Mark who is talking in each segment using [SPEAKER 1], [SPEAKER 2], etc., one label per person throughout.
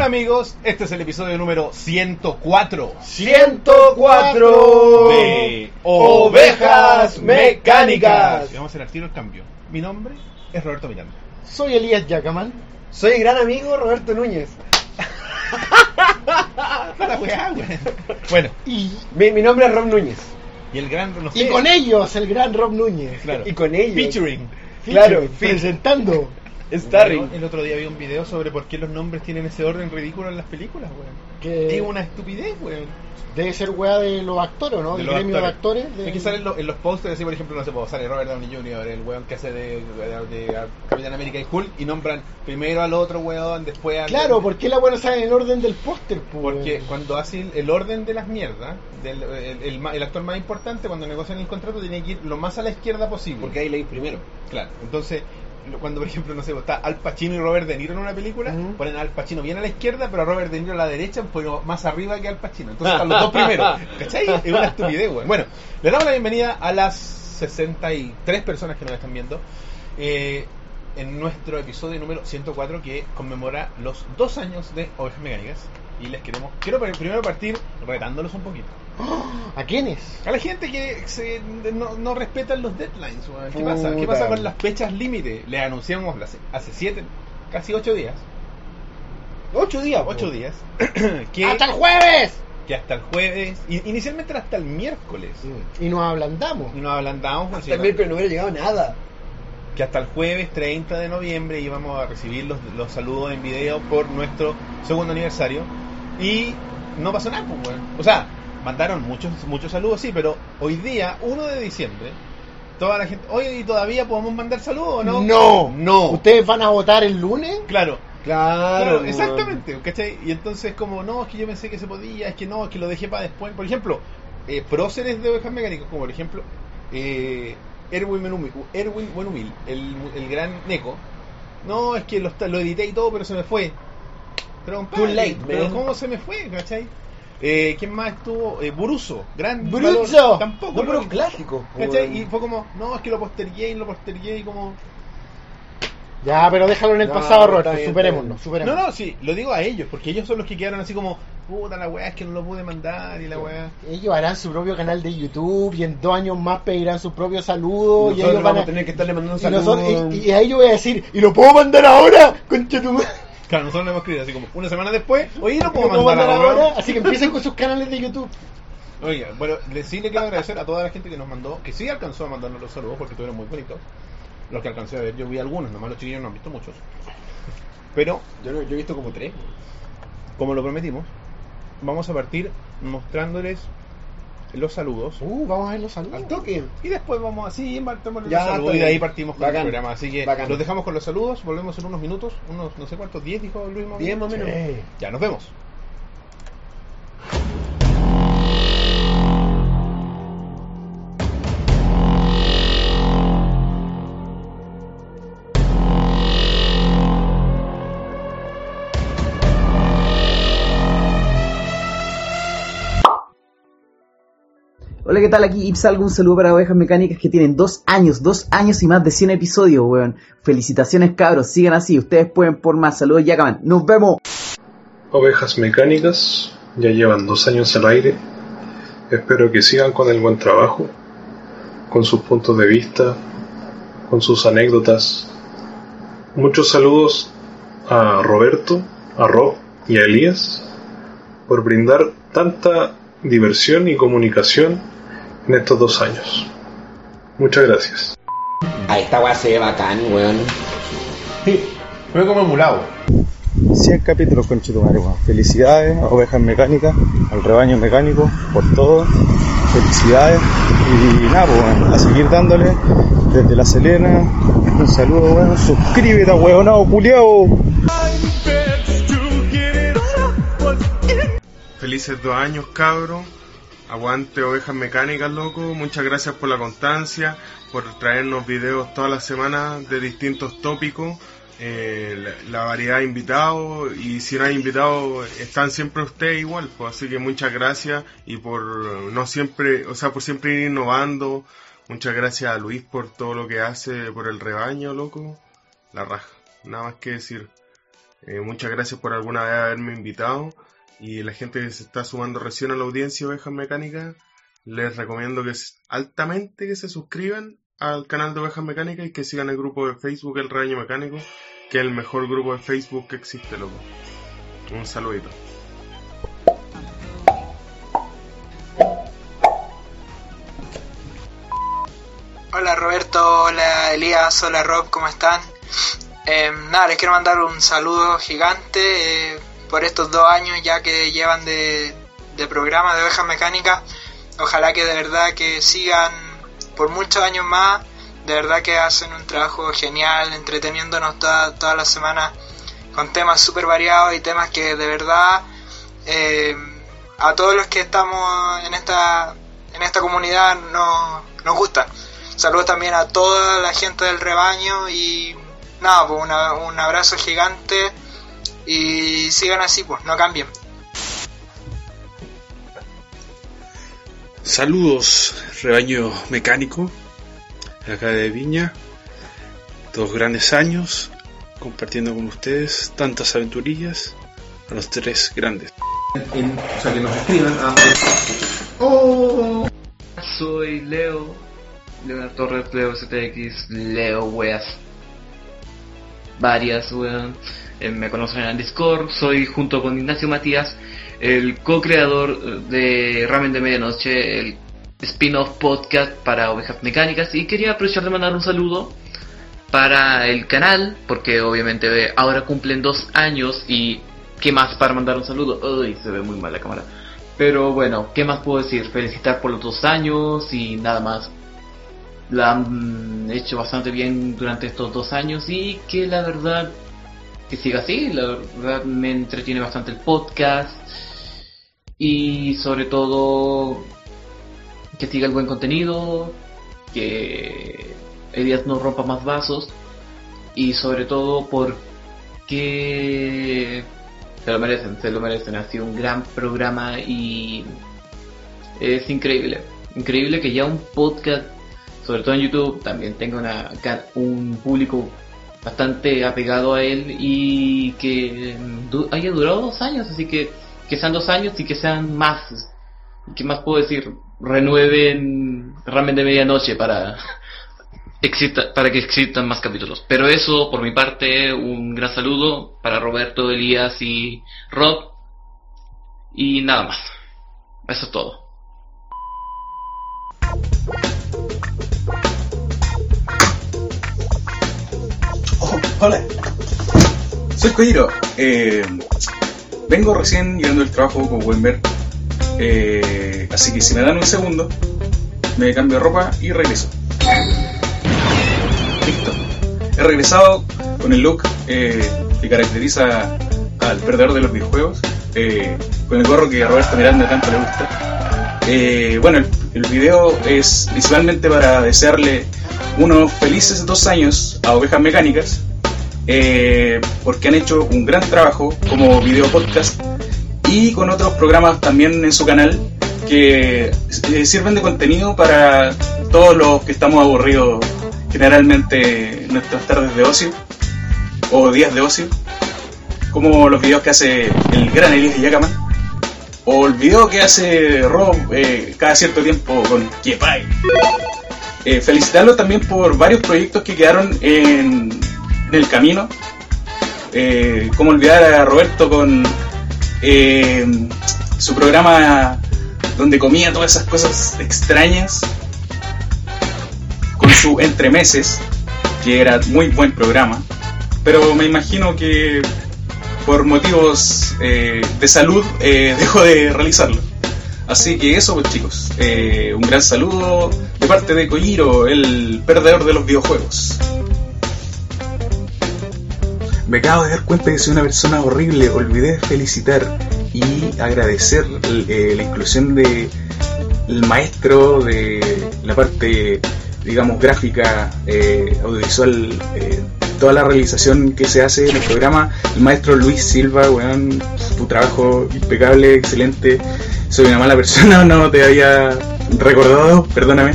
[SPEAKER 1] amigos, este es el episodio número 104
[SPEAKER 2] 104
[SPEAKER 1] de
[SPEAKER 2] Ovejas Mecánicas.
[SPEAKER 1] Y Vamos a hacer al tiro el cambio. Mi nombre es Roberto Miranda.
[SPEAKER 3] Soy Elías Yacaman.
[SPEAKER 2] Soy el gran amigo Roberto Núñez.
[SPEAKER 1] La weá, weá. Bueno,
[SPEAKER 3] Y,
[SPEAKER 2] Mi, mi nombre es Rob Núñez.
[SPEAKER 1] y el gran... No sé,
[SPEAKER 3] y con ellos, el gran Rob Núñez.
[SPEAKER 1] Claro.
[SPEAKER 2] Y con ellos.
[SPEAKER 1] Featuring.
[SPEAKER 2] Claro,
[SPEAKER 3] Featuring, presentando.
[SPEAKER 2] Starring.
[SPEAKER 1] Bueno, El otro día vi un video sobre por qué los nombres tienen ese orden ridículo en las películas, weón.
[SPEAKER 3] Que
[SPEAKER 1] Es una estupidez, weón.
[SPEAKER 3] Debe ser weá de los actores, ¿no?
[SPEAKER 1] De
[SPEAKER 3] Del
[SPEAKER 1] los
[SPEAKER 3] gremio de actores. de-
[SPEAKER 1] Es que salen lo- en los posters, así, por ejemplo, no sé, pues, sale Robert Downey Jr., el weón que hace de, de- de Capitán América y Hulk, y nombran primero al otro weón, después al.
[SPEAKER 3] Claro, porque la buena sale en el orden del póster, pues.
[SPEAKER 1] Porque cuando hacen el orden de las mierdas, del, el, el ma- el actor más importante cuando negocian el contrato tiene que ir lo más a la izquierda posible.
[SPEAKER 2] Porque ahí leí primero.
[SPEAKER 1] Claro, entonces lo- cuando por ejemplo, no sé, está Al Pacino y Robert De Niro en una película,
[SPEAKER 3] Ujú.
[SPEAKER 1] ponen a Al Pacino bien a la izquierda, pero a Robert De Niro a la derecha, pero más arriba que Al Pacino. Entonces están los dos primeros. ¿Cachai? Es una estupidez, güey. Bueno, le damos la bienvenida a las 63 personas que nos están viendo. eh, en nuestro episodio número 104 que conmemora los dos años de Ovejas Mecánicas y les queremos quiero pr- primero partir retándolos un poquito
[SPEAKER 3] ¿A quiénes?
[SPEAKER 1] a la gente que se- no, no respetan los deadlines, weón. ¿qué pasa? ¿Qué
[SPEAKER 3] Puta.
[SPEAKER 1] pasa con las fechas límite? Les anunciamos hace, hace siete, casi ocho días,
[SPEAKER 2] Ocho días. po.
[SPEAKER 1] ocho días, que,
[SPEAKER 3] ¡Hasta el jueves!
[SPEAKER 1] que hasta el jueves, i- inicialmente era hasta el miércoles,
[SPEAKER 2] Mm.
[SPEAKER 3] Y nos ablandamos.
[SPEAKER 1] y nos ablandamos,
[SPEAKER 2] Hasta
[SPEAKER 1] weón,
[SPEAKER 2] el miércoles no hubiera llegado nada.
[SPEAKER 1] que hasta el jueves 30 de noviembre íbamos a recibir los, los saludos en video por nuestro segundo aniversario, y no pasó nada, pues, weón. o sea, mandaron muchos, muchos saludos, sí, pero hoy día, 1 de diciembre, Toda la gente, oye, ¿y todavía podemos mandar saludos o no?
[SPEAKER 3] No.
[SPEAKER 1] no.
[SPEAKER 3] ¿Ustedes van a votar el lunes?
[SPEAKER 1] Claro,
[SPEAKER 2] Claro. pues,
[SPEAKER 1] claro, exactamente, ¿cachai? Y entonces como, no, es que yo pensé que se podía, es que no, es que lo dejé para después. Por ejemplo, eh, próceres de ovejas mecánicas, como por ejemplo eh, Erwin, Benumi- Erwin Buenumil, el, el gran Neko. No, es que lo, está- lo edité y todo, pero se me fue. Pero, compadre,
[SPEAKER 2] Too late,
[SPEAKER 1] pero
[SPEAKER 2] man.
[SPEAKER 1] ¿cómo se me fue, cachai? Eh, ¿Quién más estuvo? Eh, Buruso, gran
[SPEAKER 3] Bruzo.
[SPEAKER 1] valor. Tampoco.
[SPEAKER 2] No, pero
[SPEAKER 1] ¿no?
[SPEAKER 2] clásicos. po,
[SPEAKER 1] ¿Cachai?
[SPEAKER 2] weón.
[SPEAKER 1] Y fue como, no, es que lo postergué y lo postergué y como...
[SPEAKER 3] Ya, pero déjalo en el
[SPEAKER 2] No,
[SPEAKER 3] pasado,
[SPEAKER 2] está
[SPEAKER 3] Roberto.
[SPEAKER 2] bien,
[SPEAKER 3] Superémonos,
[SPEAKER 2] está
[SPEAKER 3] superémonos.
[SPEAKER 1] No, no, sí, lo digo a ellos, porque ellos son los que quedaron así como, puta la weá, es que no lo pude mandar y la weá.
[SPEAKER 3] Ellos harán su propio canal de YouTube y en dos años más pedirán su propio saludo. y
[SPEAKER 2] Nosotros
[SPEAKER 3] ellos
[SPEAKER 2] vamos
[SPEAKER 3] van
[SPEAKER 2] a tener que estarle mandando
[SPEAKER 3] y nosotros-
[SPEAKER 2] saludos.
[SPEAKER 3] y, y ahí yo voy a decir, ¿y lo puedo mandar ahora? Concha tu madre.
[SPEAKER 1] Claro, nosotros lo hemos escrito así como una semana después, oye, no
[SPEAKER 3] ¿Lo
[SPEAKER 1] puedo mandar, ahora.
[SPEAKER 3] Así que empiecen con sus canales de YouTube.
[SPEAKER 1] Oiga, bueno, le- sí le quiero agradecer a toda la gente que nos mandó, que sí alcanzó a mandarnos los saludos porque estuvieron muy bonitos. Los que alcancé a ver, yo vi algunos, nomás los chiquillos no han visto muchos. Pero,
[SPEAKER 2] Yo, no- yo he visto como tres.
[SPEAKER 1] como lo prometimos, vamos a partir mostrándoles los saludos.
[SPEAKER 3] Uh, vamos a ver los saludos.
[SPEAKER 2] Al toque.
[SPEAKER 1] Y después vamos así, partamos los
[SPEAKER 2] Ya,
[SPEAKER 1] saludos
[SPEAKER 2] está
[SPEAKER 1] y de
[SPEAKER 2] bien.
[SPEAKER 1] ahí partimos con
[SPEAKER 2] Bacán.
[SPEAKER 1] el programa. Así que
[SPEAKER 2] Bacán.
[SPEAKER 1] los dejamos con los saludos, volvemos en unos minutos, unos no sé cuántos, 10 dijo Luis Momín.
[SPEAKER 2] Diez más o menos.
[SPEAKER 3] Sí.
[SPEAKER 1] Ya nos vemos.
[SPEAKER 4] Hola, ¿qué tal? Aquí Ipsalgo, un saludo para Ovejas Mecánicas que tienen dos años, dos años y más de 100 episodios, weón. Felicitaciones, cabros, sigan así, ustedes pueden por más. Saludos, Yacaman, nos vemos.
[SPEAKER 5] Ovejas Mecánicas ya llevan dos años al aire. Espero que sigan con el buen trabajo, con sus puntos de vista, con sus anécdotas. Muchos saludos a Roberto, a Rob y a Elías por brindar tanta diversión y comunicación en estos dos años. Muchas gracias.
[SPEAKER 6] A esta weá se ve bacán, weón.
[SPEAKER 1] Fue como emulado.
[SPEAKER 7] 100 capítulos con Chitumaru. Felicidades, ovejas mecánicas, al rebaño mecánico, por todo. Felicidades. Y nada, pues, bueno, a seguir dándole desde la Selena. Un saludo, bueno. Suscríbete, huevonao, culiao.
[SPEAKER 8] Felices dos años, cabro. Aguante ovejas mecánicas, loco. Muchas gracias por la constancia, por traernos videos todas las semanas de distintos tópicos. Eh, la, la variedad de invitados y si no hay invitados están siempre ustedes igual pues así que muchas gracias y por eh, no siempre o sea por siempre ir innovando muchas gracias a Luis por todo lo que hace por el rebaño loco la raja nada más que decir Eh, muchas gracias por alguna vez haberme invitado. Y la gente que se está sumando recién a la audiencia de Ovejas Mecánicas, les recomiendo que s- altamente que se suscriban al canal de Ovejas Mecánicas y que sigan el grupo de Facebook El Rebaño Mecánico, que es el mejor grupo de Facebook que existe, loco. Un saludito.
[SPEAKER 9] Hola Roberto, hola Elías, hola Rob, ¿cómo están? Eh, nada, les quiero mandar un saludo gigante eh, por estos dos años ya que llevan de, de programa de ovejas mecánicas. Ojalá que de verdad que sigan por muchos años más. De verdad que hacen un trabajo genial, entreteniéndonos toda, toda la semana con temas súper variados y temas que de verdad eh, a todos los que estamos en esta, en esta comunidad no, nos gustan. Saludos también a toda la gente del rebaño y nada, pues una- un abrazo gigante y sigan así, pues no cambien.
[SPEAKER 10] Saludos, rebaño mecánico, de acá de Viña. Dos grandes años compartiendo con ustedes tantas aventurillas a los tres grandes.
[SPEAKER 1] o sea, que nos escriban ah. a Oh.
[SPEAKER 11] Soy Leo, Leonardo Torres, Leo CTX, Leo Weas. Varias, weón. Eh, me conocen en el Discord. Soy junto con Ignacio Matías, el co-creador eh, de Ramen de Medianoche, el spin-off podcast para ovejas mecánicas. Y quería aprovechar de mandar un saludo para el canal, porque obviamente eh, ahora cumplen dos años y ¿qué más para mandar un saludo? Uy, se ve muy mal la cámara. Pero bueno, ¿qué más puedo decir? Felicitar por los dos años y nada más. La han hecho bastante bien durante estos dos años y que la verdad que siga así. La verdad me entretiene bastante el podcast y sobre todo que siga el buen contenido, que Elías no rompa más vasos y sobre todo porque se lo merecen, se lo merecen. Ha sido un gran programa y es increíble. Increíble que ya un podcast, sobre todo en YouTube, también tenga una, ca- un público bastante apegado a él y que mm, du- haya durado dos años. Así que que sean dos años y que sean más. ¿Qué más puedo decir? Renueven Ramen de Medianoche para, exista, para que existan más capítulos. Pero eso, por mi parte, un gran saludo para Roberto, Elías y Rob. Y nada más. Eso es todo.
[SPEAKER 12] Hola, soy Kojiro. Eh, vengo recién llegando del trabajo, como pueden ver. Eh, así que si me dan un segundo, me cambio de ropa y regreso. Listo. He regresado con el look eh, que caracteriza al perdedor de los videojuegos, eh, con el gorro que a Roberto Miranda tanto le gusta. Eh, bueno, el, el video es principalmente para desearle unos felices dos años a Ovejas Mecánicas, eh, porque han hecho un gran trabajo como video podcast y con otros programas también en su canal que eh, sirven de contenido para todos los que estamos aburridos generalmente en nuestras tardes de ocio o días de ocio, como los videos que hace el gran Elías Yagaman o el video que hace Rob eh, cada cierto tiempo con Kiepai. Eh, felicitarlo también por varios proyectos que quedaron en, en el camino. Eh, como olvidar a Roberto con eh, su programa donde comía todas esas cosas extrañas. Con su Entremeses, que era muy buen programa. Pero me imagino que por motivos eh, de salud eh, dejo de realizarlo. Así que eso pues chicos, Eh, un gran saludo de parte de Kojiro, el perdedor de los videojuegos. Me acabo de dar cuenta que soy una persona horrible, olvidé felicitar y agradecer eh, la inclusión de el maestro de la parte, digamos, gráfica, eh, audiovisual, eh, toda la realización que se hace en el programa, el maestro Luis Silva, weón, tu trabajo impecable, excelente, soy una mala persona, no te había recordado, perdóname.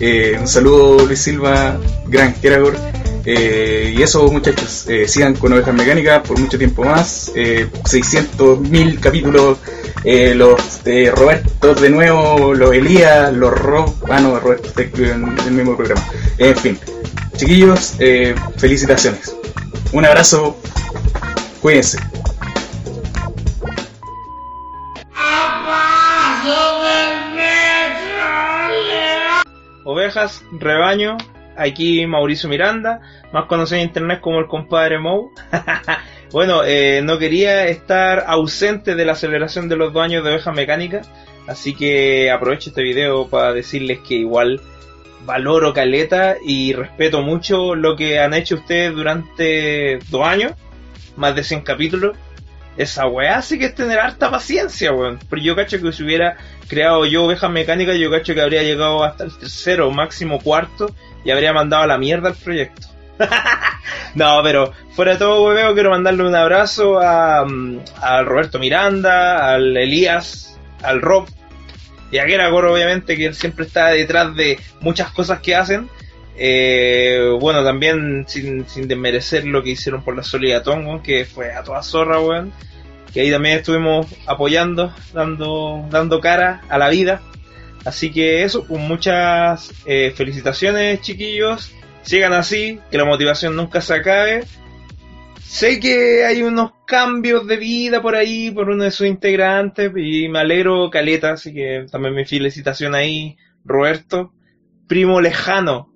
[SPEAKER 12] Eh, un saludo Luis Silva, gran Keragor, Eh, y eso, muchachos, eh, sigan con Ovejas Mecánicas por mucho tiempo más. Eh, 600.000 capítulos. Eh, los de Roberto de nuevo, los Elías, los Ro. Ah, no, Roberto está incluido en el mismo programa. En fin, chiquillos, eh, felicitaciones. Un abrazo. Cuídense.
[SPEAKER 13] Ovejas, rebaño, aquí Mauricio Miranda, más conocido en internet como el compadre Mou. bueno, eh, no quería estar ausente de la celebración de los dos años de Ovejas Mecánicas, así que aprovecho este video para decirles que igual valoro caleta y respeto mucho lo que han hecho ustedes durante dos años, más de 100 capítulos. Esa weá sí que es tener harta paciencia, weón. Pero yo cacho que si hubiera creado yo ovejas mecánicas, yo cacho que habría llegado hasta el tercero, máximo cuarto, y habría mandado a la mierda el proyecto. no, pero fuera de todo, weón, quiero mandarle un abrazo a, mm, a Roberto Miranda, al Elías, al Rob, y a Geragor, obviamente, que él siempre está detrás de muchas cosas que hacen. Eh, bueno, también sin, sin desmerecer lo que hicieron por la Solidatón, weón, que fue a toda zorra, weón. Que ahí también estuvimos apoyando, dando, dando cara a la vida. Así que eso, pues muchas eh, felicitaciones, chiquillos. Sigan así, que la motivación nunca se acabe. Sé que hay unos cambios de vida por ahí, por uno de sus integrantes, y me alegro, Caleta, así que también mi felicitación ahí, Roberto, primo lejano.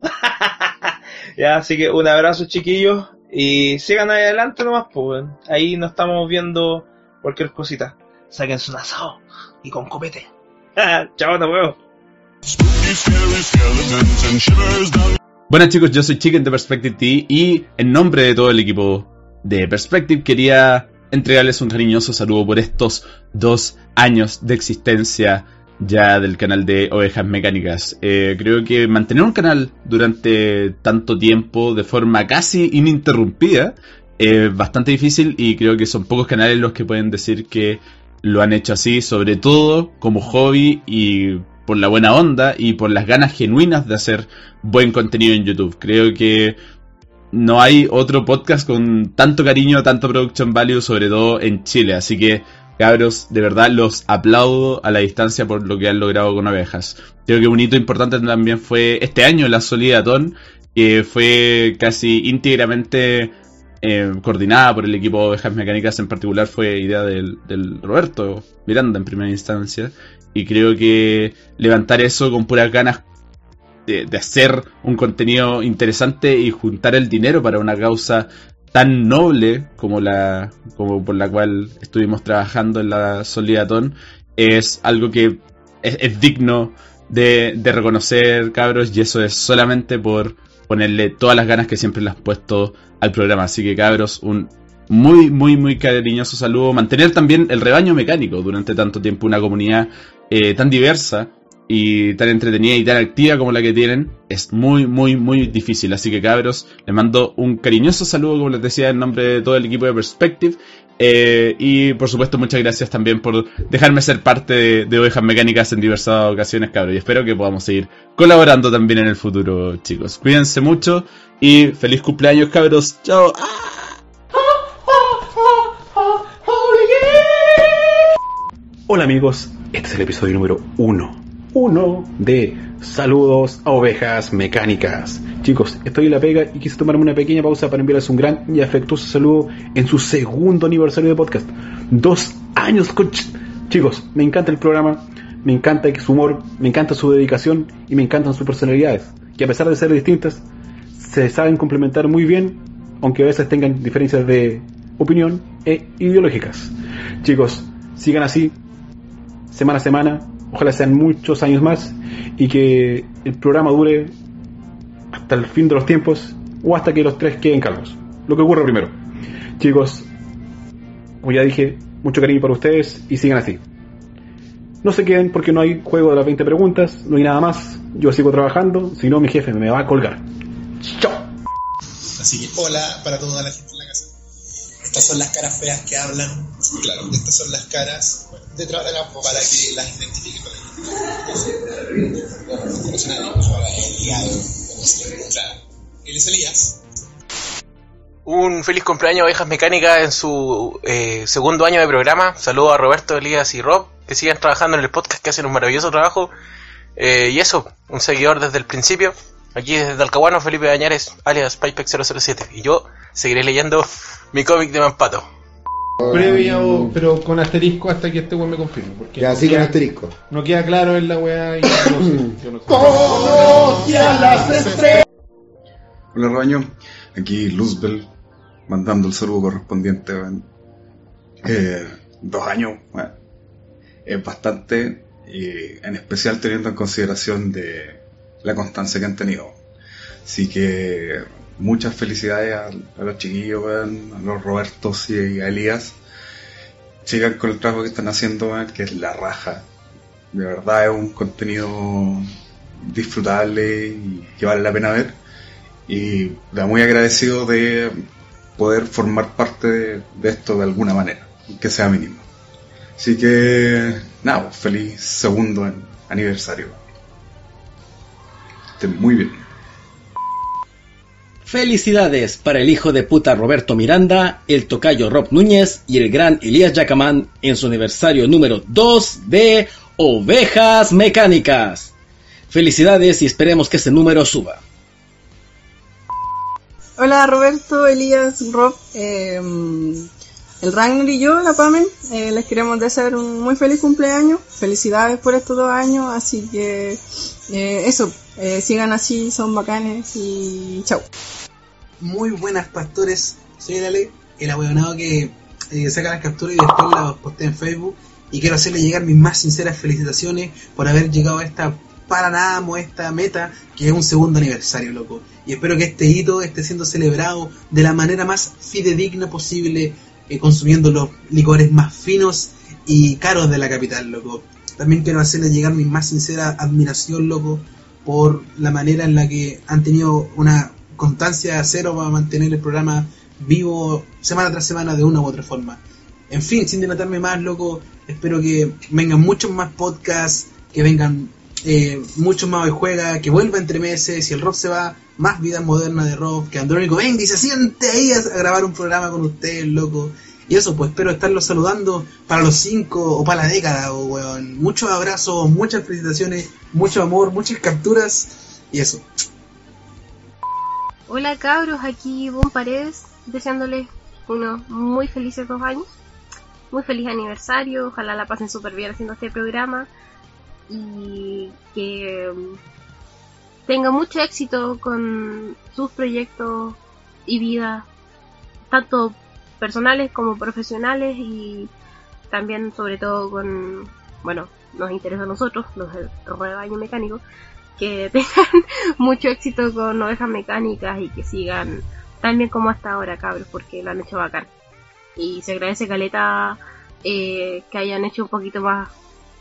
[SPEAKER 13] ya, así que un abrazo, chiquillos, y sigan adelante nomás, pues, weón. ahí nos estamos viendo cualquier cosita. Sáquense un asado y con copete. Chao, nos vemos.
[SPEAKER 14] Buenas chicos, yo soy Chicken de Perspective T y en nombre de todo el equipo de Perspective quería entregarles un cariñoso saludo por estos dos años de existencia ya del canal de Ovejas Mecánicas. Eh, creo que mantener un canal durante tanto tiempo de forma casi ininterrumpida es bastante difícil y creo que son pocos canales los que pueden decir que lo han hecho así, sobre todo como hobby y por la buena onda y por las ganas genuinas de hacer buen contenido en YouTube. Creo que no hay otro podcast con tanto cariño, tanto production value, sobre todo en Chile. Así que, cabros, de verdad los aplaudo a la distancia por lo que han logrado con ovejas. Creo que un hito importante también fue este año, la Solidatón, que fue casi íntegramente eh, coordinada por el equipo de Ovejas Mecánicas, en particular fue idea del, del Roberto Miranda en primera instancia. Y creo que levantar eso con puras ganas de, de hacer un contenido interesante y juntar el dinero para una causa tan noble como la como por la cual estuvimos trabajando en la Solidatón es algo que es, es digno de, de reconocer cabros y eso es solamente por ponerle todas las ganas que siempre le has puesto al programa así que cabros un muy muy muy cariñoso saludo mantener también el rebaño mecánico durante tanto tiempo una comunidad eh, tan diversa y tan entretenida y tan activa como la que tienen es muy, muy, muy difícil. Así que cabros, les mando un cariñoso saludo, como les decía, en nombre de todo el equipo de Perspective. Eh, y por supuesto, muchas gracias también por dejarme ser parte de, de Ovejas Mecánicas en diversas ocasiones, cabros. Y espero que podamos seguir colaborando también en el futuro, chicos. Cuídense mucho y feliz cumpleaños, cabros. Chao.
[SPEAKER 15] Hola amigos, este es el episodio número 1. 1 de Saludos a Ovejas Mecánicas. Chicos, estoy en la pega y quise tomarme una pequeña pausa para enviarles un gran y afectuoso saludo en su segundo aniversario de podcast. Dos años, coch- chicos, me encanta el programa, me encanta su humor, me encanta su dedicación y me encantan sus personalidades, que a pesar de ser distintas, se saben complementar muy bien, aunque a veces tengan diferencias de opinión e ideológicas. Chicos, sigan así, semana a semana, ojalá sean muchos años más y que el programa dure hasta el fin de los tiempos o hasta que los tres queden calvos. Lo que ocurra primero. Chicos, como ya dije, mucho cariño para ustedes y sigan así. No se queden porque no hay juego de las 20 preguntas, no hay nada más. Yo sigo trabajando, si no mi jefe me va a colgar.
[SPEAKER 16] Así que hola para toda la gente en la casa. Estas son las caras feas que hablan. Claro, estas son las caras de tra- para que las identifiquen. para que- No, no conoce a nadie. Hola, Elías. Claro, él es Elías.
[SPEAKER 17] Un feliz cumpleaños a Ovejas Mecánicas en su eh, segundo año de programa. Saludos a Roberto, Elías y Rob, que sigan trabajando en el podcast, que hacen un maravilloso trabajo. Eh, y eso, un seguidor desde el principio. Aquí desde Talcahuano, Felipe Bañares, alias Pipex007. Y yo seguiré leyendo mi cómic de Mampato.
[SPEAKER 1] Previa, o- pero con asterisco hasta que este weón me confirme. Porque
[SPEAKER 2] Ya,
[SPEAKER 1] no
[SPEAKER 2] sí, con
[SPEAKER 1] queda-
[SPEAKER 2] asterisco.
[SPEAKER 1] No queda claro en la weá y no sé, yo no sé.
[SPEAKER 3] Oh,
[SPEAKER 16] Conoce las estrellas.
[SPEAKER 18] Hola Rebaño, aquí Luzbel, mandando el saludo correspondiente. weón. Eh, dos años, bueno, es bastante, y en especial teniendo en consideración de la constancia que han tenido. Así que muchas felicidades a, a los chiquillos, weón, a los Robertos y a Elías. Sigan con el trabajo que están haciendo, weón, que es la raja. De verdad es un contenido disfrutable y que vale la pena ver y da muy agradecido de poder formar parte de, de esto de alguna manera, que sea mínimo. Así que, nada, pues, feliz segundo an- aniversario. Estén muy bien.
[SPEAKER 19] Felicidades para el hijo de puta Roberto Miranda, el tocayo Rob Núñez y el gran Elías Yacamán en su aniversario número 2 de Ovejas Mecánicas. Felicidades y esperemos que ese número suba.
[SPEAKER 20] Hola Roberto, Elías, Rob, eh, el Ragnar y yo, la Pamen, eh, les queremos desear un muy feliz cumpleaños, felicidades por estos dos años, así que eh, eso, eh, sigan así, son bacanes y chao.
[SPEAKER 16] Muy buenas pastores, soy el Ale, el abuelonado que eh, saca las capturas y después las postea en Facebook. Y quiero hacerle llegar mis más sinceras felicitaciones por haber llegado a esta para nada modesta meta, que es un segundo aniversario, loco. Y espero que este hito esté siendo celebrado de la manera más fidedigna posible, eh, consumiendo los licores más finos y caros de la capital, loco. También quiero hacerle llegar mi más sincera admiración, loco, por la manera en la que han tenido una constancia cero para mantener el programa vivo semana tras semana de una u otra forma. En fin, sin dilatarme más, loco, espero que vengan muchos más podcasts, que vengan eh, muchos más de juega, que vuelva entre meses, si el Rob se va, más vida moderna de Rob, que Andrónico venga y se siente ahí a, a grabar un programa con ustedes, loco. Y eso, pues espero estarlos saludando para los cinco o para la década, oh, weón. Muchos abrazos, muchas felicitaciones, mucho amor, muchas capturas y eso.
[SPEAKER 21] Hola cabros, aquí Bon Paredes, deseándoles unos muy felices dos años, muy feliz aniversario, ojalá la pasen súper bien haciendo este programa y que mm, tengan mucho éxito con sus proyectos y vidas, tanto personales como profesionales y también sobre todo con, bueno, nos interesa a nosotros, los del rebaño mecánico, que tengan mucho éxito con ovejas mecánicas y que sigan tan bien como hasta ahora, cabros, porque lo han hecho bacán. Y se agradece Caleta eh, que hayan hecho un poquito más,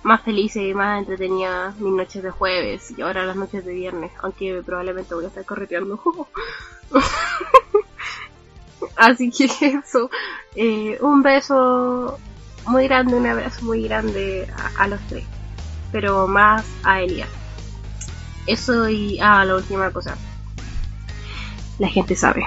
[SPEAKER 21] más felices y más entretenidas mis noches de jueves y ahora las noches de viernes, aunque probablemente voy a estar correteando. Así que eso, eh, un beso muy grande, un abrazo muy grande a, a los tres, pero más a Elías. Eso y ah, la última cosa. La gente sabe.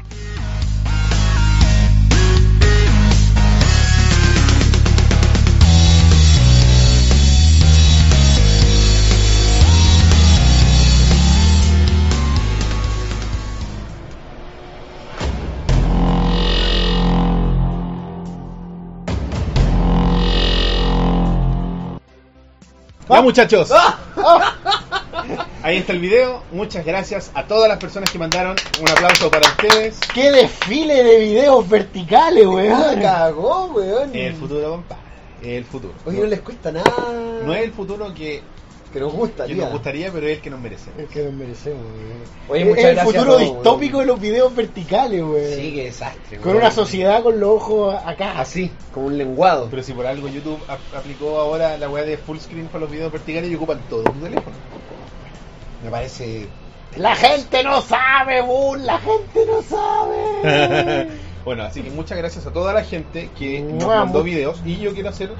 [SPEAKER 1] Ya muchachos.
[SPEAKER 3] Ah,
[SPEAKER 1] Ahí está el video. Muchas gracias a todas las personas que mandaron. Un aplauso para ustedes.
[SPEAKER 3] ¡Qué desfile de videos verticales, weón!
[SPEAKER 2] cagó, weón.
[SPEAKER 1] El futuro, compadre. El futuro.
[SPEAKER 2] Oye, no les cuesta
[SPEAKER 3] Ah.
[SPEAKER 2] nada.
[SPEAKER 1] No es el futuro que,
[SPEAKER 2] que nos gustaría.
[SPEAKER 1] nos gustaría, pero es el que nos merece.
[SPEAKER 2] Es que nos merecemos, weón.
[SPEAKER 3] Es el futuro distópico de los videos verticales, weón.
[SPEAKER 2] Sí, qué desastre,
[SPEAKER 3] Con una sociedad con los ojos acá.
[SPEAKER 2] Así, como un lenguado.
[SPEAKER 1] Pero si por algo YouTube ap- aplicó ahora la weá de full screen para los videos verticales y ocupan todo tu teléfono.
[SPEAKER 2] Me parece.
[SPEAKER 3] La gente no sabe, weón. La gente no sabe.
[SPEAKER 1] bueno, así que muchas gracias a toda la gente que nos
[SPEAKER 3] Mua,
[SPEAKER 1] mandó
[SPEAKER 3] mu-
[SPEAKER 1] videos y yo quiero hacer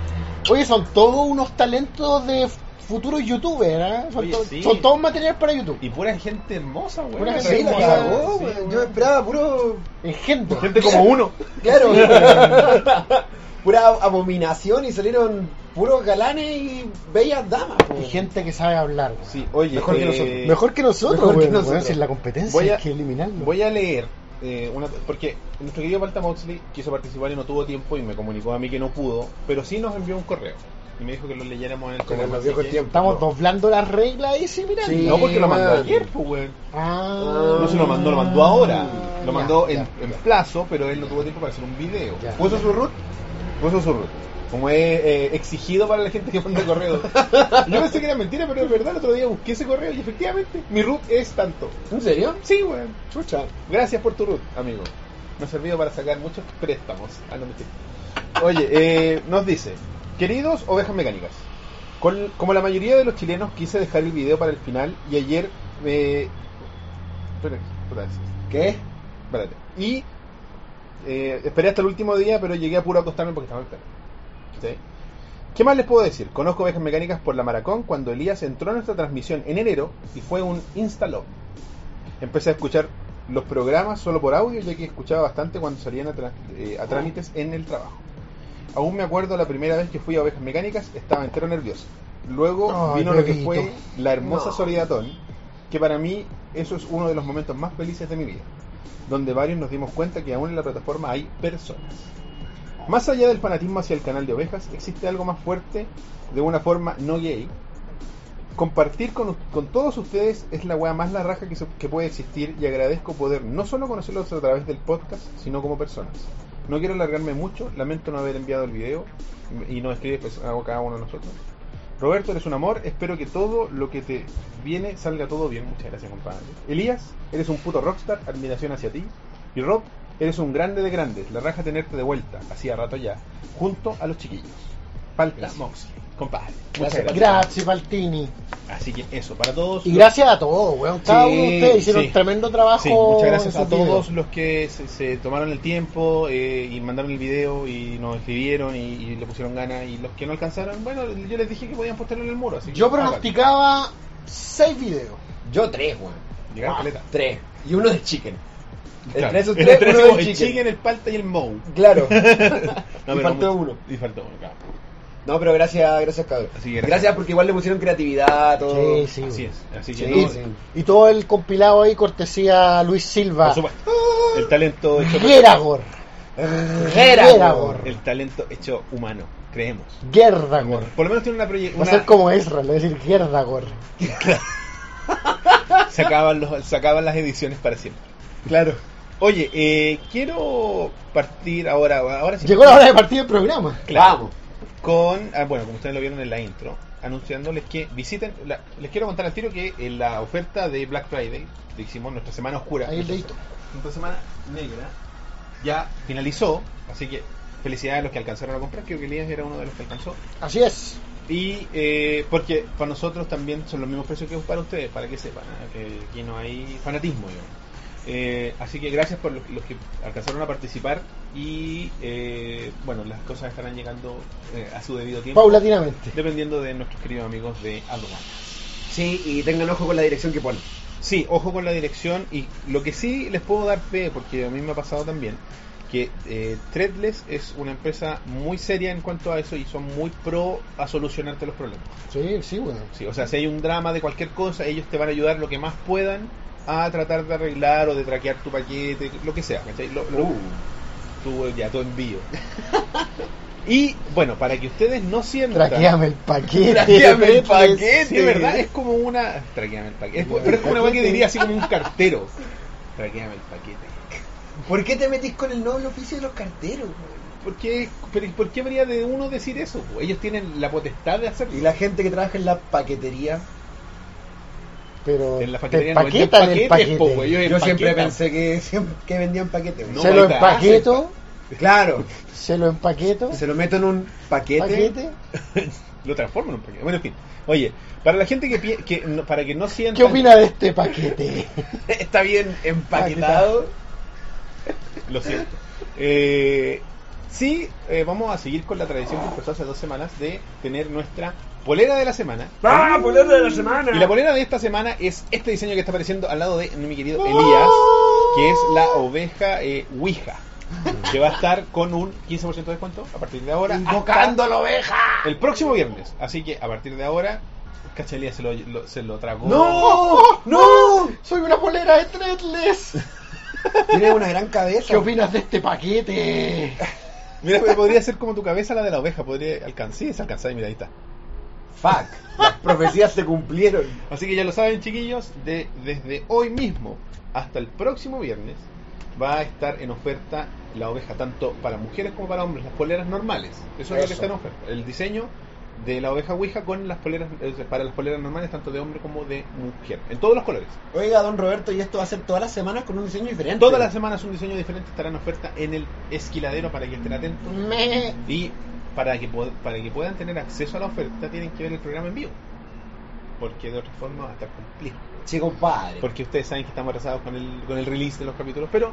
[SPEAKER 3] Oye, son todos unos talentos de futuros youtubers, ¿eh? Son,
[SPEAKER 1] Oye,
[SPEAKER 3] to-
[SPEAKER 1] sí.
[SPEAKER 3] son todos material para YouTube.
[SPEAKER 1] Y pura gente hermosa, güey.
[SPEAKER 3] Pura gente
[SPEAKER 1] Sí,
[SPEAKER 3] hermosa.
[SPEAKER 1] la cagó,
[SPEAKER 3] Sí,
[SPEAKER 1] güey.
[SPEAKER 2] Yo esperaba puro.
[SPEAKER 3] Gente.
[SPEAKER 1] Gente como uno.
[SPEAKER 2] Claro. weón. Pura abominación y salieron puros galanes y bellas damas. pues.
[SPEAKER 3] Y gente que sabe hablar. güey.
[SPEAKER 1] oye,
[SPEAKER 3] mejor, que
[SPEAKER 1] eh,
[SPEAKER 3] nosotros. mejor que nosotros,
[SPEAKER 1] mejor que
[SPEAKER 3] güey,
[SPEAKER 1] nosotros.
[SPEAKER 3] güey, si es la competencia,
[SPEAKER 1] Voy a-
[SPEAKER 3] hay que eliminarlo.
[SPEAKER 1] Voy a leer eh, una, porque nuestro querido Palta Moxley quiso participar y no tuvo tiempo y me comunicó a mí que no pudo, pero sí nos envió un correo y me dijo que lo leyéramos en el
[SPEAKER 3] Ah, Como
[SPEAKER 1] correo.
[SPEAKER 3] nos dijo el tiempo. Estamos doblando las reglas ahí, sí, Ah. mira.
[SPEAKER 1] no, porque lo mandó ayer, pues, weón. No se lo mandó, lo mandó ahora. Lo mandó en, en plazo, pero él no tuvo tiempo para hacer un video. Puso su root, puso su root. Como es eh, exigido para la gente que manda correo.
[SPEAKER 3] Ah,
[SPEAKER 1] Yo pensé que era mentira, pero es verdad. El otro día busqué ese correo y efectivamente mi root es tanto.
[SPEAKER 2] ¿En serio?
[SPEAKER 1] Sí, weón. Chucha. Gracias por tu root, amigo. Me ha servido para sacar muchos préstamos. Ah, no, mentira. Oye, eh, nos dice, queridos ovejas mecánicas, col- como la mayoría de los chilenos quise dejar el video para el final y ayer me... Espera, puta, es-
[SPEAKER 2] ¿Qué?
[SPEAKER 1] Espérate. Y eh, esperé hasta el último día, pero llegué a puro acostarme porque estaba enfermo. ¿Sí? ¿Qué más les puedo decir? Conozco ovejas mecánicas por la Maracón cuando Elías entró en nuestra transmisión en enero y fue un instaló. Empecé a escuchar los programas solo por audio, ya que escuchaba bastante cuando salían a, tra- eh, a trámites en el trabajo. Aún me acuerdo la primera vez que fui a Ovejas Mecánicas, estaba entero nervioso. Luego
[SPEAKER 3] Ay,
[SPEAKER 1] vino lo que
[SPEAKER 3] Pedrito.
[SPEAKER 1] fue la hermosa
[SPEAKER 3] No.
[SPEAKER 1] Solidatón, que para mí eso es uno de los momentos más felices de mi vida, donde varios nos dimos cuenta que aún en la plataforma hay personas. Más allá del fanatismo hacia el canal de ovejas, existe algo más fuerte, de una forma no gay. Compartir con, con todos ustedes es la weá más la raja que, se- que puede existir y agradezco poder no solo conocerlos a través del podcast, sino como personas. No quiero alargarme mucho, lamento no haber enviado el video y no escribe pues, a cada uno de nosotros. Roberto, eres un amor, espero que todo lo que te viene salga todo bien. Muchas gracias, compadre. Elías, eres un puto rockstar, admiración hacia ti. Y Rob, eres un grande de grandes, la raja tenerte de vuelta, hacía rato ya, junto a los chiquillos. Falta Moxley, compadre. Muchas
[SPEAKER 3] Gracias,
[SPEAKER 1] gracias.
[SPEAKER 3] gracias, Paltini.
[SPEAKER 1] Así que eso, para todos.
[SPEAKER 3] Y
[SPEAKER 1] los-
[SPEAKER 3] gracias a todos, weón. Cada uno de ustedes hicieron
[SPEAKER 1] sí.
[SPEAKER 3] tremendo trabajo.
[SPEAKER 1] Sí, muchas gracias
[SPEAKER 3] en
[SPEAKER 1] a
[SPEAKER 3] esos videos.
[SPEAKER 1] todos los que se, se tomaron el tiempo eh, y mandaron el video y nos escribieron y, y le pusieron ganas. Y los que no alcanzaron, bueno, yo les dije que podían postearlo en el muro. Así que-
[SPEAKER 3] Yo pronosticaba seis videos.
[SPEAKER 2] Yo tres, weón.
[SPEAKER 1] Llegaron caleta.
[SPEAKER 2] Tres. Y uno de chicken.
[SPEAKER 1] Claro.
[SPEAKER 2] Entre esos
[SPEAKER 1] Entre
[SPEAKER 2] tres,
[SPEAKER 1] tres
[SPEAKER 2] uno
[SPEAKER 1] somos
[SPEAKER 2] de
[SPEAKER 1] el
[SPEAKER 2] chicken.
[SPEAKER 1] chicken, el palta y el mou.
[SPEAKER 2] Claro.
[SPEAKER 1] No,
[SPEAKER 2] y
[SPEAKER 1] pero
[SPEAKER 2] faltó
[SPEAKER 1] mucho-
[SPEAKER 2] uno.
[SPEAKER 1] Y faltó uno, claro.
[SPEAKER 2] No, pero gracias, gracias, cabrón.
[SPEAKER 1] Así que
[SPEAKER 2] gracias.
[SPEAKER 1] gracias.
[SPEAKER 2] porque igual le pusieron creatividad a todo.
[SPEAKER 3] Sí, sí.
[SPEAKER 1] Así es. Así que
[SPEAKER 3] Sí,
[SPEAKER 1] no,
[SPEAKER 3] sí. Y todo el compilado ahí, cortesía Luis Silva.
[SPEAKER 1] Por supuesto. El talento hecho.
[SPEAKER 3] Geragor.
[SPEAKER 1] El talento hecho humano, creemos.
[SPEAKER 3] Gerdagor.
[SPEAKER 1] Por lo menos tiene una proye-
[SPEAKER 3] Va a
[SPEAKER 1] una-
[SPEAKER 3] ser como Ezra, le voy a decir Gerdagor.
[SPEAKER 1] se acaban, los, se acaban las ediciones para siempre.
[SPEAKER 3] Claro.
[SPEAKER 1] Oye, eh, quiero partir ahora. ahora sí-
[SPEAKER 3] Llegó la hora de partir del programa.
[SPEAKER 1] Claro. Con, ah, bueno, como ustedes lo vieron en la intro, anunciándoles que visiten. la- les quiero contar al tiro que en la oferta de Black Friday, que hicimos nuestra semana oscura,
[SPEAKER 3] Ahí el
[SPEAKER 1] nuestra,
[SPEAKER 3] dedito.
[SPEAKER 1] nuestra semana negra, ya finalizó. Así que felicidades a los que alcanzaron a comprar. Creo que Elías era uno de los que alcanzó.
[SPEAKER 3] Así es.
[SPEAKER 1] Y eh, porque para nosotros también son los mismos precios que para ustedes, para que sepan, ¿eh? que aquí no hay fanatismo. digamos. Eh, así que gracias por los, los que alcanzaron a participar y eh, bueno, las cosas estarán llegando eh, a su debido tiempo.
[SPEAKER 3] Paulatinamente.
[SPEAKER 1] Dependiendo de nuestros queridos amigos de Aduana.
[SPEAKER 2] Sí, y tengan ojo con la dirección que ponen.
[SPEAKER 1] Sí, ojo con la dirección y lo que sí les puedo dar fe, porque a mí me ha pasado también, que eh, Threadless es una empresa muy seria en cuanto a eso y son muy pro a solucionarte los problemas.
[SPEAKER 3] Sí, sí, weón.
[SPEAKER 1] Sí, o sea, si hay un drama de cualquier cosa, ellos te van a ayudar lo que más puedan a tratar de arreglar o de traquear tu paquete, lo que sea, ¿cachai? Lo-
[SPEAKER 3] Uh.
[SPEAKER 1] lo- tu, ya, tu envío. y bueno, para que ustedes no sientan.
[SPEAKER 3] Traqueame el paquete.
[SPEAKER 1] Traqueame el paquete,
[SPEAKER 3] Sí.
[SPEAKER 1] ¿verdad? Es como una. Traqueame el paquete. Es- pero es como una weá que diría así como un cartero. Traqueame el paquete.
[SPEAKER 2] ¿Por qué te metís con el noble oficio de los carteros, weón?
[SPEAKER 1] ¿Por qué, pero ¿por qué habría de uno decir eso? po? Ellos tienen la potestad de hacerlo.
[SPEAKER 2] Y la gente que trabaja en la paquetería.
[SPEAKER 3] Pero
[SPEAKER 1] En la
[SPEAKER 3] te
[SPEAKER 1] paquetería no venden
[SPEAKER 3] paquetan el
[SPEAKER 1] paquetes, po,
[SPEAKER 3] paquete.
[SPEAKER 1] weón. Ellos
[SPEAKER 2] Yo siempre
[SPEAKER 1] empaquetan.
[SPEAKER 2] pensé que, siempre- que vendían paquetes. weón.
[SPEAKER 1] No,
[SPEAKER 3] se lo
[SPEAKER 1] ahí está.
[SPEAKER 3] empaqueto,
[SPEAKER 2] Claro.
[SPEAKER 3] se lo empaqueto.
[SPEAKER 2] Se lo meto en un paquete.
[SPEAKER 3] Paquete.
[SPEAKER 1] lo transforman en un paquete. Bueno, en fin. Oye, para la gente que, pi- que no- para que no sienta
[SPEAKER 3] ¿Qué opina de este paquete?
[SPEAKER 2] Está bien empaquetado.
[SPEAKER 1] Lo siento. Eh, Sí, eh, vamos a seguir con la tradición que empezó hace dos semanas de tener nuestra polera de la semana.
[SPEAKER 2] ¡Ah, polera de la semana!
[SPEAKER 1] Y la polera de esta semana es este diseño que está apareciendo al lado de mi
[SPEAKER 2] ¡Oh!
[SPEAKER 1] querido Elías, que es la oveja eh, Ouija. Que va a estar con un 15% de descuento a partir de ahora.
[SPEAKER 2] Invocando
[SPEAKER 1] hasta
[SPEAKER 2] la oveja.
[SPEAKER 1] El próximo viernes. Así que a partir de ahora, Cachelía se lo, lo- se lo tragó.
[SPEAKER 3] ¡No! ¡No! ¡Soy una polera de Threadless!
[SPEAKER 2] Tiene una gran cabeza.
[SPEAKER 3] ¿Qué opinas de este paquete?
[SPEAKER 1] Mira, pero podría ser como tu cabeza la de la oveja. Podría alcanzar. Sí, se alcanza. y Mira, ahí está.
[SPEAKER 2] Fuck. Las profecías se cumplieron.
[SPEAKER 1] Así que ya lo saben, chiquillos, de, desde hoy mismo hasta el próximo viernes va a estar en oferta la oveja, tanto para mujeres como para hombres, las poleras normales. Eso, es lo que
[SPEAKER 2] Eso.
[SPEAKER 1] está en oferta. El diseño de la oveja Ouija con las poleras, eh, para las poleras normales, tanto de hombre como de mujer, en todos los colores.
[SPEAKER 2] Oiga, don Roberto, y esto va a ser todas las semanas con un diseño diferente.
[SPEAKER 1] Todas las semanas un diseño diferente estará en oferta en el esquiladero para que estén atentos.
[SPEAKER 2] Me-
[SPEAKER 1] Y para que, pod- para que puedan tener acceso a la oferta tienen que ver el programa en vivo. Porque de otra forma va a estar complejo.
[SPEAKER 2] Sí, compadre.
[SPEAKER 1] Porque ustedes saben que estamos rezados con el, con el release de los capítulos. Pero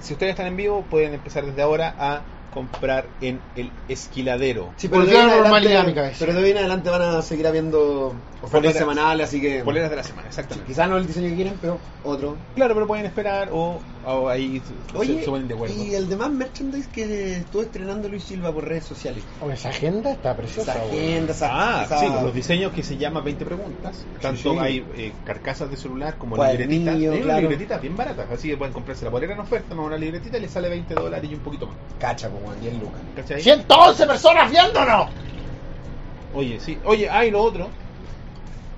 [SPEAKER 1] si ustedes están en vivo pueden empezar desde ahora a comprar en el esquiladero.
[SPEAKER 2] Sí, pero de, hoy en adelante, pero de hoy en adelante van a seguir habiendo ofertas
[SPEAKER 1] Poleras.
[SPEAKER 2] semanales, así que.
[SPEAKER 1] Poleras de la semana, exactamente.
[SPEAKER 2] Quizás no el diseño que quieren, pero otro.
[SPEAKER 1] Claro, pero pueden esperar o, o Oh, ahí se-
[SPEAKER 2] Oye,
[SPEAKER 1] se suben de acuerdo.
[SPEAKER 2] y el demás merchandise que estuvo estrenando Luis Silva por redes sociales.
[SPEAKER 3] O Oh, esa agenda está preciosa.
[SPEAKER 2] Esa
[SPEAKER 3] güey.
[SPEAKER 2] agenda, esa-
[SPEAKER 1] Ah,
[SPEAKER 2] esa-
[SPEAKER 1] sí, los diseños que se llama 20 preguntas. Tanto
[SPEAKER 2] sí.
[SPEAKER 1] hay eh, carcasas de celular como
[SPEAKER 2] Cuadernillo,
[SPEAKER 1] libretitas. Hay unas
[SPEAKER 2] claro.
[SPEAKER 1] libretitas bien baratas, así que pueden comprarse la polera en oferta, no una libretita y le sale 20 dólares y un poquito más.
[SPEAKER 2] Cacha, como 10 lucas.
[SPEAKER 1] ¿Cachai?
[SPEAKER 3] 111 personas viéndonos.
[SPEAKER 1] Oye, sí. Oye, hay lo otro.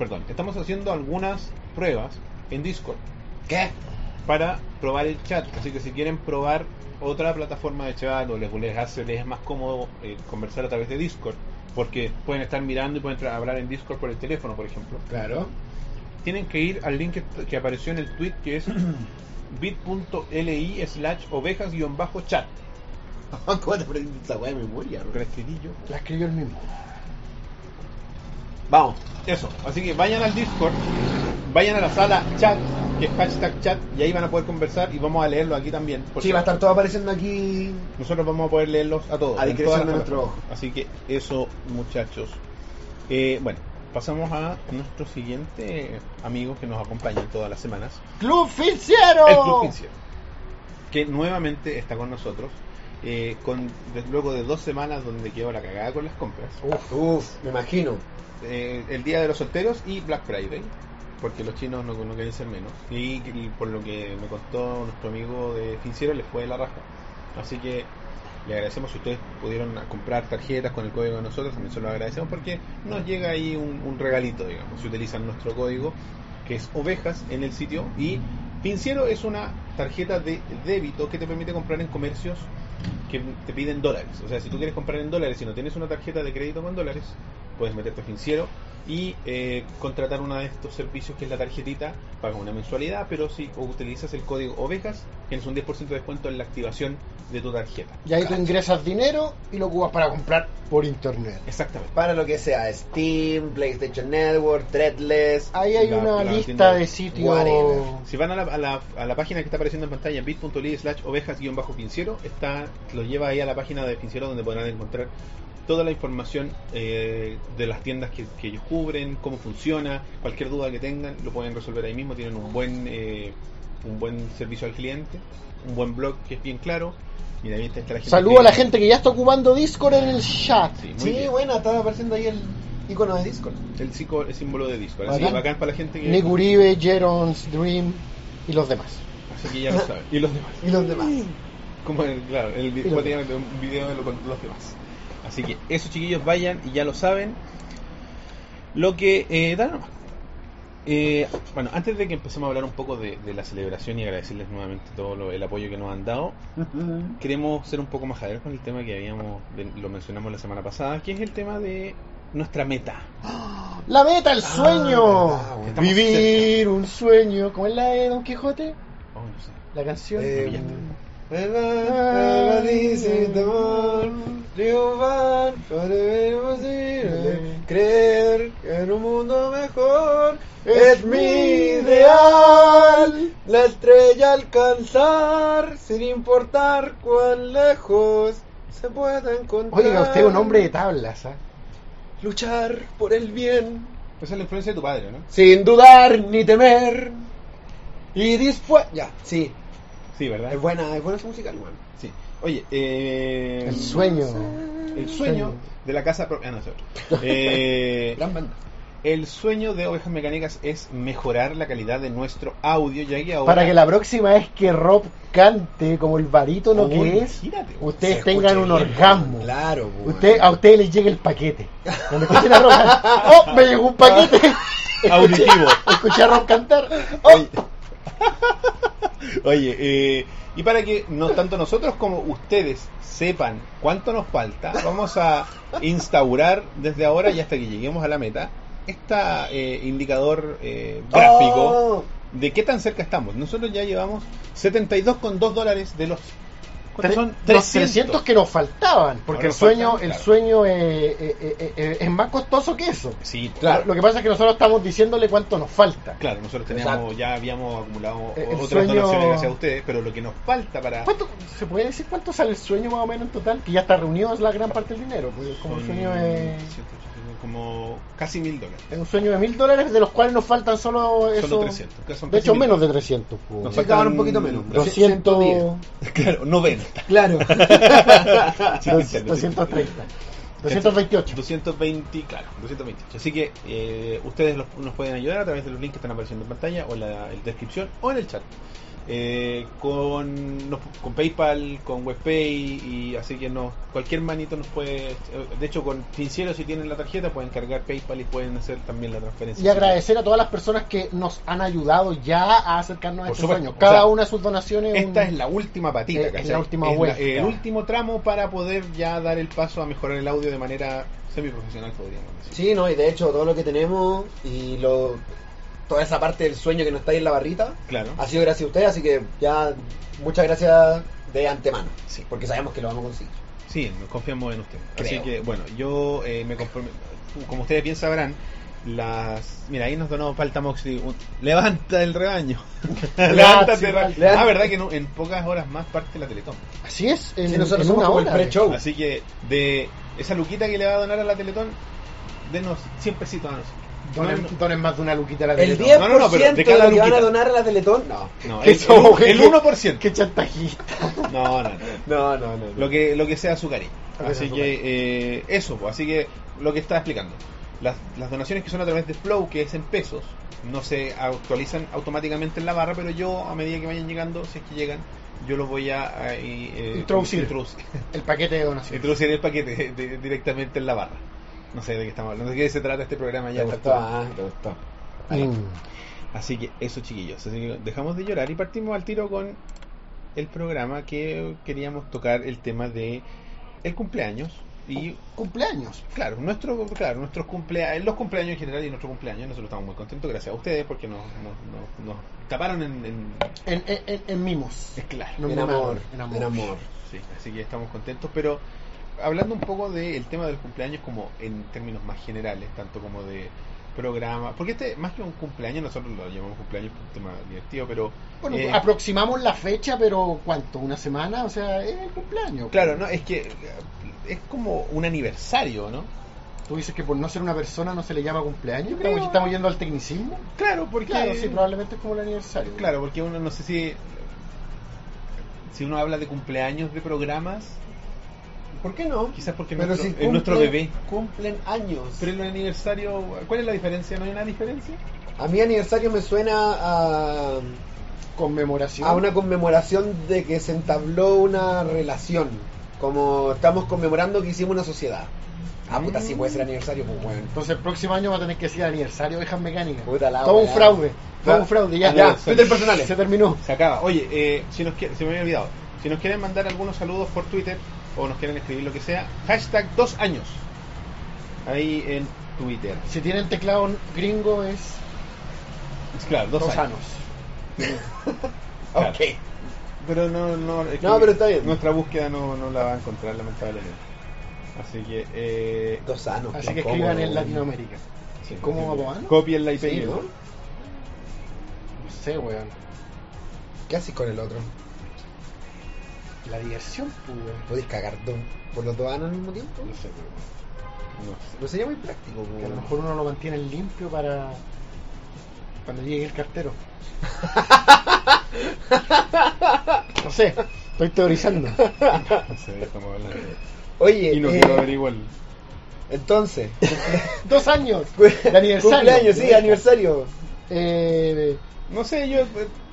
[SPEAKER 1] Perdón, estamos haciendo algunas pruebas en Discord.
[SPEAKER 2] ¿Qué?
[SPEAKER 1] Para probar el chat. Así que si quieren probar otra plataforma de chat o les, les hace, les es más cómodo eh, conversar a través de Discord. Porque pueden estar mirando y pueden tra- hablar en Discord por el teléfono, por ejemplo.
[SPEAKER 3] Claro.
[SPEAKER 1] Tienen que ir al link que, que apareció en el tweet que es bit.li slash ovejas-chat.
[SPEAKER 2] ¿Cómo te aprendiste esa weá de memoria?
[SPEAKER 1] Con escritillo.
[SPEAKER 3] La escribió el mismo.
[SPEAKER 2] Vamos.
[SPEAKER 1] Eso. Así que vayan al Discord, vayan a la sala chat, que es hashtag chat, y ahí van a poder conversar y vamos a leerlo aquí también. porque
[SPEAKER 2] Sí, va a estar todo apareciendo aquí.
[SPEAKER 1] Nosotros vamos a poder leerlos a todos.
[SPEAKER 2] A
[SPEAKER 1] en todas
[SPEAKER 2] discreción de
[SPEAKER 1] las
[SPEAKER 2] nuestro ojo.
[SPEAKER 1] plataformas. Así que eso, muchachos. Eh, bueno, pasamos a nuestro siguiente amigo que nos acompaña todas las semanas.
[SPEAKER 3] ¡Club Financiero!
[SPEAKER 1] El Club Financiero. Que nuevamente está con nosotros. eh, con, de- luego de dos semanas donde quedó la cagada con las compras.
[SPEAKER 2] Uf, uf, me imagino.
[SPEAKER 1] Eh, el día de los solteros y Black Friday. Porque los chinos no, no quieren ser menos. Y, y por lo que me contó nuestro amigo de Financiero, les fue de la raja. Así que le agradecemos si ustedes pudieron comprar tarjetas con el código de nosotros. También se lo agradecemos porque nos llega ahí un, un regalito, digamos. Si utilizan nuestro código, que es ovejas en el sitio. Y Financiero es una tarjeta de débito que te permite comprar en comercios que te piden dólares. O sea, si tú quieres comprar en dólares y no tienes una tarjeta de crédito con dólares, puedes meterte a Financiero y eh, contratar uno de estos servicios que es la tarjetita, pagas una mensualidad, pero si utilizas el código ovejas, tienes un 10% de descuento en la activación de tu tarjeta.
[SPEAKER 3] Y ahí tú ingresas dinero y lo ocupas para comprar por internet.
[SPEAKER 1] Exactamente.
[SPEAKER 2] Para lo que sea, Steam, PlayStation Network, Threadless.
[SPEAKER 3] Ahí hay
[SPEAKER 1] La-
[SPEAKER 3] una
[SPEAKER 1] la
[SPEAKER 3] lista
[SPEAKER 1] tienda
[SPEAKER 3] de sitios.
[SPEAKER 2] Whatever.
[SPEAKER 1] Si van a la, a la- a la página que está apareciendo en pantalla, bit.ly slash ovejas-pinciero, está, lo lleva ahí a la página de Pinciero donde podrán encontrar toda la información eh, de las tiendas que, que ellos cubren, cómo funciona, cualquier duda que tengan, lo pueden resolver ahí mismo, tienen un buen eh, un buen servicio al cliente, un buen blog que es bien claro. Mira, ahí está, está la gente
[SPEAKER 3] Saludo a la
[SPEAKER 1] escribiendo.
[SPEAKER 3] gente que ya está ocupando Discord en el chat.
[SPEAKER 1] Sí, muy
[SPEAKER 2] Sí,
[SPEAKER 1] bien.
[SPEAKER 2] bueno, está apareciendo ahí el icono de Discord.
[SPEAKER 1] El, psico- el símbolo de Discord. Así
[SPEAKER 3] Bacán.
[SPEAKER 1] que bacán para la gente que...
[SPEAKER 3] Nick Uribe, Jerons, Dream y los demás.
[SPEAKER 1] Así que ya lo saben. Y los demás.
[SPEAKER 2] Y los demás.
[SPEAKER 1] Como el, claro, el
[SPEAKER 3] Y
[SPEAKER 1] video,
[SPEAKER 3] los
[SPEAKER 1] prácticamente un video de lo- con los demás. Así que esos chiquillos vayan y ya lo saben. Lo que eh, da nomás. Eh, bueno, antes de que empecemos a hablar un poco de, de la celebración y agradecerles nuevamente todo lo- el apoyo que nos han dado, queremos ser un poco más majaderos con el tema que habíamos de- lo mencionamos la semana pasada, que es el tema de nuestra meta.
[SPEAKER 3] La meta, el sueño.
[SPEAKER 1] Ah, Estamos
[SPEAKER 3] Vivir un sueño. ¿Cómo es la de Don Quijote?
[SPEAKER 1] Oh, no sé. Eh,
[SPEAKER 3] La canción.
[SPEAKER 2] Triunfar, podemos ir, creer en un mundo mejor es mi ideal. La estrella alcanzar, sin importar cuán lejos se puede encontrar.
[SPEAKER 3] Oiga, usted es un hombre de tablas, ¿ah?
[SPEAKER 2] Luchar por el bien.
[SPEAKER 1] Esa Pues es la influencia de tu padre, ¿no?
[SPEAKER 2] Sin dudar ni temer. Y después. Ya, sí.
[SPEAKER 1] Sí, ¿verdad?
[SPEAKER 2] Es buena, es buena su musical, weón.
[SPEAKER 1] Sí. Oye, eh...
[SPEAKER 3] El sueño.
[SPEAKER 1] El sueño de la casa. pro- Ah, no, es otro. Eh, El sueño de Ovejas Mecánicas es mejorar la calidad de nuestro audio, ya que ahora.
[SPEAKER 3] Para que la próxima vez que Rob cante como el barítono
[SPEAKER 1] Uy,
[SPEAKER 3] que es,
[SPEAKER 1] imagínate,
[SPEAKER 3] ustedes
[SPEAKER 2] Se
[SPEAKER 3] tengan un
[SPEAKER 2] escucha bien,
[SPEAKER 3] orgasmo.
[SPEAKER 2] Claro, weón.
[SPEAKER 1] pues,
[SPEAKER 3] Usted, a ustedes les llega el paquete. Cuando escuchen a Rob cantar, ¡oh! Me llegó un paquete. Escuché-
[SPEAKER 1] Auditivo.
[SPEAKER 3] Escuché a Rob cantar.
[SPEAKER 1] Oye, eh, y para que no tanto nosotros como ustedes sepan cuánto nos falta, vamos a instaurar desde ahora y hasta que lleguemos a la meta este indicador eh, gráfico
[SPEAKER 2] Oh.
[SPEAKER 1] de qué tan cerca estamos. Nosotros ya llevamos 72,2 dólares de los...
[SPEAKER 3] Tre-
[SPEAKER 1] ¿cuántos son?
[SPEAKER 3] los 300 que nos faltaban, porque
[SPEAKER 1] Ahora
[SPEAKER 3] el sueño,
[SPEAKER 1] faltan,
[SPEAKER 3] el
[SPEAKER 1] claro.
[SPEAKER 3] sueño eh, eh, eh, eh, es más costoso que eso.
[SPEAKER 1] Sí, pues.
[SPEAKER 3] Lo- Lo que pasa es que nosotros estamos diciéndole cuánto nos falta.
[SPEAKER 1] Claro, nosotros teníamos, ya habíamos acumulado
[SPEAKER 3] El
[SPEAKER 1] otras
[SPEAKER 3] sueño-
[SPEAKER 1] donaciones gracias a ustedes, pero lo que nos falta para...
[SPEAKER 3] ¿Cuánto- ¿Se puede decir cuánto sale el sueño más o menos en total? Que ya está reunido es la gran parte del dinero. Pues, como el
[SPEAKER 1] Son-
[SPEAKER 3] sueño de,
[SPEAKER 1] Como casi mil dólares.
[SPEAKER 3] es un sueño de mil dólares, de los cuales nos faltan solo eso.
[SPEAKER 1] 300, que son
[SPEAKER 3] de
[SPEAKER 1] casi
[SPEAKER 3] hecho,
[SPEAKER 1] mil.
[SPEAKER 3] menos de 300. pues.
[SPEAKER 1] Nos faltaban un poquito menos.
[SPEAKER 3] 200.
[SPEAKER 1] 110. Claro, 90.
[SPEAKER 3] Claro.
[SPEAKER 1] Dos-
[SPEAKER 3] 230. 228.
[SPEAKER 1] 220, claro, 228. Así que eh, ustedes los- nos pueden ayudar a través de los links que están apareciendo en pantalla o en la, en la descripción o en el chat. Eh, con, nos- con PayPal, con WebPay y así que no, cualquier manito nos puede, eh, de hecho con Financiero si tienen la tarjeta pueden cargar PayPal y pueden hacer también la transferencia.
[SPEAKER 3] Y agradecer a todas las personas que nos han ayudado ya a acercarnos a
[SPEAKER 1] Por
[SPEAKER 3] este
[SPEAKER 1] supuesto,
[SPEAKER 3] sueño.
[SPEAKER 1] o
[SPEAKER 3] Cada
[SPEAKER 1] sea,
[SPEAKER 3] una de sus donaciones.
[SPEAKER 1] Esta
[SPEAKER 3] un-
[SPEAKER 1] es la última patita,
[SPEAKER 3] Eh, es
[SPEAKER 1] ¿cachai?
[SPEAKER 3] la última
[SPEAKER 1] Es
[SPEAKER 3] vuelta.
[SPEAKER 1] el último tramo para poder ya dar el paso a mejorar el audio de manera semiprofesional, podríamos decir.
[SPEAKER 2] Sí, no, y de hecho todo lo que tenemos y lo toda esa parte del sueño que no está ahí en la barrita
[SPEAKER 1] Claro.
[SPEAKER 2] ha sido gracias a ustedes, así que ya muchas gracias de antemano,
[SPEAKER 1] Sí.
[SPEAKER 2] porque sabemos que lo vamos a conseguir.
[SPEAKER 1] Sí, nos confiamos en usted. Así
[SPEAKER 2] Creo.
[SPEAKER 1] que, bueno, yo eh, me comprometo. Como ustedes bien sabrán, las. Mira, ahí nos donó falta Moxley. un- Levanta el rebaño.
[SPEAKER 3] sí,
[SPEAKER 1] Levántate, rebaño.
[SPEAKER 3] levanta.
[SPEAKER 1] Ah, verdad que en, en pocas horas más parte la Teletón.
[SPEAKER 3] Así es, en,
[SPEAKER 1] Sí, nosotros
[SPEAKER 3] en
[SPEAKER 1] somos
[SPEAKER 3] una
[SPEAKER 1] como el
[SPEAKER 3] hora.
[SPEAKER 1] pre-show. Así que, de esa luquita que le va a donar a la Teletón, denos 100 pesitos a nosotros.
[SPEAKER 3] Donen, donen más de una luquita a la
[SPEAKER 2] El
[SPEAKER 3] Teletón.
[SPEAKER 2] 10% de lo que van a donar a la Teletón, no.
[SPEAKER 1] No,
[SPEAKER 3] Que
[SPEAKER 1] el,
[SPEAKER 3] somos
[SPEAKER 1] el- el
[SPEAKER 3] gente-
[SPEAKER 1] 1%.
[SPEAKER 3] Qué chantajista.
[SPEAKER 1] No, no, no.
[SPEAKER 2] no, no, no.
[SPEAKER 1] Lo que, lo que sea su cariño.
[SPEAKER 3] Lo que sea
[SPEAKER 1] Así
[SPEAKER 3] su
[SPEAKER 1] que eh, eso, pues, así que lo que estaba explicando. Las, las donaciones que son a través de Flow, que es en pesos, no se actualizan automáticamente en la barra, pero yo a medida que vayan llegando, si es que llegan, yo los voy a, a, y, eh,
[SPEAKER 3] Introducir.
[SPEAKER 1] introducir,
[SPEAKER 3] El paquete de donaciones.
[SPEAKER 1] introducir el paquete de- directamente en la barra. No sé de qué estamos hablando, de qué se trata este programa ya. a esta altura. Así que eso, chiquillos. Así que dejamos de llorar y partimos al tiro con el programa que queríamos tocar el tema de el cumpleaños y
[SPEAKER 3] cumpleaños.
[SPEAKER 1] Claro, nuestro claro, nuestros cumpleaños, los cumpleaños en general y nuestro cumpleaños, nosotros estamos muy contentos gracias a ustedes porque nos, nos, nos, nos taparon en, en-
[SPEAKER 3] En, en- en- en mimos.
[SPEAKER 1] claro,
[SPEAKER 3] No,
[SPEAKER 1] en
[SPEAKER 3] no, no,
[SPEAKER 1] amor,
[SPEAKER 3] en amor.
[SPEAKER 1] en amor. Sí, así que estamos contentos, pero hablando un poco del tema del cumpleaños como en términos más generales, tanto como de programa, porque este más que un cumpleaños, nosotros lo llamamos cumpleaños por un tema divertido, pero
[SPEAKER 3] Bueno,
[SPEAKER 1] eh,
[SPEAKER 3] aproximamos la fecha, pero ¿cuánto? ¿Una semana? O sea, es el cumpleaños.
[SPEAKER 1] claro, no, es que eh, es como un aniversario, ¿no?
[SPEAKER 3] Tú dices que por no ser una persona no se le llama cumpleaños. Estamos, estamos yendo al tecnicismo.
[SPEAKER 1] Claro, porque
[SPEAKER 3] Claro, sí, probablemente es como el aniversario.
[SPEAKER 1] Claro, porque uno no sé si si uno habla de cumpleaños de programas,
[SPEAKER 2] ¿Por qué no?
[SPEAKER 1] quizás porque
[SPEAKER 2] Pero
[SPEAKER 1] nuestro-
[SPEAKER 2] si
[SPEAKER 1] es
[SPEAKER 2] cumplen-
[SPEAKER 1] nuestro bebé.
[SPEAKER 2] Cumplen años.
[SPEAKER 1] Pero el aniversario, ¿cuál es la diferencia? ¿No hay una diferencia?
[SPEAKER 2] A mi aniversario me suena a,
[SPEAKER 3] Conmemoración.
[SPEAKER 2] a una conmemoración de que se entabló una relación. Como estamos conmemorando que hicimos una sociedad. Ah, puta, sí puede ser aniversario, pues bueno.
[SPEAKER 3] Entonces el próximo año va a tener que decir aniversario de ovejas mecánicas.
[SPEAKER 2] Puta la
[SPEAKER 3] Todo un
[SPEAKER 2] weá.
[SPEAKER 3] fraude. Todo
[SPEAKER 1] Ya.
[SPEAKER 3] un fraude. Ya,
[SPEAKER 1] Ya, Twitter
[SPEAKER 3] personal.
[SPEAKER 1] personales.
[SPEAKER 3] Se terminó.
[SPEAKER 1] Ah, Se acaba. Oye, eh, si nos quie- se me había olvidado. Si nos quieren mandar algunos saludos por Twitter o nos quieren escribir lo que sea, hashtag dos años. Ahí en Twitter.
[SPEAKER 3] Si tienen teclado gringo es
[SPEAKER 1] Claro, dos,
[SPEAKER 3] dos
[SPEAKER 1] años.
[SPEAKER 3] años.
[SPEAKER 1] Ok. Pero no, no, es
[SPEAKER 2] No,
[SPEAKER 1] que
[SPEAKER 2] pero está bien.
[SPEAKER 1] Nuestra búsqueda no, no la va a encontrar, lamentablemente. Así que. Eh,
[SPEAKER 2] Dos años.
[SPEAKER 3] Así que escriban en Latinoamérica.
[SPEAKER 1] Sí,
[SPEAKER 3] ¿Cómo
[SPEAKER 1] así que
[SPEAKER 3] va, Boano?
[SPEAKER 1] Copien la IP.
[SPEAKER 3] Sí, ¿no? No sé, weón.
[SPEAKER 2] ¿Qué haces con el otro? La diversión, pues, weón.
[SPEAKER 1] ¿Podéis cagar don, por los dos años al mismo tiempo?
[SPEAKER 2] No sé, weón.
[SPEAKER 1] No sé. No sería muy
[SPEAKER 2] pues,
[SPEAKER 1] práctico,
[SPEAKER 3] Que a lo mejor uno lo mantiene limpio para cuando llegue el cartero. no sé, estoy teorizando.
[SPEAKER 1] Oye,
[SPEAKER 3] Y no
[SPEAKER 1] eh,
[SPEAKER 3] quiero
[SPEAKER 1] Entonces,
[SPEAKER 3] Dos años de aniversario.
[SPEAKER 1] Cumpleaños, sí, aniversario.
[SPEAKER 3] Eh,
[SPEAKER 1] no sé, yo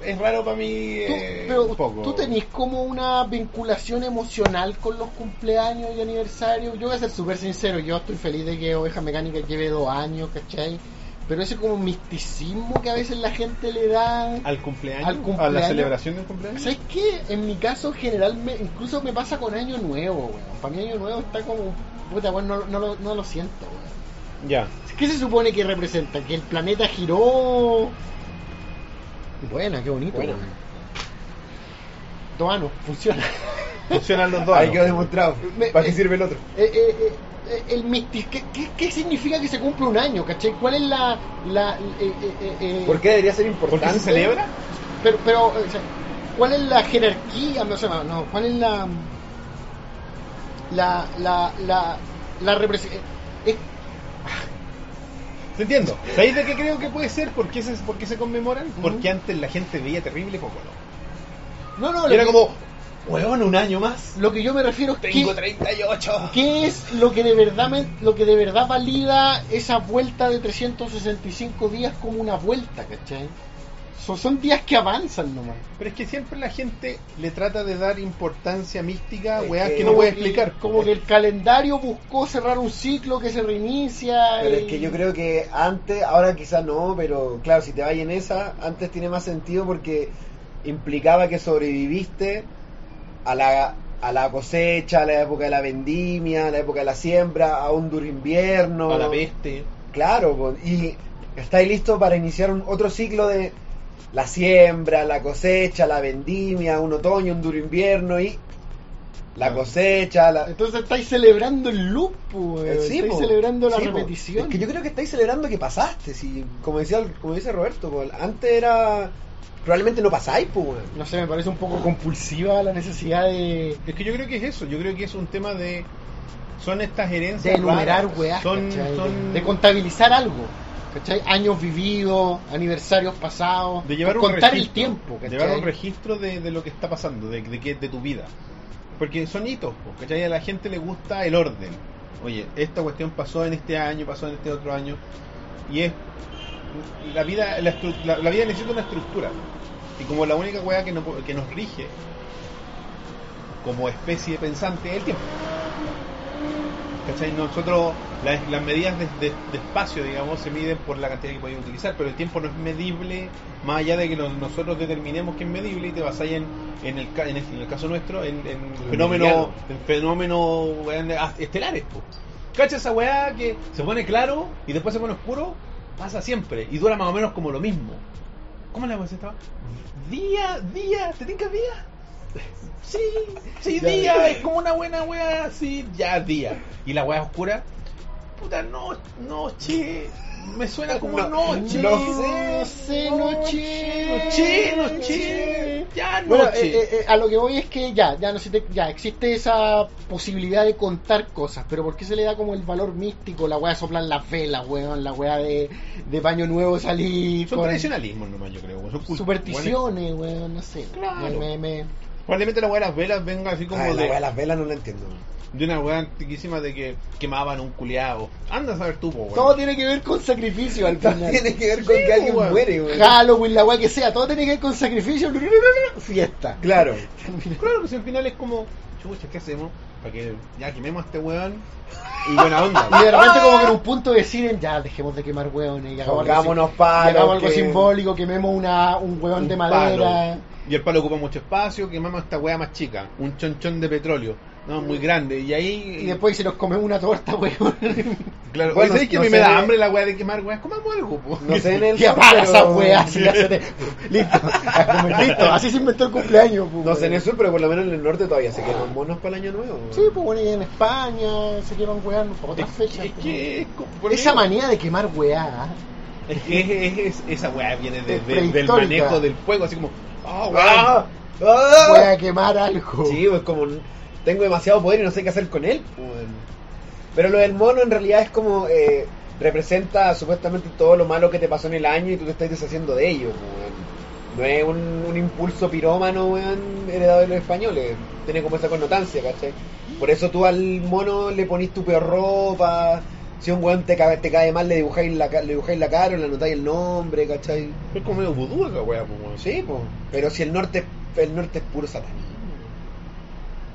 [SPEAKER 1] es raro para mí. eh,
[SPEAKER 3] pero
[SPEAKER 1] un poco.
[SPEAKER 3] ¿Tú tenés como una vinculación emocional con los cumpleaños y aniversarios? Yo voy a ser súper sincero, yo estoy feliz de que Oveja Mecánica lleve dos años, ¿cachai? Pero ese como misticismo que a veces la gente le da
[SPEAKER 1] al cumpleaños,
[SPEAKER 3] al
[SPEAKER 1] a la
[SPEAKER 3] cumpleaños.
[SPEAKER 1] celebración del cumpleaños.
[SPEAKER 3] ¿Sabes qué? En mi caso, general, me- incluso me pasa con Año Nuevo, weón. Para mí Año Nuevo está como... Puta, weón, no, no lo, no lo siento, weón.
[SPEAKER 1] Ya.
[SPEAKER 3] ¿Qué se supone que representa? ¿Que el planeta giró? Buena, qué bonito,
[SPEAKER 2] Buena.
[SPEAKER 3] weón. Dos años, funciona.
[SPEAKER 1] Funcionan los dos.
[SPEAKER 2] Ahí
[SPEAKER 1] ¿no?
[SPEAKER 2] quedó demostrado.
[SPEAKER 3] Me-
[SPEAKER 1] ¿Para qué sirve el otro?
[SPEAKER 3] Eh, eh, eh, eh, el misti- ¿qué, qué, qué significa que se cumple un año? ¿Cachai? ¿Cuál es la... la eh, eh, eh, eh,
[SPEAKER 2] ¿Por qué debería ser importante?
[SPEAKER 3] ¿Por qué se celebra? Pero, pero o sea, ¿cuál es la jerarquía? No, o sea, no, ¿cuál es la. La. La. La. la represi- eh,
[SPEAKER 1] Te entiendo. ¿Sabéis de qué creo que puede ser? ¿Por qué se, por qué se conmemoran? Porque antes la gente veía terrible poco, ¿no?
[SPEAKER 3] No, no,
[SPEAKER 1] Y era
[SPEAKER 3] que-
[SPEAKER 1] como, huevón, un año más.
[SPEAKER 3] Lo que yo me refiero es
[SPEAKER 1] Tengo
[SPEAKER 3] que-
[SPEAKER 1] 38.
[SPEAKER 3] ¿Qué es lo que de verdad me- lo que de verdad valida esa vuelta de 365 días como una vuelta, ¿cachai? Son, son días que avanzan nomás.
[SPEAKER 1] Pero es que siempre la gente le trata de dar importancia mística a
[SPEAKER 3] Es
[SPEAKER 1] weas que,
[SPEAKER 3] que
[SPEAKER 1] no
[SPEAKER 3] como
[SPEAKER 1] voy a
[SPEAKER 3] que-
[SPEAKER 1] explicar.
[SPEAKER 3] Como que el calendario buscó cerrar un ciclo que se reinicia.
[SPEAKER 2] Pero es
[SPEAKER 3] y-
[SPEAKER 2] que yo creo que antes, ahora quizás no, pero claro, si te vas en esa, antes tiene más sentido porque implicaba que sobreviviste a la, a la cosecha, a la época de la vendimia, a la época de la siembra, a un duro invierno.
[SPEAKER 1] A la peste.
[SPEAKER 2] Claro, po, y estáis listos para iniciar un otro ciclo de la siembra, la cosecha, la vendimia, un otoño, un duro invierno y la cosecha. La... Eh,
[SPEAKER 3] Entonces estáis celebrando el loop, pues.
[SPEAKER 2] Sí,
[SPEAKER 3] estáis
[SPEAKER 2] po.
[SPEAKER 3] celebrando la
[SPEAKER 2] Sí, po.
[SPEAKER 3] repetición.
[SPEAKER 2] Es que yo creo que estáis celebrando que pasaste, si, como decía como dice Roberto, po, antes era probablemente no pasáis, pues. weón.
[SPEAKER 3] No sé, me parece un poco compulsiva la necesidad de...
[SPEAKER 1] Es que yo creo que es eso. Yo creo que es un tema de. Son estas herencias.
[SPEAKER 3] de enumerar
[SPEAKER 1] raras.
[SPEAKER 3] weas,
[SPEAKER 1] Son,
[SPEAKER 3] ¿cachai?
[SPEAKER 1] son-
[SPEAKER 3] de contabilizar algo, ¿cachai? Años vividos, aniversarios pasados,
[SPEAKER 1] de llevar un
[SPEAKER 3] contar
[SPEAKER 1] registro,
[SPEAKER 3] el tiempo,
[SPEAKER 1] de
[SPEAKER 3] ¿cachai?
[SPEAKER 1] llevar un registro de, de lo que está pasando, de, de, qué- de tu vida. Porque son hitos, po, ¿cachai? A la gente le gusta el orden. Oye, esta cuestión pasó en este año, pasó en este otro año. Y es. La vida, la, estru- la- la vida necesita una estructura. Y como la única weá que, no po- que nos rige como especie pensante es el tiempo. ¿Cachai? Nosotros, las, las medidas de, de- de espacio, digamos, se miden por la cantidad que podéis utilizar, pero el tiempo no es medible, más allá de que no- nosotros determinemos que es medible y te basáis en, en, el, ca- en, este- en el caso nuestro, en, en fenómenos
[SPEAKER 2] meridiano.
[SPEAKER 1] en fenómeno, weón, ah, estelares. po. ¿Cacha esa weá que se pone claro y después se pone oscuro? Pasa siempre y dura más o menos como lo mismo. ¿Cómo le hemos estaba? Día, día, ¿te tinca día? Sí, sí,
[SPEAKER 3] Ya.
[SPEAKER 1] día, es como una buena wea, sí, ya día. Y la wea oscura, puta no, noche, me suena como
[SPEAKER 3] No,
[SPEAKER 1] noche.
[SPEAKER 3] no sé, no sé, noche.
[SPEAKER 1] noche, noche, ya
[SPEAKER 3] Bueno,
[SPEAKER 1] noche.
[SPEAKER 3] eh, eh, eh, a lo que voy es que ya, ya, no se te- ya existe esa posibilidad de contar cosas, pero ¿por qué se le da como el valor místico? La weá de soplar las velas, weón, la weá de, de baño nuevo salir.
[SPEAKER 1] son
[SPEAKER 3] con-
[SPEAKER 1] tradicionalismos nomás, yo creo. Son cult-
[SPEAKER 3] Supersticiones, weón, no sé.
[SPEAKER 1] Claro.
[SPEAKER 3] Me- me- me-
[SPEAKER 1] Probablemente la wea de las velas venga así como
[SPEAKER 2] Ah, la
[SPEAKER 1] de,
[SPEAKER 2] weá de las velas no la entiendo.
[SPEAKER 1] de una wea antiquísima de que quemaban un culiado. Anda a saber tú, po, weón.
[SPEAKER 3] Todo tiene que ver con sacrificio al final.
[SPEAKER 2] Tiene que ver con que alguien muere, weón.
[SPEAKER 3] Halloween, la weá que sea, todo tiene que ver con sacrificio. Fiesta.
[SPEAKER 2] Claro.
[SPEAKER 1] Claro, pues al final es como, chucha, ¿qué hacemos? Para que ya quememos a este weón. Y buena onda.
[SPEAKER 3] Y de repente como que en un punto deciden, ya, dejemos de quemar hueones. Y hagamos algo
[SPEAKER 2] Pongámonos
[SPEAKER 3] sim-
[SPEAKER 2] palos,
[SPEAKER 3] y hagamos algo
[SPEAKER 2] que-
[SPEAKER 3] simbólico, quememos una, un hueón de madera.
[SPEAKER 1] palo. Y el palo ocupa mucho espacio, quemamos esta weá más chica, un chonchón de petróleo, no, muy grande, y ahí...
[SPEAKER 3] Y después se nos comemos una torta, hueón.
[SPEAKER 1] Claro,
[SPEAKER 3] Bueno,
[SPEAKER 1] oye, ¿sabes que
[SPEAKER 3] no
[SPEAKER 1] a mí
[SPEAKER 3] sé.
[SPEAKER 1] me da hambre la weá de quemar weá? Comamos algo, po.
[SPEAKER 2] No sé en el
[SPEAKER 3] Y apaga
[SPEAKER 2] sur,
[SPEAKER 3] esa
[SPEAKER 2] pero-
[SPEAKER 3] hueá, así ya se te- Listo, a comer, listo, así se inventó el cumpleaños. pues,
[SPEAKER 2] No sé
[SPEAKER 3] weón.
[SPEAKER 2] en el sur, pero por lo menos en el norte todavía se quedan monos para el año nuevo. weón.
[SPEAKER 3] Sí, pues bueno, y en España se queman hueás por otras fechas. pero-
[SPEAKER 1] que es
[SPEAKER 3] Esa manía de quemar ¿ah? hueá.
[SPEAKER 1] Es que es- es- es- esa weá viene de-
[SPEAKER 3] Es
[SPEAKER 1] de- del
[SPEAKER 3] prehistórica.
[SPEAKER 1] manejo del fuego, así como, ah, weón,
[SPEAKER 3] Ah,
[SPEAKER 2] Voy
[SPEAKER 3] a quemar algo.
[SPEAKER 2] Sí, pues como un- tengo demasiado poder y no sé qué hacer con él. pues. Pero lo del mono en realidad es como eh, representa supuestamente todo lo malo que te pasó en el año y tú te estás deshaciendo de ello. pues. No es un, un impulso pirómano weón, heredado de los españoles. Tiene como esa connotancia, ¿cachai? Por eso tú al mono le ponís tu peor ropa. Si un weón te, ca- te cae mal, le dibujáis la, ca- le dibujáis la cara, le anotáis el nombre, ¿cachai?
[SPEAKER 1] Es como medio vudú esa weá, pues, weón.
[SPEAKER 2] Sí, pues. Pero si el norte, el norte es puro satanismo.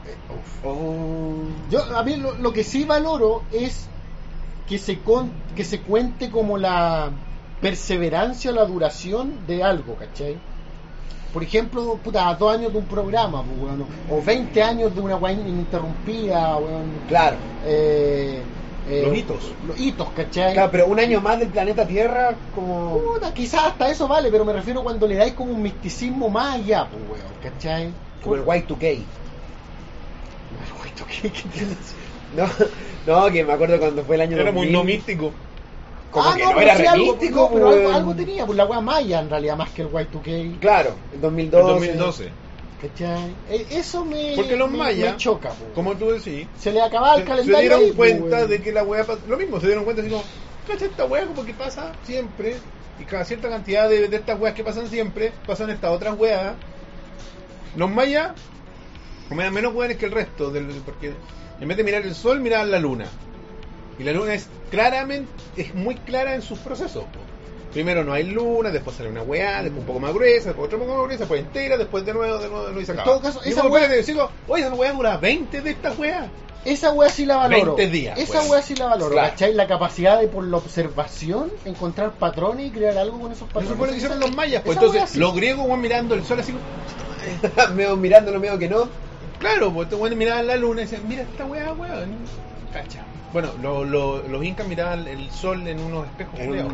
[SPEAKER 2] Eh, oh.
[SPEAKER 3] Mm, Yo, a mí lo, lo que sí valoro es que se, con- que se cuente como la perseverancia o la duración de algo, ¿cachai? Por ejemplo, puta, dos años de un programa, pues, weón, o 20 años de una guay ininterrumpida, Eh,
[SPEAKER 2] Claro.
[SPEAKER 3] los hitos. Los hitos, ¿cachai?
[SPEAKER 2] Claro, pero un año más del planeta Tierra, como.
[SPEAKER 3] Puta, quizás hasta eso vale, pero me refiero cuando le dais como un misticismo más allá, pues, weón, ¿cachai?
[SPEAKER 2] Como el Y2K. No, no, que me acuerdo cuando fue el año
[SPEAKER 1] Era muy
[SPEAKER 2] 2000.
[SPEAKER 1] no místico.
[SPEAKER 2] Como
[SPEAKER 3] ah,
[SPEAKER 2] que
[SPEAKER 3] no,
[SPEAKER 2] no
[SPEAKER 3] pero
[SPEAKER 2] era
[SPEAKER 3] sí,
[SPEAKER 2] re
[SPEAKER 3] algo,
[SPEAKER 2] místico,
[SPEAKER 3] no, pero
[SPEAKER 2] pues,
[SPEAKER 3] algo,
[SPEAKER 2] weón.
[SPEAKER 3] algo tenía, pues la wea maya en realidad, más que el Y2K.
[SPEAKER 2] Claro, en 2012.
[SPEAKER 1] El 2012.
[SPEAKER 3] ¿Cachai? E- Eso me,
[SPEAKER 1] Porque los
[SPEAKER 3] me-
[SPEAKER 1] mayas,
[SPEAKER 3] me choca. po.
[SPEAKER 1] como tú decís,
[SPEAKER 3] Se le acababa el
[SPEAKER 1] se-
[SPEAKER 3] calendario.
[SPEAKER 1] se dieron
[SPEAKER 3] ahí, po,
[SPEAKER 1] cuenta
[SPEAKER 3] weón.
[SPEAKER 1] de que la weá pas- lo mismo, se dieron cuenta así como, cacha esta weá como que pasa siempre, y cada cierta cantidad de, de estas weas que pasan siempre, pasan estas otras weas. Los mayas comían menos weones que el resto, del, porque en vez de mirar el sol, miraban la luna. Y la luna es claramente, es muy clara en sus procesos. po. Primero no hay luna, después sale una weá, después un poco más gruesa, después otra un poco más gruesa, después entera, después de nuevo, de nuevo, de nuevo y se
[SPEAKER 3] En
[SPEAKER 1] acaba.
[SPEAKER 3] todo caso,
[SPEAKER 1] Y
[SPEAKER 3] esa
[SPEAKER 1] vos,
[SPEAKER 3] weá-
[SPEAKER 1] espérate, decimos, oye, esa weá dura 20 de estas weas.
[SPEAKER 3] Esa wea sí la valoro.
[SPEAKER 1] 20 días, pues.
[SPEAKER 3] Esa
[SPEAKER 1] weón.
[SPEAKER 3] wea sí la valoro.
[SPEAKER 1] Claro.
[SPEAKER 3] ¿Cachai? La capacidad de por la observación encontrar patrones y crear algo con esos patrones.
[SPEAKER 1] Se supone que
[SPEAKER 3] Esa-
[SPEAKER 1] hicieron los mayas, pues
[SPEAKER 3] esa wea
[SPEAKER 1] entonces
[SPEAKER 3] sí.
[SPEAKER 1] los griegos van mirando el sol así,
[SPEAKER 2] medio mirándolo, medio que no.
[SPEAKER 1] Claro, pues estos weones miraban la luna y decían, mira esta weá, weón. Cacha. Bueno, lo- lo- los incas miraban el sol en unos espejos. culeados.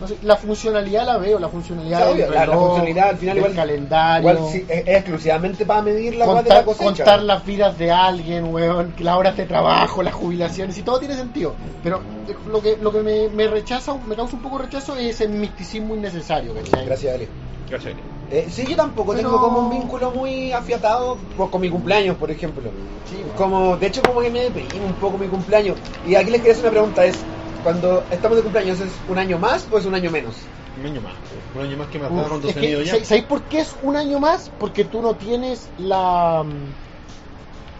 [SPEAKER 3] No sé, la funcionalidad la veo, la
[SPEAKER 2] O
[SPEAKER 3] funcionalidad
[SPEAKER 2] sea,
[SPEAKER 3] del
[SPEAKER 2] obvio, la, la
[SPEAKER 3] reloj,
[SPEAKER 2] funcionalidad al final
[SPEAKER 3] del
[SPEAKER 2] igual.
[SPEAKER 3] calendario.
[SPEAKER 2] Igual sí, es, es exclusivamente para medir la guata de la
[SPEAKER 3] contar,
[SPEAKER 2] cosecha.
[SPEAKER 3] contar las vidas de alguien, weón, que las horas de trabajo, las jubilaciones y todo tiene sentido. Pero eh, lo que, lo que me, me rechaza, me causa un poco de rechazo es el misticismo innecesario, ¿cachai?
[SPEAKER 2] Gracias, Ale.
[SPEAKER 1] Cacha.
[SPEAKER 2] Eh, sí, yo tampoco
[SPEAKER 3] Pero-
[SPEAKER 2] tengo como un vínculo muy afiatado por- con mi cumpleaños, por ejemplo. como, de hecho, como que me deprime un poco mi cumpleaños. Y aquí les quería hacer una pregunta, es, cuando estamos de cumpleaños, ¿es un año más o es un año menos?
[SPEAKER 1] Un año más. Un año más que me
[SPEAKER 3] Uf,
[SPEAKER 1] ataron
[SPEAKER 3] es
[SPEAKER 1] tu
[SPEAKER 3] que,
[SPEAKER 1] sonido ya.
[SPEAKER 3] ¿sabes- ¿Sabéis por qué es un año más? Porque tú no tienes la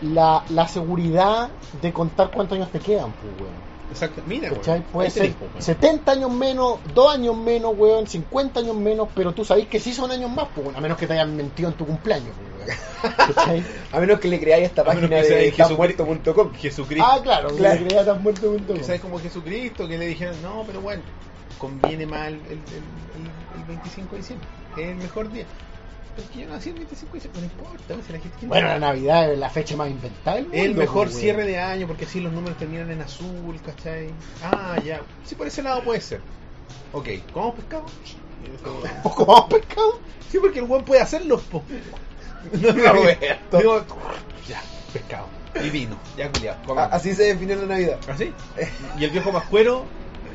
[SPEAKER 3] la, la seguridad de contar cuántos años te quedan, pues, weón.
[SPEAKER 1] Exacto. Mira, weón.
[SPEAKER 3] ¿Cachai? Puede
[SPEAKER 1] Ahí
[SPEAKER 3] ser
[SPEAKER 1] tenés, pues, weón.
[SPEAKER 3] 70 años menos, 2 años menos, weón, 50 años menos, pero tú sabés que sí son años más, pues, weón, a menos que te hayan mentido en tu cumpleaños. pues, weón.
[SPEAKER 2] A menos que le creáis esta
[SPEAKER 1] A menos
[SPEAKER 2] página
[SPEAKER 1] que sea
[SPEAKER 2] de
[SPEAKER 1] de Jesucri-
[SPEAKER 2] tanmuerto.com.
[SPEAKER 1] Jesucristo.
[SPEAKER 3] ah, claro,
[SPEAKER 1] Claro.
[SPEAKER 3] claro. creía tan muerto punto,
[SPEAKER 1] Que
[SPEAKER 3] weón.
[SPEAKER 1] sabes como Jesucristo, que le dijeron, no, pero bueno, conviene más el, el- el- el- el 25 de diciembre, es el mejor día. Pero es que yo nací el 25 de diciembre, no importa, si la gente quiere-
[SPEAKER 3] Bueno, la Navidad es la fecha más inventada. del
[SPEAKER 1] El
[SPEAKER 3] mundo,
[SPEAKER 1] mejor
[SPEAKER 3] pues, weón.
[SPEAKER 1] cierre de año, porque así los números terminan en azul, ¿cachai? Ah, ya. Sí, por ese lado puede ser. Ok, ¿comamos pescado?
[SPEAKER 3] ¿Comamos pescado?
[SPEAKER 1] Sí, porque el weón puede hacerlo, po. No,
[SPEAKER 2] Roberto.
[SPEAKER 1] Digo, ya, pescado. Y vino, ya
[SPEAKER 3] Ah,
[SPEAKER 1] culiado. comamos.
[SPEAKER 2] Así se define la Navidad.
[SPEAKER 1] ¿Así? Y el viejo pascuero,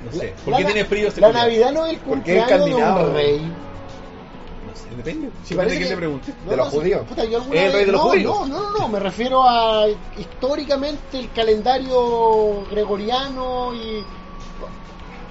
[SPEAKER 1] no sé. ¿Por
[SPEAKER 3] La-
[SPEAKER 1] qué
[SPEAKER 3] la-
[SPEAKER 1] tiene frío este
[SPEAKER 3] La
[SPEAKER 1] culiao?
[SPEAKER 3] Navidad no es el
[SPEAKER 1] Porque es
[SPEAKER 3] cumpleaños de
[SPEAKER 1] escandinavo.
[SPEAKER 3] un rey.
[SPEAKER 1] No sé, depende. Depende
[SPEAKER 3] Sí, parece
[SPEAKER 1] de quién
[SPEAKER 3] que-
[SPEAKER 1] le pregunte.
[SPEAKER 3] No, no, sí, puta, yo alguna
[SPEAKER 1] ¿Es el
[SPEAKER 3] vez-
[SPEAKER 1] rey de los
[SPEAKER 3] no,
[SPEAKER 1] judíos?
[SPEAKER 3] No, no, no, no, me refiero a históricamente el calendario gregoriano y.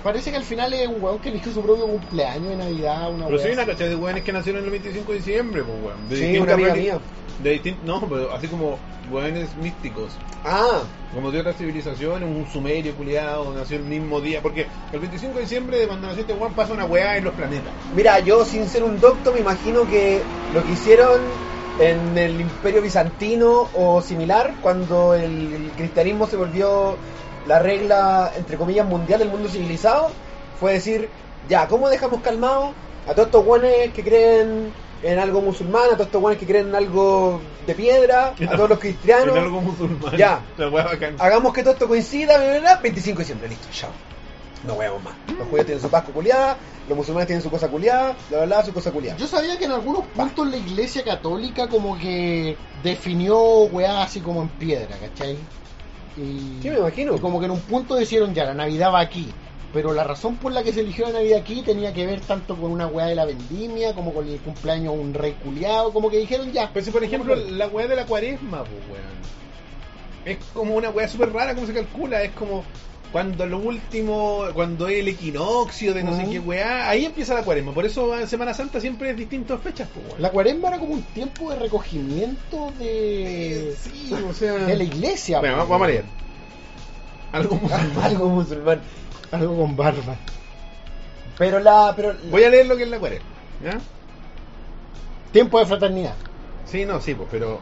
[SPEAKER 3] Parece que al final es un weón que eligió su propio cumpleaños de Navidad, una
[SPEAKER 1] Pero
[SPEAKER 3] wea
[SPEAKER 1] sí hay una
[SPEAKER 3] así.
[SPEAKER 1] cachada de weones que nacieron el 25 de diciembre, pues weón. De
[SPEAKER 3] Sí,
[SPEAKER 1] distintas
[SPEAKER 3] una amiga
[SPEAKER 1] reli-
[SPEAKER 3] mía.
[SPEAKER 1] De distin- no, pero así como weones místicos.
[SPEAKER 2] Ah.
[SPEAKER 1] Como de otras civilizaciones, un sumerio culiado, nació el mismo día. Porque el 25 de diciembre de cuando nació este weón pasa una weá en los planetas.
[SPEAKER 2] Mira, yo sin ser un docto me imagino que lo que hicieron en el Imperio Bizantino o similar, cuando el, el cristianismo se volvió la regla, entre comillas, mundial del mundo civilizado, fue decir, ya, ¿cómo dejamos calmado a todos estos guanes que creen en algo musulmán, a todos estos guanes que creen en algo de piedra, a todos los cristianos?
[SPEAKER 1] En algo musulmán.
[SPEAKER 2] Ya.
[SPEAKER 1] La weá bacán.
[SPEAKER 2] Hagamos que todo esto coincida, bla, bla, bla, 25 de diciembre, listo, chao. No huevos más. Los judíos tienen su Pascua culiada, los musulmanes tienen su cosa culiada, bla, bla, bla, su cosa culiada.
[SPEAKER 3] Yo sabía que en algunos puntos la iglesia católica como que definió weá así como en piedra, ¿cachai? Y, sí, me
[SPEAKER 2] imagino.
[SPEAKER 3] como que en un punto dijeron ya, la Navidad va aquí. Pero la razón por la que se eligió la Navidad aquí tenía que ver tanto con una weá de la vendimia, como con el cumpleaños de un rey culiado, como que dijeron ya.
[SPEAKER 1] Pero si por ejemplo la weá de la cuaresma, pues weón. Es como una weá súper rara como se calcula, es como cuando lo último, cuando es el equinoccio de no sé qué weá, ahí empieza la cuaresma. Por eso en Semana Santa siempre es distintas fechas, pues weón.
[SPEAKER 3] La cuaresma era como un tiempo de recogimiento de.
[SPEAKER 1] Sí, eh, o sea.
[SPEAKER 3] De la iglesia.
[SPEAKER 1] Bueno,
[SPEAKER 3] pues,
[SPEAKER 1] vamos a leer.
[SPEAKER 3] weón.
[SPEAKER 1] Algo musulmán.
[SPEAKER 3] Algo musulmán. Algo con barba. Pero la. Pero
[SPEAKER 1] Voy a leer lo que es la cuaresma. ¿ya?
[SPEAKER 3] Tiempo de fraternidad.
[SPEAKER 1] Sí, no, sí, pues, pero.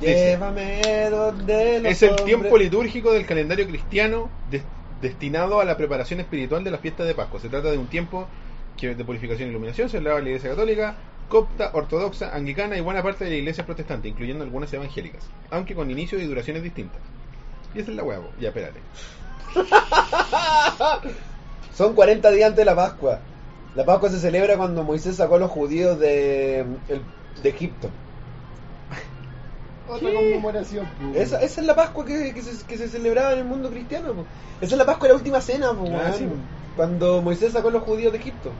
[SPEAKER 1] dice,
[SPEAKER 2] Llévame donde los
[SPEAKER 1] es el
[SPEAKER 2] hombres-
[SPEAKER 1] tiempo litúrgico del calendario cristiano des- destinado a la preparación espiritual de la fiesta de Pascua. Se trata de un tiempo que de purificación e iluminación celebraba la Iglesia Católica, copta, ortodoxa, anglicana y buena parte de las iglesias protestantes, incluyendo algunas evangélicas, aunque con inicios y duraciones distintas. Y esa es la huevo. Ya, espérate.
[SPEAKER 2] Son 40 días antes de la Pascua. La Pascua se celebra cuando Moisés sacó a los judíos de, el- de Egipto.
[SPEAKER 3] Otra conmemoración, pues.
[SPEAKER 2] Esa, esa es la Pascua que, que se, que se celebraba en el mundo cristiano. po. Esa es la Pascua de la última cena, po,
[SPEAKER 3] Ah,
[SPEAKER 2] weón.
[SPEAKER 3] sí, po.
[SPEAKER 2] cuando Moisés sacó a los judíos de Egipto.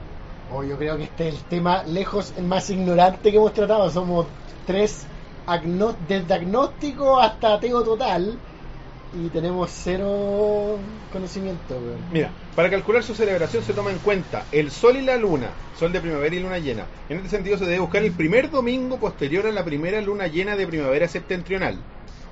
[SPEAKER 3] Oh, yo creo que este es el tema lejos el más ignorante que hemos tratado. Somos tres, agno- desde agnóstico hasta ateo total, y tenemos cero conocimiento. weón.
[SPEAKER 1] Mira, para calcular su celebración se toma en cuenta el sol y la luna, sol de primavera y luna llena. En este sentido se debe buscar el primer domingo posterior a la primera luna llena de primavera septentrional.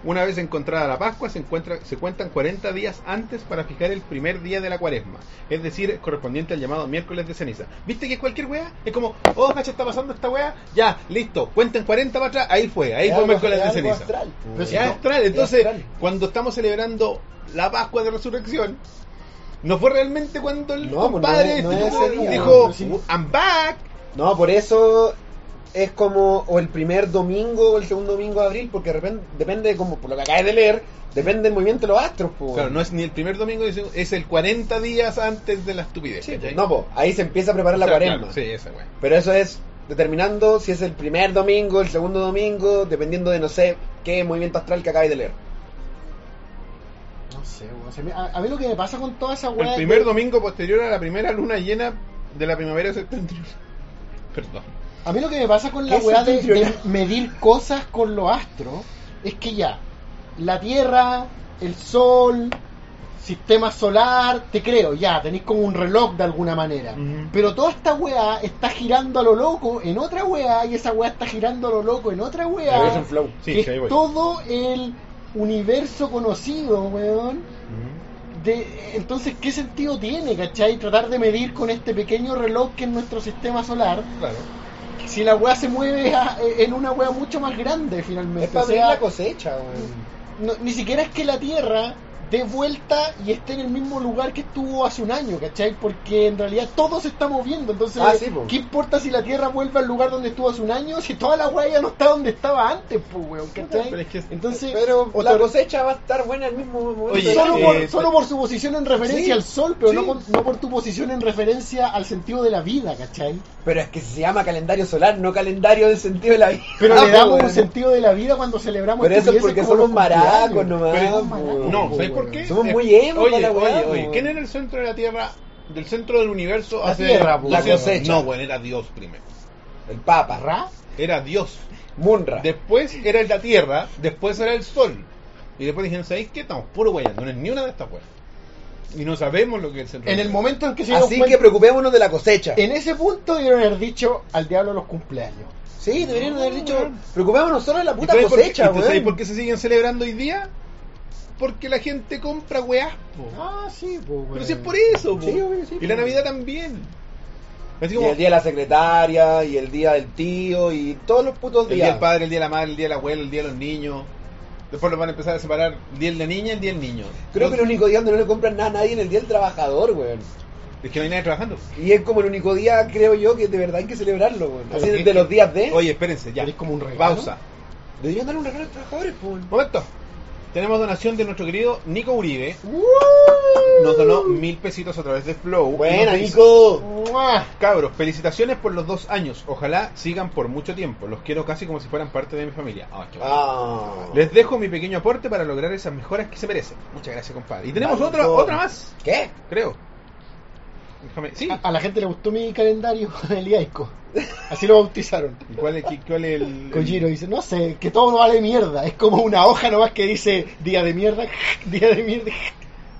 [SPEAKER 1] Una vez encontrada la Pascua se, encuentra, se cuentan 40 días antes para fijar el primer día de la cuaresma, es decir, correspondiente al llamado miércoles de ceniza. ¿Viste que es cualquier wea? Es como, oh, cacha, está pasando esta wea, ya, listo, cuenten 40 para atrás, ahí fue, ahí
[SPEAKER 2] Es
[SPEAKER 1] fue
[SPEAKER 2] algo-
[SPEAKER 1] miércoles
[SPEAKER 2] es
[SPEAKER 1] de
[SPEAKER 2] algo
[SPEAKER 1] ceniza.
[SPEAKER 2] astral,
[SPEAKER 1] Pero
[SPEAKER 2] pues.
[SPEAKER 1] si es
[SPEAKER 2] No,
[SPEAKER 1] astral,
[SPEAKER 2] es
[SPEAKER 1] entonces
[SPEAKER 2] astral.
[SPEAKER 1] cuando estamos celebrando la Pascua de Resurrección, no fue realmente cuando el
[SPEAKER 2] No, pues, no
[SPEAKER 1] compadre
[SPEAKER 2] es- no
[SPEAKER 1] este
[SPEAKER 2] es ese día,
[SPEAKER 1] dijo,
[SPEAKER 2] no, sí.
[SPEAKER 1] I'm back.
[SPEAKER 2] No, por eso es como o el primer domingo o el segundo domingo de abril, porque de repente- depende, de como por lo que acabas de leer, depende del movimiento de los astros. po,
[SPEAKER 1] Claro,
[SPEAKER 2] weón.
[SPEAKER 1] no es ni el primer domingo, es- es el 40 días antes de la estupidez.
[SPEAKER 2] Sí,
[SPEAKER 1] ¿cachai?
[SPEAKER 2] no, po, ahí se empieza a preparar la
[SPEAKER 1] O sea,
[SPEAKER 2] cuaresma.
[SPEAKER 1] claro, sí, esa wea.
[SPEAKER 2] Pero eso es determinando si es el primer domingo, el segundo domingo, dependiendo de no sé qué movimiento astral que acabáis de leer.
[SPEAKER 3] No sé, weón. Se me- a, a mí lo que me pasa con toda esa weá.
[SPEAKER 1] El
[SPEAKER 3] es
[SPEAKER 1] primer
[SPEAKER 3] que-
[SPEAKER 1] domingo posterior a la primera luna llena de la primavera septentrional. Perdón.
[SPEAKER 3] A mí lo que me pasa con la
[SPEAKER 1] ¿Qué
[SPEAKER 3] weá de,
[SPEAKER 1] septentrional?
[SPEAKER 3] de medir cosas con los astros es que ya, la Tierra, el Sol, sistema solar, te creo, ya, tenéis como un reloj de alguna manera. Pero toda esta weá está girando a lo loco en otra weá y esa weá está girando a lo loco en otra
[SPEAKER 2] La ves
[SPEAKER 3] weá.
[SPEAKER 2] en flow. Sí,
[SPEAKER 3] que
[SPEAKER 2] sí, ahí
[SPEAKER 3] es
[SPEAKER 2] voy.
[SPEAKER 3] todo el universo conocido, weón. De, entonces, ¿qué sentido tiene, cachai? Tratar de medir con este pequeño reloj que es nuestro sistema solar.
[SPEAKER 1] Claro.
[SPEAKER 3] Si la weá se mueve a- eh, en una weá mucho más grande, finalmente.
[SPEAKER 2] Es para
[SPEAKER 3] O
[SPEAKER 2] medir
[SPEAKER 3] sea,
[SPEAKER 2] la cosecha, weón.
[SPEAKER 3] no- ni siquiera es que la Tierra dé vuelta y esté en el mismo lugar que estuvo hace un año, ¿cachai? Porque en realidad todo se está moviendo, entonces
[SPEAKER 2] Ah, sí, po.
[SPEAKER 3] ¿qué importa si la Tierra vuelve al lugar donde estuvo hace un año si toda la huella no está donde estaba antes, pues, weón, ¿cachai?
[SPEAKER 2] Pero
[SPEAKER 3] Entonces,
[SPEAKER 2] Pero la
[SPEAKER 3] otor-
[SPEAKER 2] cosecha va a estar buena el mismo momento. del
[SPEAKER 3] Oye,
[SPEAKER 1] eh,
[SPEAKER 3] solo,
[SPEAKER 2] año.
[SPEAKER 3] por, solo por su posición en referencia
[SPEAKER 2] Sí,
[SPEAKER 3] al sol, pero
[SPEAKER 2] sí.
[SPEAKER 3] no, por, no por tu posición en referencia al sentido de la vida, ¿cachai?
[SPEAKER 2] Pero es que se llama calendario solar, no calendario del sentido de la vida.
[SPEAKER 3] Pero le damos un
[SPEAKER 2] weón.
[SPEAKER 3] sentido de la vida cuando celebramos
[SPEAKER 2] Ah, Pero eso es
[SPEAKER 3] estupideces
[SPEAKER 2] porque
[SPEAKER 3] como
[SPEAKER 2] somos
[SPEAKER 3] los cumpleaños.
[SPEAKER 2] maracos nomás.
[SPEAKER 1] Pero-
[SPEAKER 2] po.
[SPEAKER 1] no, ¿sabes por qué?
[SPEAKER 2] Somos
[SPEAKER 1] Eh,
[SPEAKER 2] muy emo
[SPEAKER 1] Oye,
[SPEAKER 2] para la
[SPEAKER 1] oye,
[SPEAKER 2] weá,
[SPEAKER 1] oye,
[SPEAKER 2] po.
[SPEAKER 1] ¿quién era el centro de la Tierra, del centro del universo
[SPEAKER 2] La
[SPEAKER 1] hace
[SPEAKER 2] Tierra, po,
[SPEAKER 1] la
[SPEAKER 2] la cosecha.
[SPEAKER 1] No, bueno, era Dios primero.
[SPEAKER 2] El Papa.
[SPEAKER 3] ¿Ra?
[SPEAKER 1] Era Dios.
[SPEAKER 2] Munra.
[SPEAKER 1] Después era la Tierra, después era el Sol. Y después dijeron, ¿sabéis qué? Estamos puro guayando, no es ni una de estas weas. Y no sabemos lo que es el centro.
[SPEAKER 3] En el momento en que se dieron
[SPEAKER 2] pues, Así
[SPEAKER 3] cuenta-
[SPEAKER 2] que preocupémonos de la cosecha.
[SPEAKER 3] En ese punto debieron haber dicho al diablo los cumpleaños.
[SPEAKER 2] Sí, deberían haber dicho, preocupémonos solo de la puta
[SPEAKER 1] ¿Y sabes por qué-
[SPEAKER 2] cosecha,
[SPEAKER 1] y tú sabes
[SPEAKER 2] weón.
[SPEAKER 1] por qué se siguen celebrando hoy día? Porque la gente compra weas, po.
[SPEAKER 3] Ah, sí, pues,
[SPEAKER 1] Pero si es por eso, po.
[SPEAKER 2] Sí, obvio, sí,
[SPEAKER 1] Y la
[SPEAKER 2] po.
[SPEAKER 1] Navidad también. pues. Así
[SPEAKER 2] Y
[SPEAKER 1] como
[SPEAKER 2] el día de la secretaria, y el día del tío, y todos los putos
[SPEAKER 1] el día
[SPEAKER 2] días.
[SPEAKER 1] del padre, el día de la madre, el día de la abuela, el día de los niños. Después los van a empezar a separar el día de la niña y el día del niño.
[SPEAKER 2] Creo que el único día donde no le compran nada a nadie es el día del trabajador, weón.
[SPEAKER 1] Es que no hay nadie trabajando.
[SPEAKER 2] Y es como el único día, creo yo, que de verdad hay que celebrarlo, weón. Así
[SPEAKER 1] Pero
[SPEAKER 2] de
[SPEAKER 1] que-
[SPEAKER 2] los días de.
[SPEAKER 1] Oye, espérense, ya. Es como un Pausa.
[SPEAKER 2] Deberían darle un regalo a los trabajadores, weón.
[SPEAKER 1] Momento. Tenemos donación de nuestro querido Nico Uribe. Nos donó mil pesitos a través de Flow.
[SPEAKER 2] Buena,
[SPEAKER 1] Y nos dice,
[SPEAKER 2] Nico.
[SPEAKER 1] "Ah, Cabros, felicitaciones por los dos años. Ojalá sigan por mucho tiempo. Los quiero casi como si fueran parte de mi familia. Ah, qué bueno. Les dejo mi pequeño aporte para lograr esas mejoras que se merecen. Muchas gracias, compadre. Y tenemos
[SPEAKER 2] Vale,
[SPEAKER 1] otra,
[SPEAKER 2] Nico.
[SPEAKER 1] otra más.
[SPEAKER 2] ¿Qué?
[SPEAKER 1] Creo. Déjame- sí.
[SPEAKER 3] A, a la gente le gustó mi calendario eliaico. Así lo bautizaron.
[SPEAKER 1] ¿Y cuál es, qué- cuál es el...?
[SPEAKER 3] Kojiro dice, no sé, que todo no vale mierda. Es como una hoja nomás que dice día de mierda, día de mierda.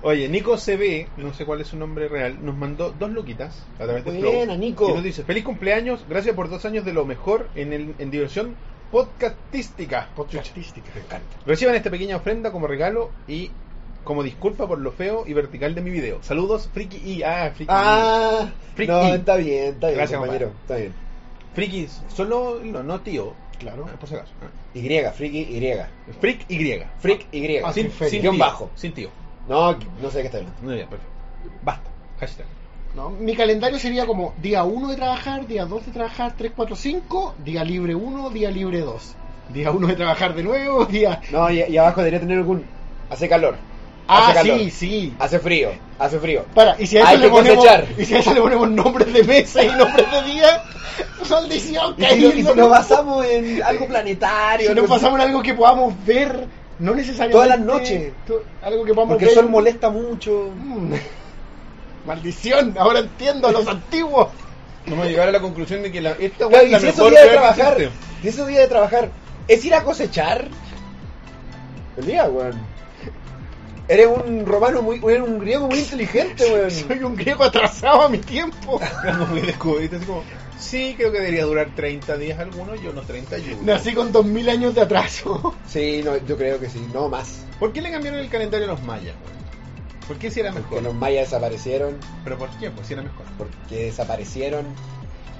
[SPEAKER 1] Oye, Nico CB, no sé cuál es su nombre real, nos mandó dos luquitas a través de
[SPEAKER 3] Buena,
[SPEAKER 1] Flow.
[SPEAKER 3] Nico.
[SPEAKER 1] Y nos dice, feliz cumpleaños, gracias por dos años de lo mejor en, el- en diversión podcastística. Podcastística, me encanta. Reciban esta pequeña ofrenda como regalo y como disculpa por lo feo y vertical de mi video. Saludos, Friki y... Ah, Friki
[SPEAKER 2] Ah,
[SPEAKER 1] Friki.
[SPEAKER 2] no, está bien, está bien,
[SPEAKER 1] Gracias,
[SPEAKER 2] compañero.
[SPEAKER 1] compadre.
[SPEAKER 2] Está bien.
[SPEAKER 1] Frikis, solo... No, no tío.
[SPEAKER 3] Claro.
[SPEAKER 1] Por si acaso.
[SPEAKER 2] ¿eh? Y, friki, Y.
[SPEAKER 1] Freak Y.
[SPEAKER 2] Freak Y.
[SPEAKER 1] Ah, sin- sin
[SPEAKER 2] guión
[SPEAKER 1] tío,
[SPEAKER 2] bajo.
[SPEAKER 1] Sin tío.
[SPEAKER 2] No, no sé qué está bien.
[SPEAKER 1] No, ya, perfecto. Basta. Hashtag.
[SPEAKER 3] No, mi calendario sería como día 1 de trabajar, día 2 de trabajar, 3, 4, 5, día libre 1, día libre 2. Día 1 de trabajar de nuevo, día...
[SPEAKER 2] No, y, y abajo debería tener algún... Hace calor.
[SPEAKER 3] Ah,
[SPEAKER 2] hace calor,
[SPEAKER 3] sí, sí.
[SPEAKER 2] Hace frío, hace frío.
[SPEAKER 3] Para, y si a eso
[SPEAKER 2] Hay
[SPEAKER 3] le
[SPEAKER 2] que
[SPEAKER 3] ponemos,
[SPEAKER 2] cosechar.
[SPEAKER 3] y si a eso le ponemos nombres de meses y nombres de días, maldición,
[SPEAKER 2] Y si, no- y si
[SPEAKER 3] caído.
[SPEAKER 2] nos basamos en algo planetario,
[SPEAKER 3] Si nos pasamos en algo que podamos ver, no necesariamente.
[SPEAKER 2] Todas las noches.
[SPEAKER 3] to- Algo que podamos
[SPEAKER 2] Porque
[SPEAKER 3] ver. Mm.
[SPEAKER 2] el sol molesta mucho.
[SPEAKER 3] Maldición, ahora entiendo a los antiguos.
[SPEAKER 1] Vamos a llegar a la conclusión de que la, esta
[SPEAKER 2] Claro,
[SPEAKER 1] weá
[SPEAKER 2] y
[SPEAKER 1] es la
[SPEAKER 2] si
[SPEAKER 1] mejor
[SPEAKER 2] esos días de
[SPEAKER 1] weá que
[SPEAKER 2] trabajar,
[SPEAKER 1] existe.
[SPEAKER 2] si esos días de trabajar es ir a cosechar, el día, weón. Eres un romano muy, eres un griego muy inteligente, weón. Soy
[SPEAKER 3] un griego atrasado a mi tiempo.
[SPEAKER 1] Como muy descubierto, así como, sí, creo que debería durar 30 días algunos y unos 31.
[SPEAKER 3] Nací con 2000 años de atraso.
[SPEAKER 2] Sí, no, yo creo que sí, no más.
[SPEAKER 1] ¿Por qué le cambiaron el calendario a los mayas? güey? ¿Por qué si era mejor?
[SPEAKER 2] Porque los mayas desaparecieron,
[SPEAKER 1] ¿Pero por qué? Pues si era mejor.
[SPEAKER 2] porque desaparecieron.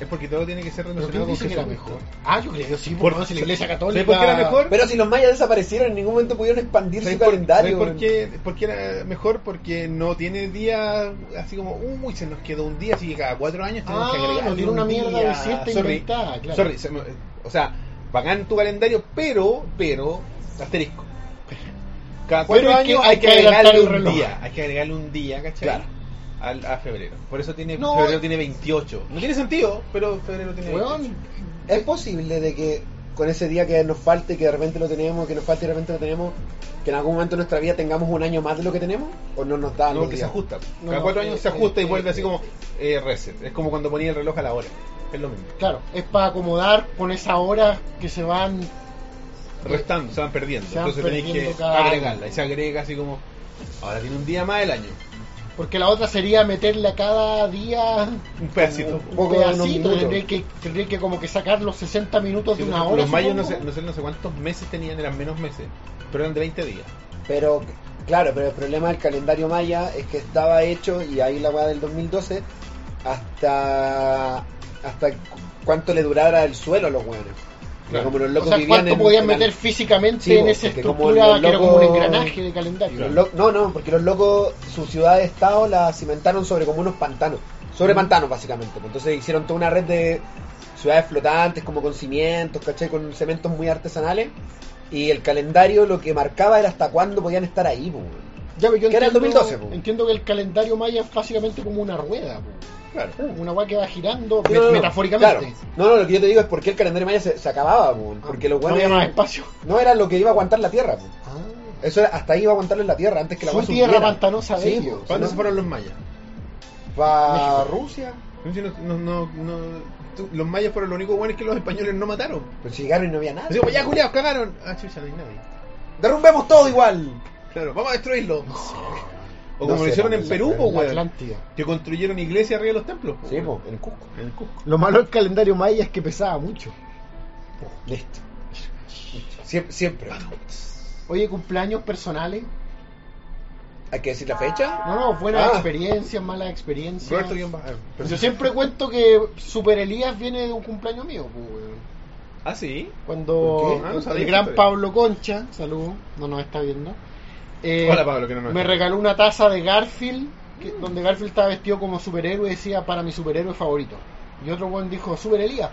[SPEAKER 1] Es porque todo tiene que ser relacionado
[SPEAKER 2] quién
[SPEAKER 1] con
[SPEAKER 2] dice que era mejor?
[SPEAKER 3] Ah, yo creo que sí,
[SPEAKER 1] Por-
[SPEAKER 3] por si la iglesia católica.
[SPEAKER 1] ¿Sabes por qué era mejor?
[SPEAKER 2] Pero si los mayas desaparecieron, en ningún momento pudieron expandir su
[SPEAKER 1] ¿Sabes por-
[SPEAKER 2] calendario.
[SPEAKER 1] ¿sabes por
[SPEAKER 2] weón.
[SPEAKER 1] qué, por qué era mejor? Porque no tiene día así como, uy, se nos quedó un día, así que cada cuatro años tenemos
[SPEAKER 3] Ah,
[SPEAKER 1] que agregar.
[SPEAKER 3] no tiene una mierda de siesta inventada, claro.
[SPEAKER 1] Sorry, se me- o sea, bacán tu calendario, pero, pero, asterisco. Cada
[SPEAKER 3] Pero
[SPEAKER 1] cuatro
[SPEAKER 3] hay que-
[SPEAKER 1] años
[SPEAKER 3] hay
[SPEAKER 1] hay que,
[SPEAKER 3] que adelantar
[SPEAKER 1] agregarle
[SPEAKER 3] el
[SPEAKER 1] un
[SPEAKER 3] reloj.
[SPEAKER 1] día, hay que agregarle un día, ¿cachai? Al, a febrero. Por eso tiene,
[SPEAKER 2] No.
[SPEAKER 1] febrero tiene 28. No tiene sentido, pero febrero tiene 28.
[SPEAKER 2] Weón, es posible de que con ese día que nos falte, que de repente lo tenemos, que nos falte y de repente lo tenemos, que en algún momento de nuestra vida tengamos un año más de lo que tenemos, o no nos da
[SPEAKER 1] No,
[SPEAKER 2] los
[SPEAKER 1] porque se
[SPEAKER 2] días?
[SPEAKER 1] ajusta.
[SPEAKER 2] No,
[SPEAKER 1] Cada
[SPEAKER 2] no,
[SPEAKER 1] cuatro
[SPEAKER 2] eh,
[SPEAKER 1] años se
[SPEAKER 2] eh,
[SPEAKER 1] ajusta y
[SPEAKER 2] eh,
[SPEAKER 1] vuelve así
[SPEAKER 2] eh,
[SPEAKER 1] como eh, reset. Es como cuando ponía el reloj a la hora. Es lo mismo.
[SPEAKER 3] Claro, es para acomodar con esas horas que se van.
[SPEAKER 1] Restando, se van perdiendo.
[SPEAKER 3] Se van
[SPEAKER 1] Entonces tenéis
[SPEAKER 3] perdiendo
[SPEAKER 1] que
[SPEAKER 3] cada
[SPEAKER 1] agregarla.
[SPEAKER 3] año.
[SPEAKER 1] Y se agrega así como. Ahora tiene un día más del año.
[SPEAKER 3] Porque la otra sería meterle a cada día
[SPEAKER 1] Un pedacito.
[SPEAKER 3] un
[SPEAKER 1] poco de unos
[SPEAKER 3] pedacito.
[SPEAKER 1] minutos.
[SPEAKER 3] Tendría que, tendría que como que sacar los 60 minutos
[SPEAKER 1] Sí,
[SPEAKER 3] de
[SPEAKER 1] por
[SPEAKER 3] una
[SPEAKER 1] ejemplo,
[SPEAKER 3] hora.
[SPEAKER 1] los mayos no
[SPEAKER 3] supongo.
[SPEAKER 1] sé, no sé no sé cuántos meses tenían, eran menos meses. Pero eran de 20 días.
[SPEAKER 2] Pero, claro, pero el problema del calendario maya es que estaba hecho, y ahí la weá del 2012, hasta hasta cu- cuánto le durara el suelo a los weones.
[SPEAKER 3] Claro.
[SPEAKER 2] Como los
[SPEAKER 3] O
[SPEAKER 2] locos
[SPEAKER 3] sea,
[SPEAKER 2] vivían
[SPEAKER 3] ¿cuánto
[SPEAKER 2] en-
[SPEAKER 3] podían
[SPEAKER 2] en-
[SPEAKER 3] meter físicamente
[SPEAKER 2] Sí,
[SPEAKER 3] en
[SPEAKER 2] po,
[SPEAKER 3] esa
[SPEAKER 1] este,
[SPEAKER 2] porque como
[SPEAKER 3] estructura
[SPEAKER 2] los
[SPEAKER 3] que era como un
[SPEAKER 2] locos-
[SPEAKER 3] engranaje de calendario?
[SPEAKER 2] Los lo- no, no, porque los locos, su ciudad de estado la cimentaron sobre como unos pantanos, sobre
[SPEAKER 3] Mm.
[SPEAKER 2] pantanos básicamente. pues. Entonces hicieron toda una red de ciudades flotantes, como con cimientos, ¿cachai? Con cementos muy artesanales. Y el calendario lo que marcaba era hasta cuándo podían estar ahí, po, weón.
[SPEAKER 3] Ya, pero yo
[SPEAKER 2] Que era el
[SPEAKER 3] entiendo-
[SPEAKER 2] 2012, po.
[SPEAKER 3] Entiendo que el calendario maya es básicamente como una rueda, po. una weá que va
[SPEAKER 2] No,
[SPEAKER 3] girando
[SPEAKER 2] no,
[SPEAKER 3] met-
[SPEAKER 2] no,
[SPEAKER 3] metafóricamente.
[SPEAKER 2] claro. No, no, lo que yo te digo es por qué el calendario maya se, se acababa, po,
[SPEAKER 1] Ah,
[SPEAKER 2] porque los
[SPEAKER 3] no había más espacio.
[SPEAKER 2] No era lo que iba a aguantar la tierra, po.
[SPEAKER 1] Ah.
[SPEAKER 2] Eso era- hasta ahí iba a aguantarles la tierra antes que la
[SPEAKER 3] Su
[SPEAKER 2] weá se
[SPEAKER 3] tierra
[SPEAKER 2] hundiera.
[SPEAKER 3] pantanosa de
[SPEAKER 2] Sí,
[SPEAKER 3] ellos.
[SPEAKER 2] po,
[SPEAKER 1] ¿Para dónde
[SPEAKER 2] si
[SPEAKER 1] se
[SPEAKER 2] no-
[SPEAKER 1] fueron los mayas?
[SPEAKER 2] Pa' Rusia.
[SPEAKER 1] No sé, no- no- no- no- tú- los mayas fueron lo único bueno es que los españoles no mataron.
[SPEAKER 2] Pues llegaron y no había nada.
[SPEAKER 1] Así como, ya culiados, cagaron. Ah, chucha, no hay nadie.
[SPEAKER 2] Derrumbemos todo igual.
[SPEAKER 1] Claro, vamos a destruirlo. O
[SPEAKER 2] No
[SPEAKER 1] como lo
[SPEAKER 2] sé,
[SPEAKER 1] hicieron
[SPEAKER 2] no
[SPEAKER 1] en
[SPEAKER 2] sé,
[SPEAKER 1] Perú,
[SPEAKER 2] en
[SPEAKER 1] po,
[SPEAKER 2] la
[SPEAKER 1] weón.
[SPEAKER 3] Atlántida.
[SPEAKER 1] Que construyeron iglesias arriba de los templos.
[SPEAKER 2] Sí, po, en Cusco.
[SPEAKER 1] En Cusco.
[SPEAKER 3] Lo malo del calendario maya es que pesaba mucho.
[SPEAKER 2] Oh, Listo. Siempre, siempre.
[SPEAKER 3] Ah, Oye, cumpleaños personales.
[SPEAKER 2] ¿Hay que decir la fecha?
[SPEAKER 3] No, no, buenas
[SPEAKER 2] Ah.
[SPEAKER 3] experiencias, malas experiencias.
[SPEAKER 2] Roberto
[SPEAKER 1] guión bajo, eh, pero-
[SPEAKER 3] Yo siempre cuento que Super Elías viene de un cumpleaños mío. po, weón.
[SPEAKER 1] Ah, sí.
[SPEAKER 3] Cuando
[SPEAKER 1] Ah, no sabía
[SPEAKER 3] el
[SPEAKER 1] esa
[SPEAKER 3] gran
[SPEAKER 1] historia.
[SPEAKER 3] Pablo Concha, saludos, no nos está viendo. eh,
[SPEAKER 1] Hola, Pablo, que no nos
[SPEAKER 3] me
[SPEAKER 1] está.
[SPEAKER 3] regaló una taza de Garfield, que- donde Garfield estaba vestido como superhéroe y decía para mi superhéroe favorito. Y otro buen dijo Super Elías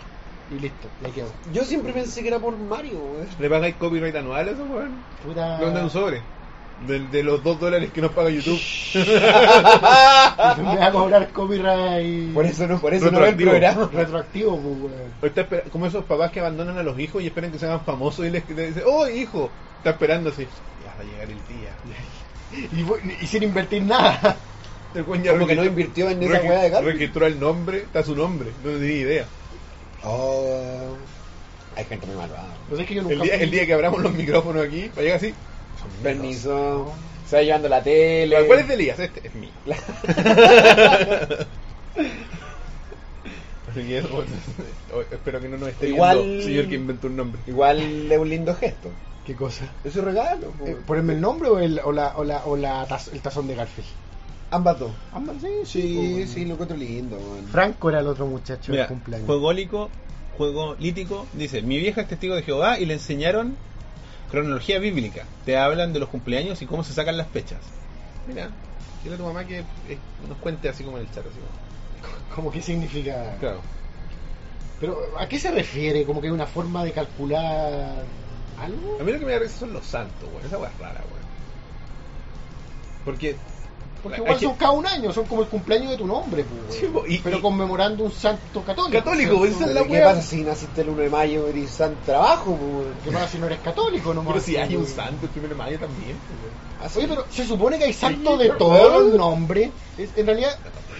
[SPEAKER 3] y listo, le quedó.
[SPEAKER 2] Yo siempre pensé que era por Mario, weón.
[SPEAKER 1] ¿Le pagáis copyright anual a eso, weón?
[SPEAKER 3] Puta.
[SPEAKER 1] Le mandan un sobre. De, de los 2 dólares que nos paga YouTube.
[SPEAKER 3] me va a cobrar copyright.
[SPEAKER 2] Por eso no, por eso no ve el programa.
[SPEAKER 3] Retroactivo, pues, weón.
[SPEAKER 1] Ahorita espera- como esos papás que abandonan a los hijos y esperan que se hagan famosos y les, les dicen, oh hijo, está esperando así. Ya va a llegar el día.
[SPEAKER 3] Y, bu- y sin invertir nada.
[SPEAKER 1] Como
[SPEAKER 2] que no invirtió en esa hueá de
[SPEAKER 1] carne. Registró el nombre, está su nombre, no tenía idea.
[SPEAKER 2] Oh, hay gente muy malvada.
[SPEAKER 3] Pues es que yo nunca
[SPEAKER 1] El día,
[SPEAKER 3] fui.
[SPEAKER 1] el día que abramos los micrófonos aquí, va a llegar así.
[SPEAKER 2] Permiso. Se va llevando la
[SPEAKER 3] Eh.
[SPEAKER 2] tele.
[SPEAKER 1] ¿Cuál es de Elías? Este es mío. Así que, bueno, espero que no nos esté
[SPEAKER 2] Igual-
[SPEAKER 1] viendo, señor que inventó un nombre.
[SPEAKER 2] Igual es un lindo gesto.
[SPEAKER 3] ¿Qué cosa?
[SPEAKER 2] Es un regalo. po.
[SPEAKER 3] Eh, ¿Ponerme el nombre o, el, o, la, o, la, o la taz- el tazón de Garfield?
[SPEAKER 2] Ambas dos.
[SPEAKER 3] Ambas, sí, pues,
[SPEAKER 2] Sí, sí, lo encuentro lindo. weón.
[SPEAKER 3] Franco era el otro muchacho del
[SPEAKER 1] Mira,
[SPEAKER 3] cumpleaños.
[SPEAKER 1] juego lítico, juego lítico, dice, mi vieja es testigo de Jehová y le enseñaron cronología bíblica. Te hablan de los cumpleaños y cómo se sacan las fechas. Mira, dile a tu mamá que eh, nos cuente así como en el chat. Así como.
[SPEAKER 3] ¿Cómo que significa?
[SPEAKER 1] Claro.
[SPEAKER 3] Pero ¿a qué se refiere? Como que es una forma de calcular algo.
[SPEAKER 1] A mí lo que me da risa son los santos, güey. Esa weá es rara, güey. Porque...
[SPEAKER 3] Porque
[SPEAKER 1] hay
[SPEAKER 3] igual
[SPEAKER 1] que-
[SPEAKER 3] son cada un año, son como el cumpleaños de tu nombre, pues,
[SPEAKER 1] Sí, po, y-
[SPEAKER 3] pero conmemorando un santo católico. pues,
[SPEAKER 2] Pero,
[SPEAKER 3] ¿cierto?
[SPEAKER 2] ¿Qué pasa si naciste el 1 de mayo y san trabajo? po, weón?
[SPEAKER 3] ¿Qué pasa si no eres católico? No
[SPEAKER 1] Pero si hay un santo el primero de mayo también, pues, güey.
[SPEAKER 3] Oye, pero se supone que hay santos de todos los nombres. Es- en realidad,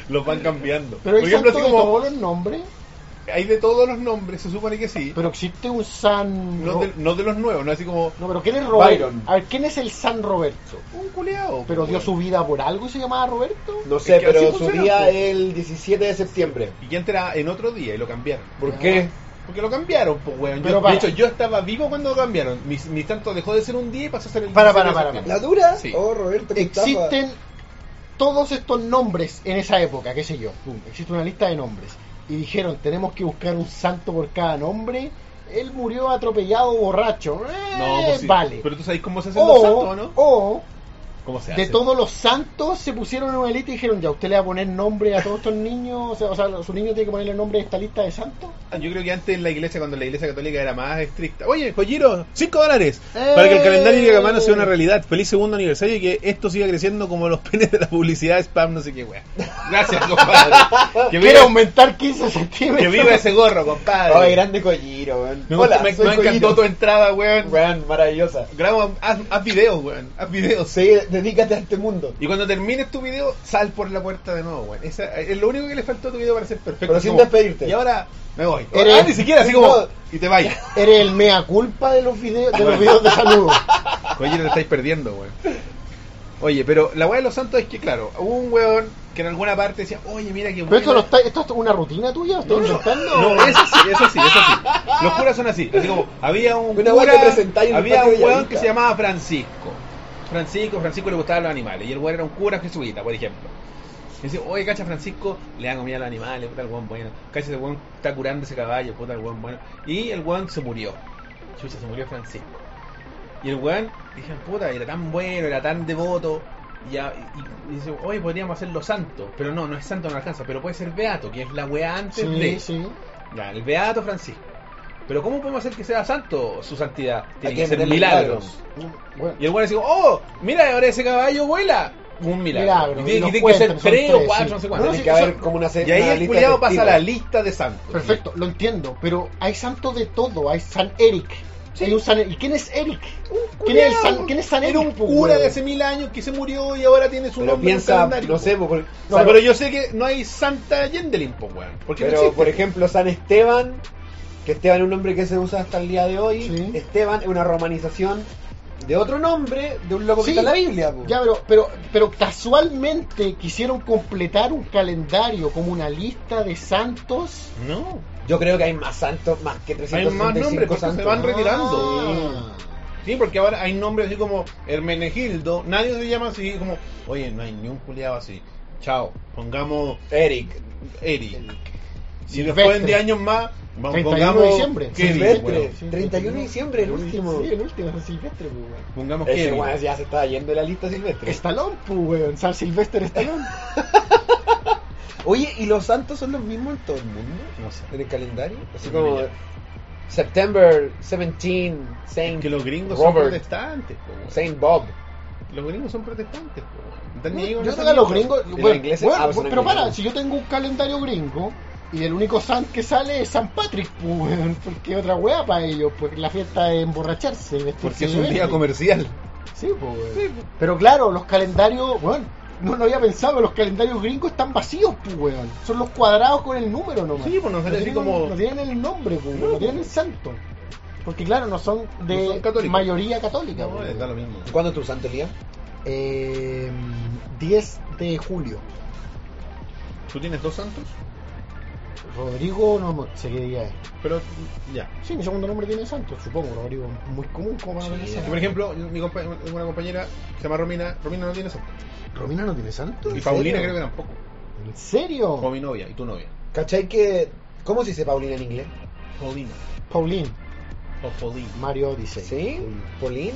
[SPEAKER 1] Los van cambiando.
[SPEAKER 3] pero hay
[SPEAKER 1] Por ejemplo,
[SPEAKER 3] santos
[SPEAKER 1] así
[SPEAKER 3] de
[SPEAKER 1] como...
[SPEAKER 3] todos los nombres.
[SPEAKER 1] Hay de todos los nombres, se supone que sí.
[SPEAKER 3] Pero existe un San...
[SPEAKER 1] No de, no de los nuevos, no así como...
[SPEAKER 3] No, pero ¿quién es Roberto?
[SPEAKER 1] Byron.
[SPEAKER 3] A ver, ¿quién es el San Roberto?
[SPEAKER 1] Un culeado. pues,
[SPEAKER 3] ¿Pero dio su vida por algo y se llamaba Roberto?
[SPEAKER 2] No sé,
[SPEAKER 1] Es que así
[SPEAKER 2] pero su
[SPEAKER 1] funciona, pues.
[SPEAKER 2] día
[SPEAKER 1] po.
[SPEAKER 2] es el 17 de septiembre.
[SPEAKER 1] Y que entra en otro día y lo cambiaron.
[SPEAKER 2] ¿Por qué?
[SPEAKER 1] Porque lo cambiaron, pues, weón. Yo-
[SPEAKER 2] Pero
[SPEAKER 1] de
[SPEAKER 2] para.
[SPEAKER 1] hecho, yo estaba vivo cuando lo cambiaron. Mi, mi santo dejó de ser un día y pasó a ser el
[SPEAKER 3] Para,
[SPEAKER 1] 17 de
[SPEAKER 3] para, para,
[SPEAKER 1] septiembre.
[SPEAKER 2] ¿La dura?
[SPEAKER 1] Sí.
[SPEAKER 2] Oh, Roberto, qué
[SPEAKER 3] Existen
[SPEAKER 2] estafa.
[SPEAKER 3] todos estos nombres en esa época, qué sé yo. pum, existe una lista de nombres. Y dijeron, tenemos que buscar un santo por cada nombre. Él murió atropellado borracho. Eh,
[SPEAKER 1] No, pues sí.
[SPEAKER 3] vale.
[SPEAKER 1] Pero tú sabes cómo se hace el
[SPEAKER 3] O,
[SPEAKER 1] santo, ¿no?
[SPEAKER 3] o
[SPEAKER 1] ¿Cómo se hace?
[SPEAKER 3] de todos los santos se pusieron en una lista y dijeron, ya usted le va a poner nombre a todos estos niños. O sea, o sea, su niño tiene que ponerle nombre a esta lista de santos.
[SPEAKER 1] Ah, Yo creo que antes en la iglesia, cuando la iglesia católica era más estricta. Oye, joyero, 5 dólares.
[SPEAKER 2] Eh.
[SPEAKER 1] Para que el calendario de Gamano sea una realidad. Feliz segundo aniversario y que esto siga creciendo como los penes de la publicidad, spam, no sé qué, weón. Gracias, compadre. Que
[SPEAKER 3] Quiere aumentar 15 centímetros.
[SPEAKER 1] Que viva ese gorro, compadre.
[SPEAKER 2] Ay, grande Colliro, weón.
[SPEAKER 1] Me,
[SPEAKER 2] Hola,
[SPEAKER 1] me,
[SPEAKER 2] soy
[SPEAKER 1] me encantó
[SPEAKER 2] Colliro.
[SPEAKER 1] tu entrada, weón.
[SPEAKER 2] Weón, maravillosa.
[SPEAKER 1] Graba, haz, haz videos, weón. Haz videos.
[SPEAKER 2] Sí, dedícate a este mundo.
[SPEAKER 1] Y cuando termines tu video, sal por la puerta de nuevo, weón. Esa- Es lo único que le faltó a tu video para ser perfecto.
[SPEAKER 2] Pero sin
[SPEAKER 1] Como,
[SPEAKER 2] despedirte.
[SPEAKER 1] Y ahora me voy.
[SPEAKER 3] Eres-
[SPEAKER 1] Ah, ni siquiera así como.
[SPEAKER 3] No.
[SPEAKER 1] Y te vayas.
[SPEAKER 3] Eres el mea culpa de los videos de, los videos de saludo.
[SPEAKER 1] Oye, lo estáis perdiendo, weón. Oye, pero la weá de los santos es que, claro, hubo un weón que en alguna parte decía, oye, mira que
[SPEAKER 3] ¿Pero esto, lo está- esto es una rutina tuya? ¿Lo ¿Estás inventando?
[SPEAKER 1] No, eso sí, eso sí, eso sí. Los curas son así. Así como, había un
[SPEAKER 2] Una weá
[SPEAKER 1] cura,
[SPEAKER 2] que presentáis en el
[SPEAKER 1] había
[SPEAKER 2] patio
[SPEAKER 1] un
[SPEAKER 2] de
[SPEAKER 1] weón
[SPEAKER 2] Bellavista.
[SPEAKER 1] que se llamaba Francisco. Francisco, Francisco le gustaban los animales. Y el weón era un cura jesuita, por ejemplo. Y dice, oye, cacha Francisco, le da comida a los animales, puta el weón bueno. Cacha ese weón está curando ese caballo, puta el weón bueno. Y el weón se murió. Chucha, se murió Francisco. Y el weón, dijeron, puta, era tan bueno, era tan devoto. Y, a- y- y dice, oye, podríamos hacerlo santo. Pero no, no es santo, no alcanza. Pero puede ser beato, que es la weá antes
[SPEAKER 3] Sí,
[SPEAKER 1] de.
[SPEAKER 3] sí.
[SPEAKER 1] Ya, el Beato Francisco. Pero ¿cómo podemos hacer que sea santo su santidad? Tiene
[SPEAKER 2] Hay
[SPEAKER 3] eh,
[SPEAKER 1] que
[SPEAKER 2] que
[SPEAKER 1] ser
[SPEAKER 2] meterle
[SPEAKER 1] milagros.
[SPEAKER 3] Bueno,
[SPEAKER 1] Y el bueno dice, oh, mira ahora ese caballo vuela. Un milagro.
[SPEAKER 3] Milagro,
[SPEAKER 1] y
[SPEAKER 3] y
[SPEAKER 1] tiene,
[SPEAKER 3] los
[SPEAKER 1] y tiene que ser
[SPEAKER 3] cuentan, son
[SPEAKER 1] tres o
[SPEAKER 3] tres,
[SPEAKER 1] cuatro,
[SPEAKER 3] sí.
[SPEAKER 1] no sé cuánto.
[SPEAKER 3] No,
[SPEAKER 1] Tiene
[SPEAKER 3] sí,
[SPEAKER 1] que
[SPEAKER 3] que
[SPEAKER 1] haber
[SPEAKER 3] son-
[SPEAKER 1] como una
[SPEAKER 3] se-
[SPEAKER 1] Y ahí
[SPEAKER 3] una
[SPEAKER 1] el
[SPEAKER 3] lista
[SPEAKER 1] culiado pasa
[SPEAKER 3] efectiva.
[SPEAKER 1] a la lista de santos.
[SPEAKER 3] perfecto, lo entiendo, pero hay santos de todo. Hay San Eric. Hay un San E- ¿Y quién es Eric? ¿Quién es, el San, ¿Quién es San Eric?
[SPEAKER 1] Era un
[SPEAKER 3] po,
[SPEAKER 1] cura
[SPEAKER 3] weón?
[SPEAKER 1] de hace mil años que se murió y ahora tiene su
[SPEAKER 2] Pero
[SPEAKER 1] nombre en el
[SPEAKER 2] piensa,
[SPEAKER 1] calendario.
[SPEAKER 2] no sé, po, pues, por-
[SPEAKER 1] No,
[SPEAKER 2] San-
[SPEAKER 1] pero yo sé que no hay Santa Yendelin, po, weón. Porque no
[SPEAKER 2] Pero,
[SPEAKER 1] existe.
[SPEAKER 2] por ejemplo, San Esteban, que Esteban es un nombre que se usa hasta el día de hoy. Esteban es una romanización de otro nombre de un loco
[SPEAKER 3] Sí,
[SPEAKER 2] que está en la Biblia. po.
[SPEAKER 3] Ya, pero, pero, pero casualmente quisieron completar un calendario como una lista de santos.
[SPEAKER 1] No.
[SPEAKER 2] Yo creo que hay más santos, más que
[SPEAKER 1] Hay
[SPEAKER 2] 365
[SPEAKER 1] más nombres porque
[SPEAKER 2] santos.
[SPEAKER 1] se van retirando.
[SPEAKER 3] Ah.
[SPEAKER 1] Sí, porque ahora hay nombres así como Hermenegildo, nadie se llama así como, oye, no hay ni un culiado así. Chao, pongamos
[SPEAKER 2] Eric.
[SPEAKER 1] Eric. Y
[SPEAKER 3] Silvestre.
[SPEAKER 1] después de 10 años más, vamos,
[SPEAKER 3] 31
[SPEAKER 1] pongamos
[SPEAKER 3] de diciembre.
[SPEAKER 1] Kevin,
[SPEAKER 2] Silvestre.
[SPEAKER 1] weón.
[SPEAKER 2] 31 de diciembre, el último.
[SPEAKER 3] Sí, el último, San Silvestre, pues, weón.
[SPEAKER 1] Pongamos
[SPEAKER 2] Ese
[SPEAKER 1] Kevin.
[SPEAKER 2] weón ya se está yendo de la lista silvestre.
[SPEAKER 3] Estalón, pues, weón. San Silvestre Estalón.
[SPEAKER 2] Oye, ¿y los santos son los mismos en todo el mundo?
[SPEAKER 1] No sé.
[SPEAKER 2] ¿En el calendario? Así
[SPEAKER 1] No tengo
[SPEAKER 2] como
[SPEAKER 1] idea.
[SPEAKER 2] September 17, Saint
[SPEAKER 1] Que los gringos son
[SPEAKER 2] Robert,
[SPEAKER 1] protestantes, po, weón.
[SPEAKER 2] Saint Bob.
[SPEAKER 1] Los gringos son protestantes, po, weón. Están
[SPEAKER 3] No,
[SPEAKER 1] ni ahí con
[SPEAKER 3] yo
[SPEAKER 1] esa
[SPEAKER 3] creo que los
[SPEAKER 1] mierda.
[SPEAKER 3] gringos.
[SPEAKER 2] Y los
[SPEAKER 3] bueno,
[SPEAKER 2] ingleses
[SPEAKER 3] bueno,
[SPEAKER 2] hablan
[SPEAKER 3] pero para,
[SPEAKER 2] inglés.
[SPEAKER 3] si yo tengo un calendario gringo y el único sant que sale es San Patrick, pues, weón, porque otra wea para ellos, pues la fiesta es emborracharse. vestirse
[SPEAKER 1] Porque es
[SPEAKER 3] de
[SPEAKER 1] un día
[SPEAKER 3] verde.
[SPEAKER 1] comercial.
[SPEAKER 3] Sí, pues, weón. Pero claro, los calendarios, bueno, No lo había pensado, los calendarios gringos están vacíos, pues, weón. Son los cuadrados con el número nomás.
[SPEAKER 1] Sí, pues, no sale así
[SPEAKER 3] tienen,
[SPEAKER 1] como-
[SPEAKER 3] no tienen el nombre, pues, no, tienen el santo. Porque claro, no son de mayoría católica. pues.
[SPEAKER 1] eh,
[SPEAKER 2] ¿Cuándo es tu santo, Elías?
[SPEAKER 3] Eh, 10 de julio.
[SPEAKER 1] ¿Tú tienes dos santos?
[SPEAKER 3] Rodrigo, no me- sé qué día es.
[SPEAKER 1] Pero ya.
[SPEAKER 3] Sí, mi segundo nombre tiene santo, supongo, Rodrigo. Muy común como para tener
[SPEAKER 1] Sí,
[SPEAKER 3] santo.
[SPEAKER 1] Por ejemplo, mi compa- una compañera se llama Romina. Romina no tiene santo.
[SPEAKER 3] Romina no tiene santo.
[SPEAKER 1] Y
[SPEAKER 3] ¿En
[SPEAKER 1] Paulina
[SPEAKER 3] serio?
[SPEAKER 1] creo que tampoco.
[SPEAKER 3] ¿En serio?
[SPEAKER 1] Como mi novia y tu novia.
[SPEAKER 2] ¿Cachai que. ¿Cómo se dice Paulina en inglés?
[SPEAKER 1] Paulina.
[SPEAKER 3] Pauline.
[SPEAKER 1] O Pauline.
[SPEAKER 3] Mario Odyssey.
[SPEAKER 2] ¿Sí? ¿Pauline?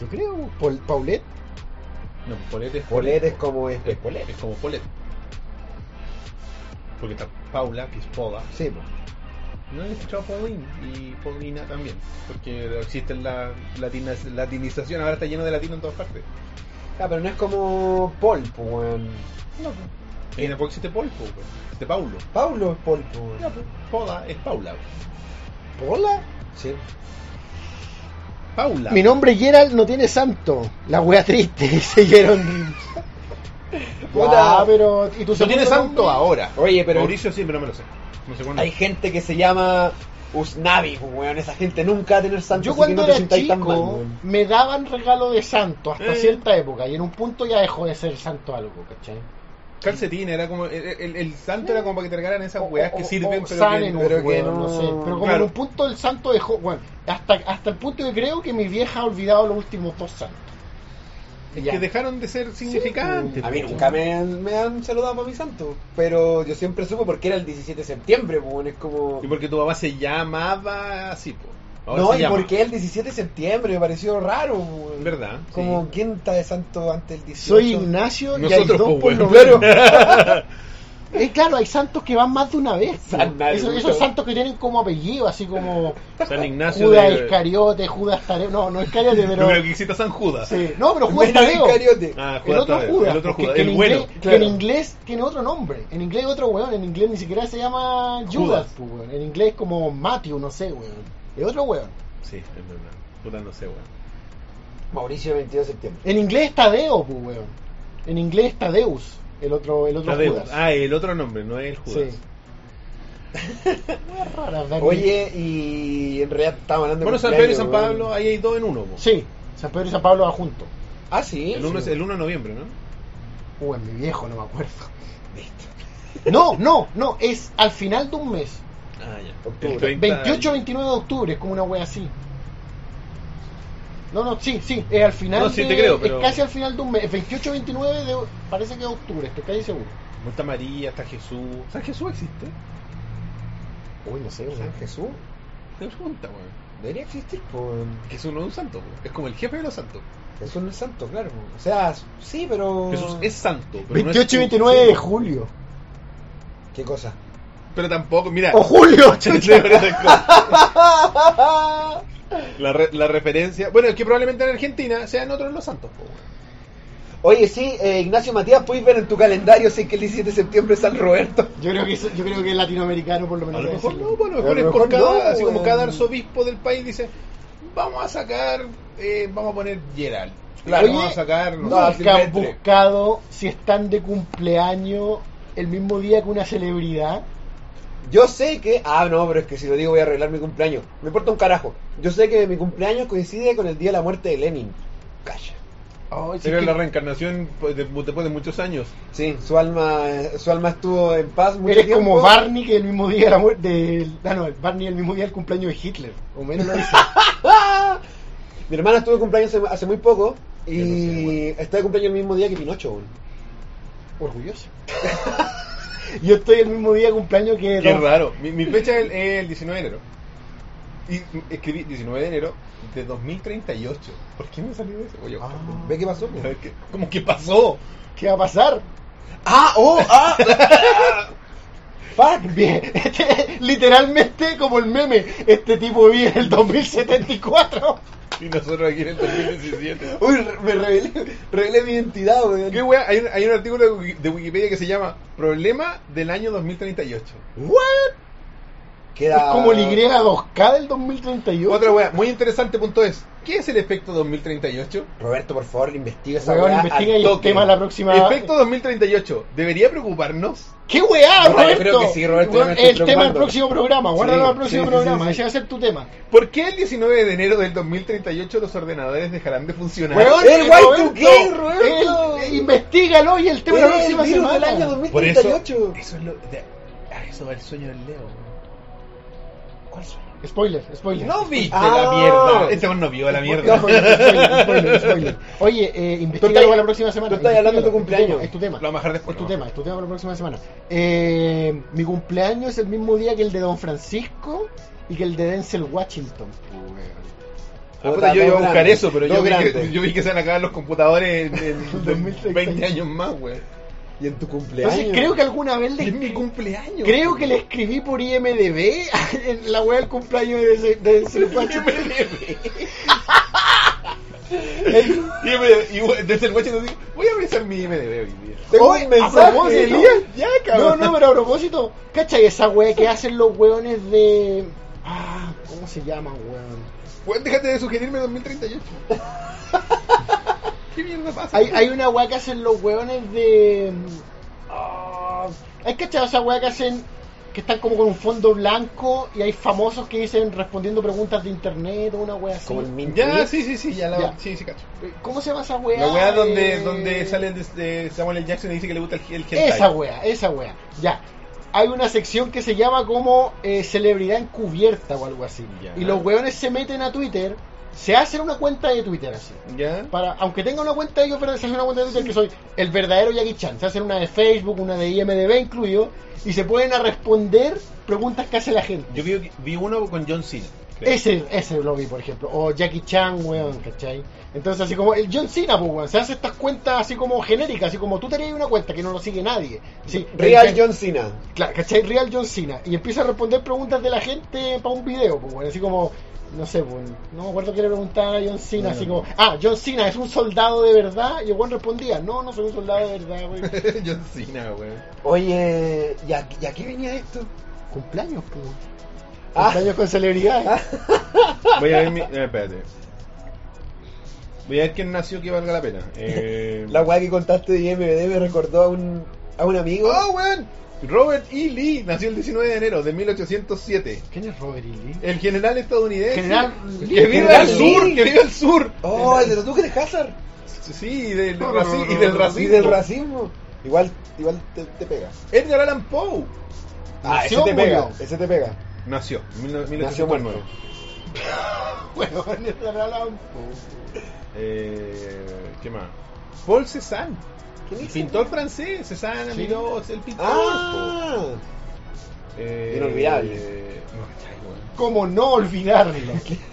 [SPEAKER 3] Yo creo. Paul- Paulette.
[SPEAKER 1] No, Polet es
[SPEAKER 2] Paulette es como es.
[SPEAKER 1] Es Polet. Es como Polet. Porque está Paula, que es Paula.
[SPEAKER 2] Sí, pues.
[SPEAKER 1] No he escuchado Pauline y Paulina también. Porque existe la latina- latinización, ahora está lleno de latino en todas partes.
[SPEAKER 2] Ah, pero no es como Paul, pues, weón.
[SPEAKER 1] No, pues. Y tampoco existe Paul, pues, pues. Existe Paulo.
[SPEAKER 2] Paulo es Paul, pues, weón.
[SPEAKER 1] No, pues, Paula es Paula. pues.
[SPEAKER 2] ¿Pola? Sí.
[SPEAKER 1] Paula.
[SPEAKER 3] Mi nombre Gerald no tiene santo. La wea triste, dice Gerald.
[SPEAKER 2] Puta.
[SPEAKER 3] Ah, pero. ¿Y tú
[SPEAKER 1] No tiene santo ahora.
[SPEAKER 2] Oye, pero.
[SPEAKER 1] Mauricio sí, pero no me lo sé. No sé cuándo.
[SPEAKER 2] Hay gente que se llama Usnavi, pues, weón. Esa gente nunca va a tener santo.
[SPEAKER 3] Yo
[SPEAKER 2] así que
[SPEAKER 3] cuando
[SPEAKER 2] no te
[SPEAKER 3] era
[SPEAKER 2] sintáis tan mal,
[SPEAKER 3] chico
[SPEAKER 2] weón.
[SPEAKER 3] me daban regalo de santo hasta
[SPEAKER 1] Eh.
[SPEAKER 3] cierta época y en un punto ya dejó de ser santo algo, ¿cachai?
[SPEAKER 1] Calcetín, era como. El, el- el santo era como para que te regalan esas weas que
[SPEAKER 3] O-
[SPEAKER 1] sirven,
[SPEAKER 3] o
[SPEAKER 1] pero,
[SPEAKER 3] sanen,
[SPEAKER 1] que, pero
[SPEAKER 3] weón, no sé. Pero como en
[SPEAKER 1] Claro.
[SPEAKER 3] un punto el santo dejó, bueno, hasta, hasta el punto que creo que mi vieja ha olvidado los últimos dos santos.
[SPEAKER 1] Es
[SPEAKER 3] Ya.
[SPEAKER 1] que dejaron de ser significantes.
[SPEAKER 2] A mí
[SPEAKER 1] po.
[SPEAKER 2] nunca me han, me han saludado para mi santo. Pero yo siempre supe porque era el 17 de septiembre, pues, weón. Es como.
[SPEAKER 1] Y porque tu papá se llamaba así, po. Ahora
[SPEAKER 2] No,
[SPEAKER 1] se
[SPEAKER 2] y
[SPEAKER 1] llama.
[SPEAKER 2] porque el 17 de septiembre me pareció raro, weón.
[SPEAKER 1] ¿Verdad?
[SPEAKER 2] Como, ¿quién está de santo antes del 18?
[SPEAKER 3] Soy Ignacio y hay
[SPEAKER 2] Nosotros,
[SPEAKER 3] dos
[SPEAKER 2] pues,
[SPEAKER 3] por lo
[SPEAKER 2] weón.
[SPEAKER 3] menos. Es Eh, claro, hay santos que van más de una vez. po.
[SPEAKER 2] San Naruto.
[SPEAKER 3] Esos, esos santos que tienen como apellido, así como
[SPEAKER 1] San Ignacio
[SPEAKER 3] Judas
[SPEAKER 1] de-
[SPEAKER 3] Iscariote, Judas Tareo. No, no Iscariote, pero.
[SPEAKER 1] No, pero que hiciste a San Judas.
[SPEAKER 3] Sí. No, pero Judas
[SPEAKER 2] Menos
[SPEAKER 3] Tadeo.
[SPEAKER 2] Iscariote.
[SPEAKER 1] Ah,
[SPEAKER 3] el
[SPEAKER 1] Judas
[SPEAKER 3] otro
[SPEAKER 1] Tadeo,
[SPEAKER 3] Judas.
[SPEAKER 1] el otro
[SPEAKER 3] porque
[SPEAKER 1] Judas,
[SPEAKER 3] que en
[SPEAKER 1] el
[SPEAKER 3] inglés-
[SPEAKER 1] bueno.
[SPEAKER 3] que
[SPEAKER 1] Claro.
[SPEAKER 3] en inglés tiene otro nombre. En inglés hay otro weón. En inglés ni siquiera se llama Judas.
[SPEAKER 1] Judas.
[SPEAKER 3] pues, weón. En inglés es como Matthew, no sé, weón. Es otro weón.
[SPEAKER 1] Sí, es verdad. Puta, no sé, weón.
[SPEAKER 2] Mauricio, 22 de septiembre.
[SPEAKER 3] En inglés es Tadeo, pues, weón. En inglés es Tadeus, el otro, el otro
[SPEAKER 1] Tadeo.
[SPEAKER 3] Judas.
[SPEAKER 1] Ah, el otro nombre, no es el Judas.
[SPEAKER 3] Sí. Weas raras, Dani.
[SPEAKER 2] Oye, y en realidad estábamos hablando de
[SPEAKER 1] Bueno, San Pedro y
[SPEAKER 2] cumpleaños,
[SPEAKER 1] San
[SPEAKER 2] weón.
[SPEAKER 1] Pablo, ahí hay dos en uno, po.
[SPEAKER 3] Sí, San Pedro y San Pablo van juntos.
[SPEAKER 2] Ah, sí.
[SPEAKER 1] El uno es el 1 de noviembre, ¿no?
[SPEAKER 3] Uh, en mi viejo, no me acuerdo. No, no, no, es al final de un mes.
[SPEAKER 1] Ah, ya.
[SPEAKER 2] Octubre.
[SPEAKER 3] 28 29 de octubre, es como una wea así. No, no, sí, sí, es al final.
[SPEAKER 1] No, sí
[SPEAKER 3] de-
[SPEAKER 1] te creo, pero-
[SPEAKER 3] Es casi al final de un mes. Es 28 29 de. Parece que es octubre, estoy casi seguro.
[SPEAKER 1] Como Está María, está Jesús. O sea, Jesús existe.
[SPEAKER 3] Uy, no sé,
[SPEAKER 2] San
[SPEAKER 3] weón.
[SPEAKER 2] Jesús.
[SPEAKER 1] Te pregunta, weón.
[SPEAKER 2] Debería existir, pues.
[SPEAKER 1] Jesús no es un santo, weón. Es como el jefe de los santos.
[SPEAKER 2] Jesús no es santo, claro. O sea, sí, pero.
[SPEAKER 1] Jesús es santo. Pero no es
[SPEAKER 3] 28 y
[SPEAKER 1] un-
[SPEAKER 3] 29 de julio.
[SPEAKER 2] ¿Qué cosa?
[SPEAKER 1] Pero tampoco, mira.
[SPEAKER 3] ¡O ¡Oh, Julio! chucha. Ah.
[SPEAKER 1] la, re- la referencia. Bueno, es que probablemente en Argentina sean otros los santos. po, weón.
[SPEAKER 2] Oye, sí, eh, Ignacio Matías, puedes ver en tu calendario, sé que el 17 de septiembre es San Roberto.
[SPEAKER 3] Yo creo que eso- yo creo que es latinoamericano por lo
[SPEAKER 1] A
[SPEAKER 3] menos.
[SPEAKER 1] lo
[SPEAKER 3] debe
[SPEAKER 1] mejor
[SPEAKER 3] ser.
[SPEAKER 1] no, po, a lo
[SPEAKER 2] A
[SPEAKER 1] mejor
[SPEAKER 2] lo
[SPEAKER 1] es por
[SPEAKER 2] mejor
[SPEAKER 1] cada.
[SPEAKER 2] no,
[SPEAKER 1] así como
[SPEAKER 2] weón.
[SPEAKER 1] cada arzobispo del país dice: Vamos a sacar. eh, vamos a poner Gerald.
[SPEAKER 3] Claro.
[SPEAKER 1] vamos
[SPEAKER 3] Oye,
[SPEAKER 1] a sacar. sé,
[SPEAKER 3] No, nunca han
[SPEAKER 1] Silvestre.
[SPEAKER 3] buscado si están de cumpleaños el mismo día que una celebridad.
[SPEAKER 2] Yo sé que. Ah, no, pero es que si lo digo voy a arreglar mi cumpleaños. Me importa un carajo. Yo sé que mi cumpleaños coincide con el día de la muerte de Lenin. Calla.
[SPEAKER 3] Ay, si
[SPEAKER 1] Sería
[SPEAKER 3] es
[SPEAKER 1] la
[SPEAKER 3] que-
[SPEAKER 1] reencarnación pues, de- después de muchos años.
[SPEAKER 2] Sí, su
[SPEAKER 3] eh,
[SPEAKER 2] alma, su alma estuvo en paz mucho
[SPEAKER 3] Eres
[SPEAKER 2] tiempo.
[SPEAKER 3] como Barney que el mismo día de la muerte del- ah, no, el Barney el mismo día del cumpleaños de Hitler. O menos lo dice.
[SPEAKER 2] Mi hermana estuvo de cumpleaños hace, hace muy poco y está de cumpleaños el mismo día que Pinocho. weón.
[SPEAKER 3] Orgulloso. Yo estoy el mismo día de cumpleaños que.
[SPEAKER 1] Qué
[SPEAKER 3] don-
[SPEAKER 1] raro. Mi, mi fecha es el, es el 19 de enero. Y escribí 19 de enero de 2038. ¿Por qué me salió eso?
[SPEAKER 3] Ah.
[SPEAKER 1] Oye,
[SPEAKER 2] ¿Ve qué pasó? weón?
[SPEAKER 1] ¿qué- ¿Cómo que pasó?
[SPEAKER 3] ¿Qué va a pasar?
[SPEAKER 2] ¡Ah! ¡Oh! ¡Ah!
[SPEAKER 3] Fuck, bien. Este- literalmente como el meme, este tipo vive en el 2074.
[SPEAKER 1] Y nosotros aquí en el 2017.
[SPEAKER 2] Uy, re- me revelé, revelé mi identidad, weón.
[SPEAKER 1] ¿Qué wea? Hay, un- hay un artículo de, Wiki- de Wikipedia que se llama Problema del año 2038.
[SPEAKER 2] ¿What? Queda-
[SPEAKER 3] Es como el Y2K del 2038.
[SPEAKER 1] Otra wea, muy interesante punto es, ¿qué es el efecto 2038?
[SPEAKER 2] Roberto, por favor, investiga
[SPEAKER 1] esa
[SPEAKER 3] Weón, weá investiga al y el toque. tema de la próxima-
[SPEAKER 1] Efecto 2038, ¿debería preocuparnos?
[SPEAKER 3] ¡Qué weá,
[SPEAKER 1] Puta,
[SPEAKER 3] Roberto!
[SPEAKER 1] yo creo que sí, Roberto,
[SPEAKER 3] Weón,
[SPEAKER 1] yo me estoy
[SPEAKER 3] el tema del
[SPEAKER 1] preocupando.
[SPEAKER 3] próximo programa,
[SPEAKER 1] Sí,
[SPEAKER 3] guárdalo al
[SPEAKER 1] sí,
[SPEAKER 3] próximo
[SPEAKER 1] sí,
[SPEAKER 3] programa,
[SPEAKER 1] sí, sí.
[SPEAKER 3] ese va a ser tu tema.
[SPEAKER 1] ¿Por qué el 19 de enero del 2038 los ordenadores dejarán de funcionar?
[SPEAKER 3] Weón,
[SPEAKER 1] ¡El
[SPEAKER 3] Roberto,
[SPEAKER 1] Y2K,
[SPEAKER 3] el- eh, investígalo y el tema de la
[SPEAKER 1] Era el
[SPEAKER 3] próxima
[SPEAKER 1] virus
[SPEAKER 3] semana.
[SPEAKER 1] del año
[SPEAKER 2] Por eso- 2038.
[SPEAKER 1] eso es lo. de- ah, eso va el sueño del Leo. ¿Cuál sueño?
[SPEAKER 3] Spoiler, spoiler.
[SPEAKER 1] No viste
[SPEAKER 3] Ah.
[SPEAKER 1] la mierda. Este weón no vio la mierda.
[SPEAKER 3] No, spoiler, spoiler, spoiler, spoiler. Oye, eh, investigalo para la próxima semana.
[SPEAKER 2] tú estás hablando de tu
[SPEAKER 3] investígalo, Es tu tema. es tu tema.
[SPEAKER 1] Lo vamos a dejar después.
[SPEAKER 3] Es tu tema, es tu tema para la próxima semana. Eh, mi cumpleaños es el mismo día que el de Don Francisco y que el de Denzel Washington.
[SPEAKER 1] Ah, puta, yo iba a buscar eso, pero yo
[SPEAKER 3] Dos
[SPEAKER 1] vi, que,
[SPEAKER 3] grandes.
[SPEAKER 1] yo vi que se van a acabar los computadores en, en 20 años más, güey.
[SPEAKER 2] Y en tu cumpleaños.
[SPEAKER 3] Entonces creo que alguna vez le...
[SPEAKER 1] mi cumpleaños.
[SPEAKER 3] Creo que le escribí por IMDB en la web del cumpleaños de, ese- de Denzel Washington.
[SPEAKER 1] Y, me, y güey, desde el guacho nos dijo, voy a revisar mi IMDB hoy día.
[SPEAKER 3] Hoy, a propósito,
[SPEAKER 1] Ya,
[SPEAKER 3] No,
[SPEAKER 1] cabrón.
[SPEAKER 3] no, pero a propósito, ¿cachai? Esa wea que hacen los weones de. Ah, ¿cómo se llama, weón?
[SPEAKER 1] Güey, déjate de sugerirme 2038. ¿Qué mierda pasa?
[SPEAKER 3] Hay, hay una wea que hacen los weones de. Ah, ¿Hay cachado esa wea que hacen. que están como con un fondo blanco y hay famosos que dicen respondiendo preguntas de internet o una wea así?
[SPEAKER 2] Como el Mint
[SPEAKER 1] Ya,
[SPEAKER 2] Tweet.
[SPEAKER 1] sí, sí, sí, ya la
[SPEAKER 3] Ya.
[SPEAKER 1] Sí, sí, cacho.
[SPEAKER 3] ¿Cómo se llama esa wea?
[SPEAKER 1] La weá donde,
[SPEAKER 3] Eh,
[SPEAKER 1] donde sale desde Samuel L. Jackson y dice que le gusta el, el hentai.
[SPEAKER 3] Esa wea, esa wea. Ya. Hay una sección que se llama como eh, celebridad encubierta o algo así.
[SPEAKER 1] Ya.
[SPEAKER 3] Y los weones se meten a Twitter, se hacen una cuenta de Twitter así.
[SPEAKER 1] Ya.
[SPEAKER 3] Para, aunque tenga una cuenta de ellos, pero se hacen una cuenta de Twitter que soy el verdadero Jackie Chan. Se hacen una de Facebook, una de IMDB incluido, y se pueden a responder preguntas que hace la gente.
[SPEAKER 1] Yo vi, vi uno con John Cena. creo.
[SPEAKER 3] Ese, ese lo vi, por ejemplo. O Jackie Chan, weón, ¿cachai? Entonces, así como el John Cena, pues, weón, se hace estas cuentas así como genéricas, así como tú tenías una cuenta que no lo sigue nadie. Sí,
[SPEAKER 2] Real
[SPEAKER 3] el-
[SPEAKER 2] John Cena.
[SPEAKER 3] Claro, ¿cachai? Real John Cena. Y empieza a responder preguntas de la gente para un video, pues, weón. Así como, no sé, pues, no me acuerdo qué le preguntaban a John Cena.
[SPEAKER 1] Bueno.
[SPEAKER 3] así como, ah, John Cena es un soldado de verdad. Y el weón respondía, no, no soy un soldado de verdad, weón.
[SPEAKER 1] John Cena, weón.
[SPEAKER 2] Oye, ¿y a, y a qué venía esto?
[SPEAKER 3] Cumpleaños, pues.
[SPEAKER 2] Ah.
[SPEAKER 3] Cumpleaños con celebridades.
[SPEAKER 1] Voy a ver mi. eh, espérate. Voy a ver quién nació que valga la pena. Eh,
[SPEAKER 2] La weá que contaste de IMDB me recordó a un, a un amigo.
[SPEAKER 1] ¡Oh, weón! Robert E. Lee nació el 19 de enero de 1807.
[SPEAKER 3] ¿Quién es Robert E. Lee?
[SPEAKER 1] El general estadounidense.
[SPEAKER 3] General Lee.
[SPEAKER 1] ¡Que viva el
[SPEAKER 3] General Lee.
[SPEAKER 1] sur! ¡Que viva el sur!
[SPEAKER 2] Oh, el de los Duques de Hazard.
[SPEAKER 1] Sí, y del, raci- y del racismo.
[SPEAKER 2] Y del racismo. Igual, igual te, te pega.
[SPEAKER 1] Edgar Allan Poe
[SPEAKER 2] Ah, ese
[SPEAKER 1] ¿Nació
[SPEAKER 2] te
[SPEAKER 1] o
[SPEAKER 2] pega.
[SPEAKER 1] murió?
[SPEAKER 2] Ese te pega.
[SPEAKER 1] nació en 19-
[SPEAKER 2] Nació
[SPEAKER 1] 1809.
[SPEAKER 3] Weón, esa era la-
[SPEAKER 1] Eh, ¿Qué más? Paul Cézanne.
[SPEAKER 2] ¿Quién
[SPEAKER 1] El pintor francés, Cézanne, Miró, el pintor.
[SPEAKER 2] Ah,
[SPEAKER 1] Eh,
[SPEAKER 2] Inolvidable.
[SPEAKER 1] eh, no, cachai, weón.
[SPEAKER 3] ¿Cómo no olvidarlo?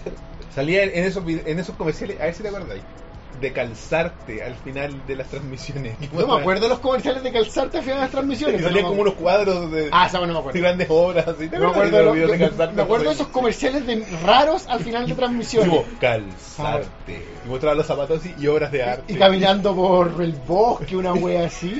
[SPEAKER 1] Salía en esos, vide- en esos comerciales, a ver si te acordáis, de calzarte al final de las transmisiones.
[SPEAKER 3] No me acuerdo los comerciales de calzarte al final de las transmisiones.
[SPEAKER 1] Y salían
[SPEAKER 3] pero no me
[SPEAKER 1] como unos cuadros de,
[SPEAKER 3] Ah, esa no me acuerdo.
[SPEAKER 1] de grandes obras. así. ¿Te
[SPEAKER 3] Me
[SPEAKER 1] acuerdas
[SPEAKER 3] acuerdo,
[SPEAKER 1] de
[SPEAKER 3] de
[SPEAKER 1] los
[SPEAKER 3] los-
[SPEAKER 1] videos de
[SPEAKER 3] me-
[SPEAKER 1] calzarte? Pues,
[SPEAKER 3] me acuerdo de esos comerciales de raros al final de transmisiones.
[SPEAKER 1] Tipo, calzarte. Y mostraba los zapatos así y obras de arte.
[SPEAKER 3] Y caminando por el bosque, una wea así.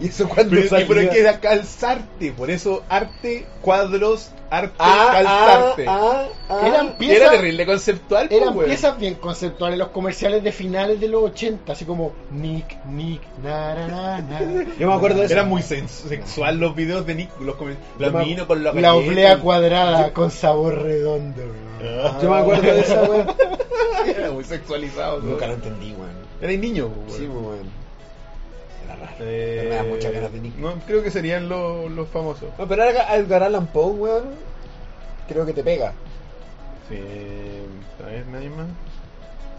[SPEAKER 2] ¿Y eso cuando
[SPEAKER 1] Pero, y por aquí era calzarte, por eso arte, cuadros, arte,
[SPEAKER 3] Ah,
[SPEAKER 1] calzarte.
[SPEAKER 3] ah, ah,
[SPEAKER 1] Eran
[SPEAKER 3] ah.
[SPEAKER 1] piezas- era terrible conceptual. po,
[SPEAKER 3] Eran
[SPEAKER 1] weón.
[SPEAKER 3] piezas bien conceptuales los comerciales de finales de los 80, así como Nick, Nick, na, na, na, na.
[SPEAKER 2] Yo me acuerdo de eso.
[SPEAKER 1] Era muy sens- sexual los videos de Nick, los, comen- los
[SPEAKER 2] Yo me-
[SPEAKER 1] minos con la
[SPEAKER 3] La
[SPEAKER 1] galleta.
[SPEAKER 3] oblea cuadrada con sabor redondo.
[SPEAKER 1] Ah.
[SPEAKER 2] Yo me acuerdo de esa weá.
[SPEAKER 1] Era muy sexualizado.
[SPEAKER 2] Nunca lo
[SPEAKER 1] weón.
[SPEAKER 2] entendí, weón.
[SPEAKER 1] Era niño, po, weón.
[SPEAKER 2] Sí, weón. Era raro.
[SPEAKER 1] Eh,
[SPEAKER 2] Me da muchas ganas de Nick.
[SPEAKER 1] no, creo que serían los, los famosos.
[SPEAKER 2] No, pero ahora Edgar Allan Poe, weón, creo que te pega.
[SPEAKER 1] Sí, a ver, nadie más.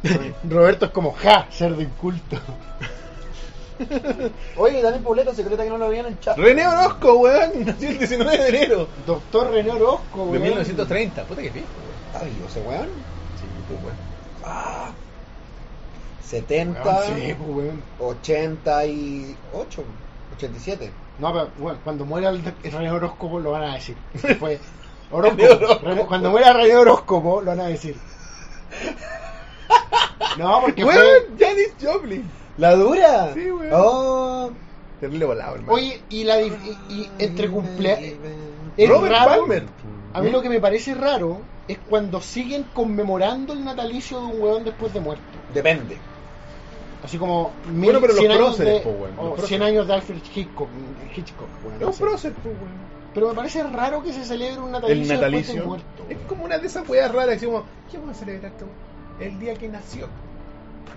[SPEAKER 3] Roberto es como, ja, ser de inculto.
[SPEAKER 2] Oye, Daniel Puleto, secreta que no lo veían en el chat.
[SPEAKER 1] René Orozco, weón, nació el 19 de enero
[SPEAKER 3] Doctor René Orozco,
[SPEAKER 1] de
[SPEAKER 3] weón.
[SPEAKER 1] 1930. Puta que pico,
[SPEAKER 2] Está vivo ese weón.
[SPEAKER 1] Sí, pues, weón.
[SPEAKER 2] Ah. 70,
[SPEAKER 3] Weón, sí, pues, weón.
[SPEAKER 2] 88, 87.
[SPEAKER 3] No, pero bueno, cuando muera el, el René Horóscopo lo van a decir. Después, horóscopo,
[SPEAKER 2] René Horóscopo.
[SPEAKER 3] René- cuando muera René Horóscopo lo van a decir. No, porque fue-
[SPEAKER 1] Weón, Janis Joplin.
[SPEAKER 2] ¿La dura?
[SPEAKER 1] Sí, weón.
[SPEAKER 2] Oh,
[SPEAKER 1] Terrible volado, hermano.
[SPEAKER 3] Oye, y, la, di- y, y entre cumplea- Es
[SPEAKER 1] Robert
[SPEAKER 3] raro,
[SPEAKER 1] Palmer. ¿Eh?
[SPEAKER 3] A mí lo que me parece raro es cuando siguen conmemorando el natalicio de un huevón después de muerto.
[SPEAKER 2] Depende.
[SPEAKER 3] Así como mil-
[SPEAKER 1] Bueno, pero los
[SPEAKER 3] 100 años
[SPEAKER 1] próceres,
[SPEAKER 3] de-
[SPEAKER 1] po, weón, los
[SPEAKER 3] o
[SPEAKER 1] próceres.
[SPEAKER 3] 100 años de Alfred Hitchcock, Hitchcock weón,
[SPEAKER 1] Los
[SPEAKER 3] así.
[SPEAKER 1] próceres, po, weón.
[SPEAKER 3] pues, Pero me parece raro que se celebre un natalicio,
[SPEAKER 1] El
[SPEAKER 3] después de
[SPEAKER 1] natalicio.
[SPEAKER 3] muerto.
[SPEAKER 1] Es como una de esas weas raras. que decimos, ¿qué vamos a celebrar tú? El día que nació.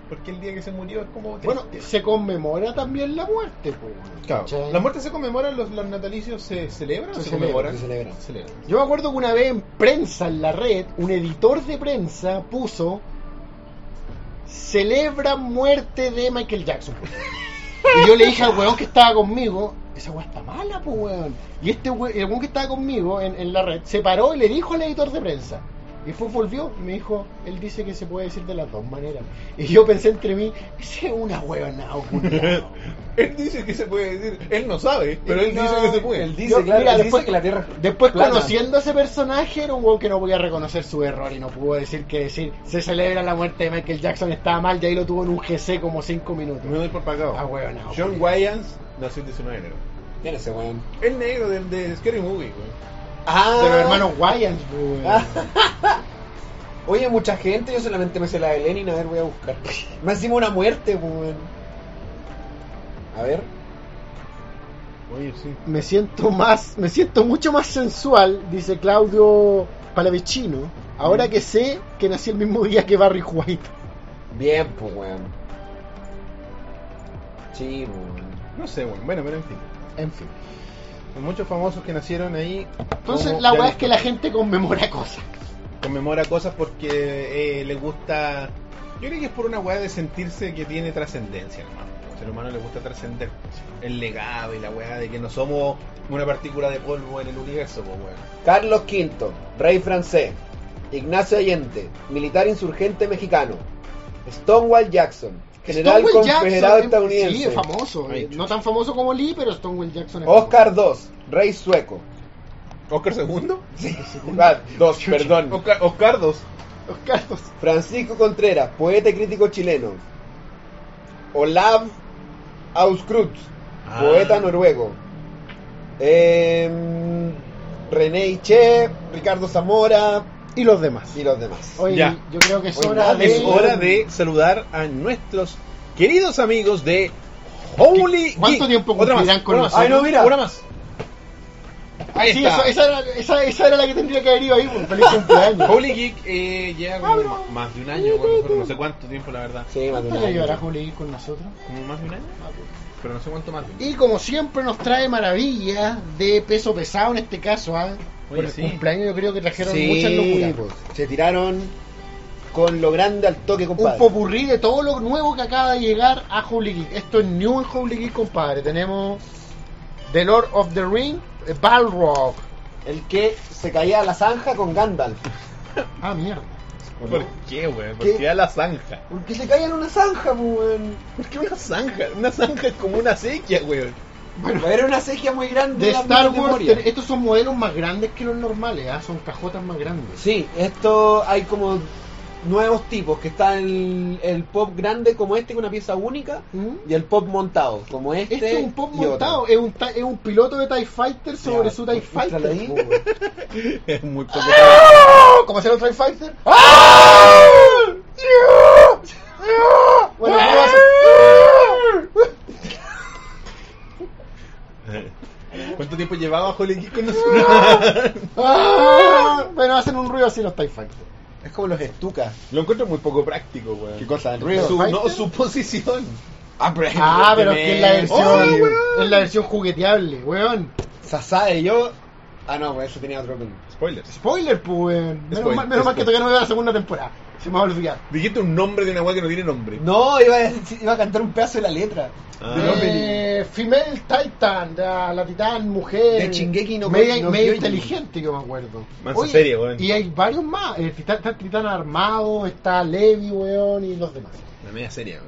[SPEAKER 1] Porque el día que se murió es como.
[SPEAKER 3] Bueno, se conmemora también la muerte, po, weón, ¿cachai?
[SPEAKER 1] ¿La muerte se conmemora? ¿Los, los natalicios se celebran? o
[SPEAKER 3] Se
[SPEAKER 1] ¿Se,
[SPEAKER 3] celebran,
[SPEAKER 1] conmemoran?
[SPEAKER 3] se celebran.
[SPEAKER 1] Se celebran.
[SPEAKER 3] Yo me acuerdo que una vez en prensa, en la red, un editor de prensa puso Celebra muerte de Michael Jackson. Y yo le dije al weón que estaba conmigo, esa weá está mala, pues weón. Y este we- el weón que estaba conmigo en, en la red se paró y le dijo al editor de prensa. Y después volvió y me dijo, él dice que se puede decir de las dos maneras. Y yo pensé entre mí, ese es una huevonao, culiao".
[SPEAKER 1] Él dice que se puede decir. Él no sabe, pero él dice que se puede.
[SPEAKER 3] Él dice, claro, él dice que la
[SPEAKER 2] Tierra
[SPEAKER 3] Después
[SPEAKER 1] Plata.
[SPEAKER 3] Pues conociendo a ese personaje era un weón que no podía reconocer su error y no pudo decir que decir se celebra la muerte de Michael Jackson estaba mal y ahí lo tuvo en un GC como 5 minutos. Me
[SPEAKER 1] doy por pagado.
[SPEAKER 3] Ah, weón, no.
[SPEAKER 1] John Wayans nació el 19 de enero.
[SPEAKER 2] ¿Quién es ese weón?
[SPEAKER 1] El negro del de Scary Movie, weón.
[SPEAKER 2] Ah.
[SPEAKER 3] De los hermanos Wayans, weón.
[SPEAKER 2] Oye, mucha gente, yo solamente me sé la de Lenin, a ver, voy a buscar. Me encima una muerte, pues, weón. A ver.
[SPEAKER 1] Oye, sí.
[SPEAKER 3] Me siento más, me siento mucho más sensual, dice Claudio Palavecino,
[SPEAKER 2] Mm.
[SPEAKER 3] ahora que sé que nací el mismo día que Barry White.
[SPEAKER 2] Bien, pues, weón. Sí, weón.
[SPEAKER 1] No sé, bueno, bueno, pero en fin. En fin. Hay muchos famosos que nacieron ahí.
[SPEAKER 3] Entonces
[SPEAKER 1] como
[SPEAKER 3] la
[SPEAKER 1] ya
[SPEAKER 3] weá
[SPEAKER 1] les-
[SPEAKER 3] es que la gente conmemora cosas.
[SPEAKER 1] Conmemora cosas porque eh, le gusta. Yo creo que es por una weá de sentirse que tiene trascendencia, hermano. Al ser humano le gusta trascender el legado y la weá de que no somos una partícula de polvo en el universo, pues weón.
[SPEAKER 2] Carlos V, rey francés. Ignacio Allende, militar insurgente mexicano. Stonewall Jackson, general
[SPEAKER 3] Stonewall
[SPEAKER 2] confederado
[SPEAKER 3] Jackson, eh,
[SPEAKER 2] estadounidense.
[SPEAKER 3] Sí, es famoso. eh, no tan famoso como Lee, pero Stonewall Jackson es
[SPEAKER 2] Oscar II, rey sueco.
[SPEAKER 1] ¿Oscar II?
[SPEAKER 2] Sí, ah, dos, perdón.
[SPEAKER 1] Oscar, Oscar II.
[SPEAKER 2] Francisco Contreras, poeta y crítico chileno. Olav Auskrutz,
[SPEAKER 1] Ah.
[SPEAKER 2] poeta noruego. Em, René Che, Ricardo Zamora.
[SPEAKER 3] Y los demás.
[SPEAKER 2] Y los demás.
[SPEAKER 3] Oye,
[SPEAKER 1] Ya.
[SPEAKER 3] yo creo que es
[SPEAKER 2] Oye,
[SPEAKER 3] hora de...
[SPEAKER 1] Es hora de saludar a nuestros queridos amigos de Holy
[SPEAKER 3] ¿Cuánto
[SPEAKER 1] Geek.
[SPEAKER 3] tiempo
[SPEAKER 1] Otra más,
[SPEAKER 3] cumplirán con
[SPEAKER 1] una más.
[SPEAKER 3] nosotros?
[SPEAKER 1] Ay, no, mira. Una más. Ahí
[SPEAKER 3] Sí,
[SPEAKER 1] está.
[SPEAKER 3] eso- esa, era, esa, esa era la que tendría que haber ido ahí. pues, Feliz cumpleaños.
[SPEAKER 1] Holy Geek eh, lleva como ma- más de un año, bueno, pero no sé cuánto tiempo, la verdad.
[SPEAKER 2] Sí, más
[SPEAKER 3] ¿Cuánto le llevará Juli con nosotros? Ah,
[SPEAKER 1] Como más de un año, pero no sé cuánto más. de un año.
[SPEAKER 3] Y como siempre nos trae maravillas de peso pesado en este caso, ¿ah? Por
[SPEAKER 1] Oye,
[SPEAKER 3] el
[SPEAKER 1] sí.
[SPEAKER 3] cumpleaños yo creo que trajeron
[SPEAKER 2] Sí,
[SPEAKER 3] muchas locuras.
[SPEAKER 2] pues, se tiraron con lo grande al toque,
[SPEAKER 3] Un
[SPEAKER 2] compadre.
[SPEAKER 3] popurrí de todo lo nuevo que acaba de llegar a Holy Geek. Esto es New en Holy Geek, compadre. Tenemos The Lord of the Ring, eh, Balrog.
[SPEAKER 2] El que se caía a la zanja con Gandalf.
[SPEAKER 3] Ah, mierda.
[SPEAKER 1] ¿Por qué, weón? Porque da la zanja.
[SPEAKER 2] ¿Por qué se caía en una zanja,
[SPEAKER 3] pues,
[SPEAKER 2] weón?
[SPEAKER 1] ¿Por qué una zanja? Una zanja es como una sequía, weón.
[SPEAKER 2] Bueno, era una sequía muy grande.
[SPEAKER 3] De
[SPEAKER 2] la
[SPEAKER 3] Star
[SPEAKER 2] mi
[SPEAKER 3] Wars,
[SPEAKER 2] memoria.
[SPEAKER 3] ten- estos son modelos más grandes que los normales, ¿ah? son cajotas más grandes.
[SPEAKER 2] Sí, esto hay como nuevos tipos, que está el, el pop grande como este, que una pieza única, y el pop montado, como este.
[SPEAKER 3] ¿Mm? Este es un pop
[SPEAKER 2] y otro.
[SPEAKER 3] montado, es un, ta- es un piloto de TIE Fighter sobre
[SPEAKER 2] Ya,
[SPEAKER 3] su TIE Fighter.
[SPEAKER 2] muéstralo ahí.
[SPEAKER 1] Es muy poco.
[SPEAKER 3] ¿Cómo se llama ¡Ah! el TIE Fighter?
[SPEAKER 17] Ah.
[SPEAKER 3] Bueno, ¿cómo va a
[SPEAKER 1] ¿Cuánto tiempo llevaba Holy Geek con nosotros?
[SPEAKER 3] Ah, bueno, hacen un ruido así los TIE Fighters.
[SPEAKER 2] Es como los estucas.
[SPEAKER 1] Lo encuentro muy poco práctico, weón.
[SPEAKER 2] ¿Qué cosa? ¿El
[SPEAKER 1] Su,
[SPEAKER 3] Fighter?
[SPEAKER 1] no, su posición.
[SPEAKER 3] Ah, pero es que es la
[SPEAKER 1] Oh,
[SPEAKER 3] versión,
[SPEAKER 1] weón.
[SPEAKER 3] es la versión jugueteable, weón.
[SPEAKER 2] Sasae, eh, yo. Ah, no, pues eso tenía otro pin.
[SPEAKER 1] Spoilers.
[SPEAKER 3] Spoiler, pues, weón. Menos,
[SPEAKER 1] Spoiler,
[SPEAKER 3] mal, menos mal que
[SPEAKER 1] spoiler.
[SPEAKER 3] todavía no veo la segunda temporada. Se me va a olvidar.
[SPEAKER 1] Dijiste un nombre de una weá que no tiene nombre.
[SPEAKER 2] No, iba a, iba a cantar un pedazo de la letra.
[SPEAKER 1] Ah.
[SPEAKER 2] Del opening.
[SPEAKER 3] Eh, Female Titan, la, la titán, mujer.
[SPEAKER 2] De Shingeki no-
[SPEAKER 3] media,
[SPEAKER 2] no
[SPEAKER 3] media
[SPEAKER 2] Kyojin.
[SPEAKER 3] inteligente, que me acuerdo.
[SPEAKER 1] Mansa serie, weón.
[SPEAKER 3] Y hay varios más. Eh, El titán, está el titán armado, está Levi, weón, y los demás.
[SPEAKER 1] La media seria,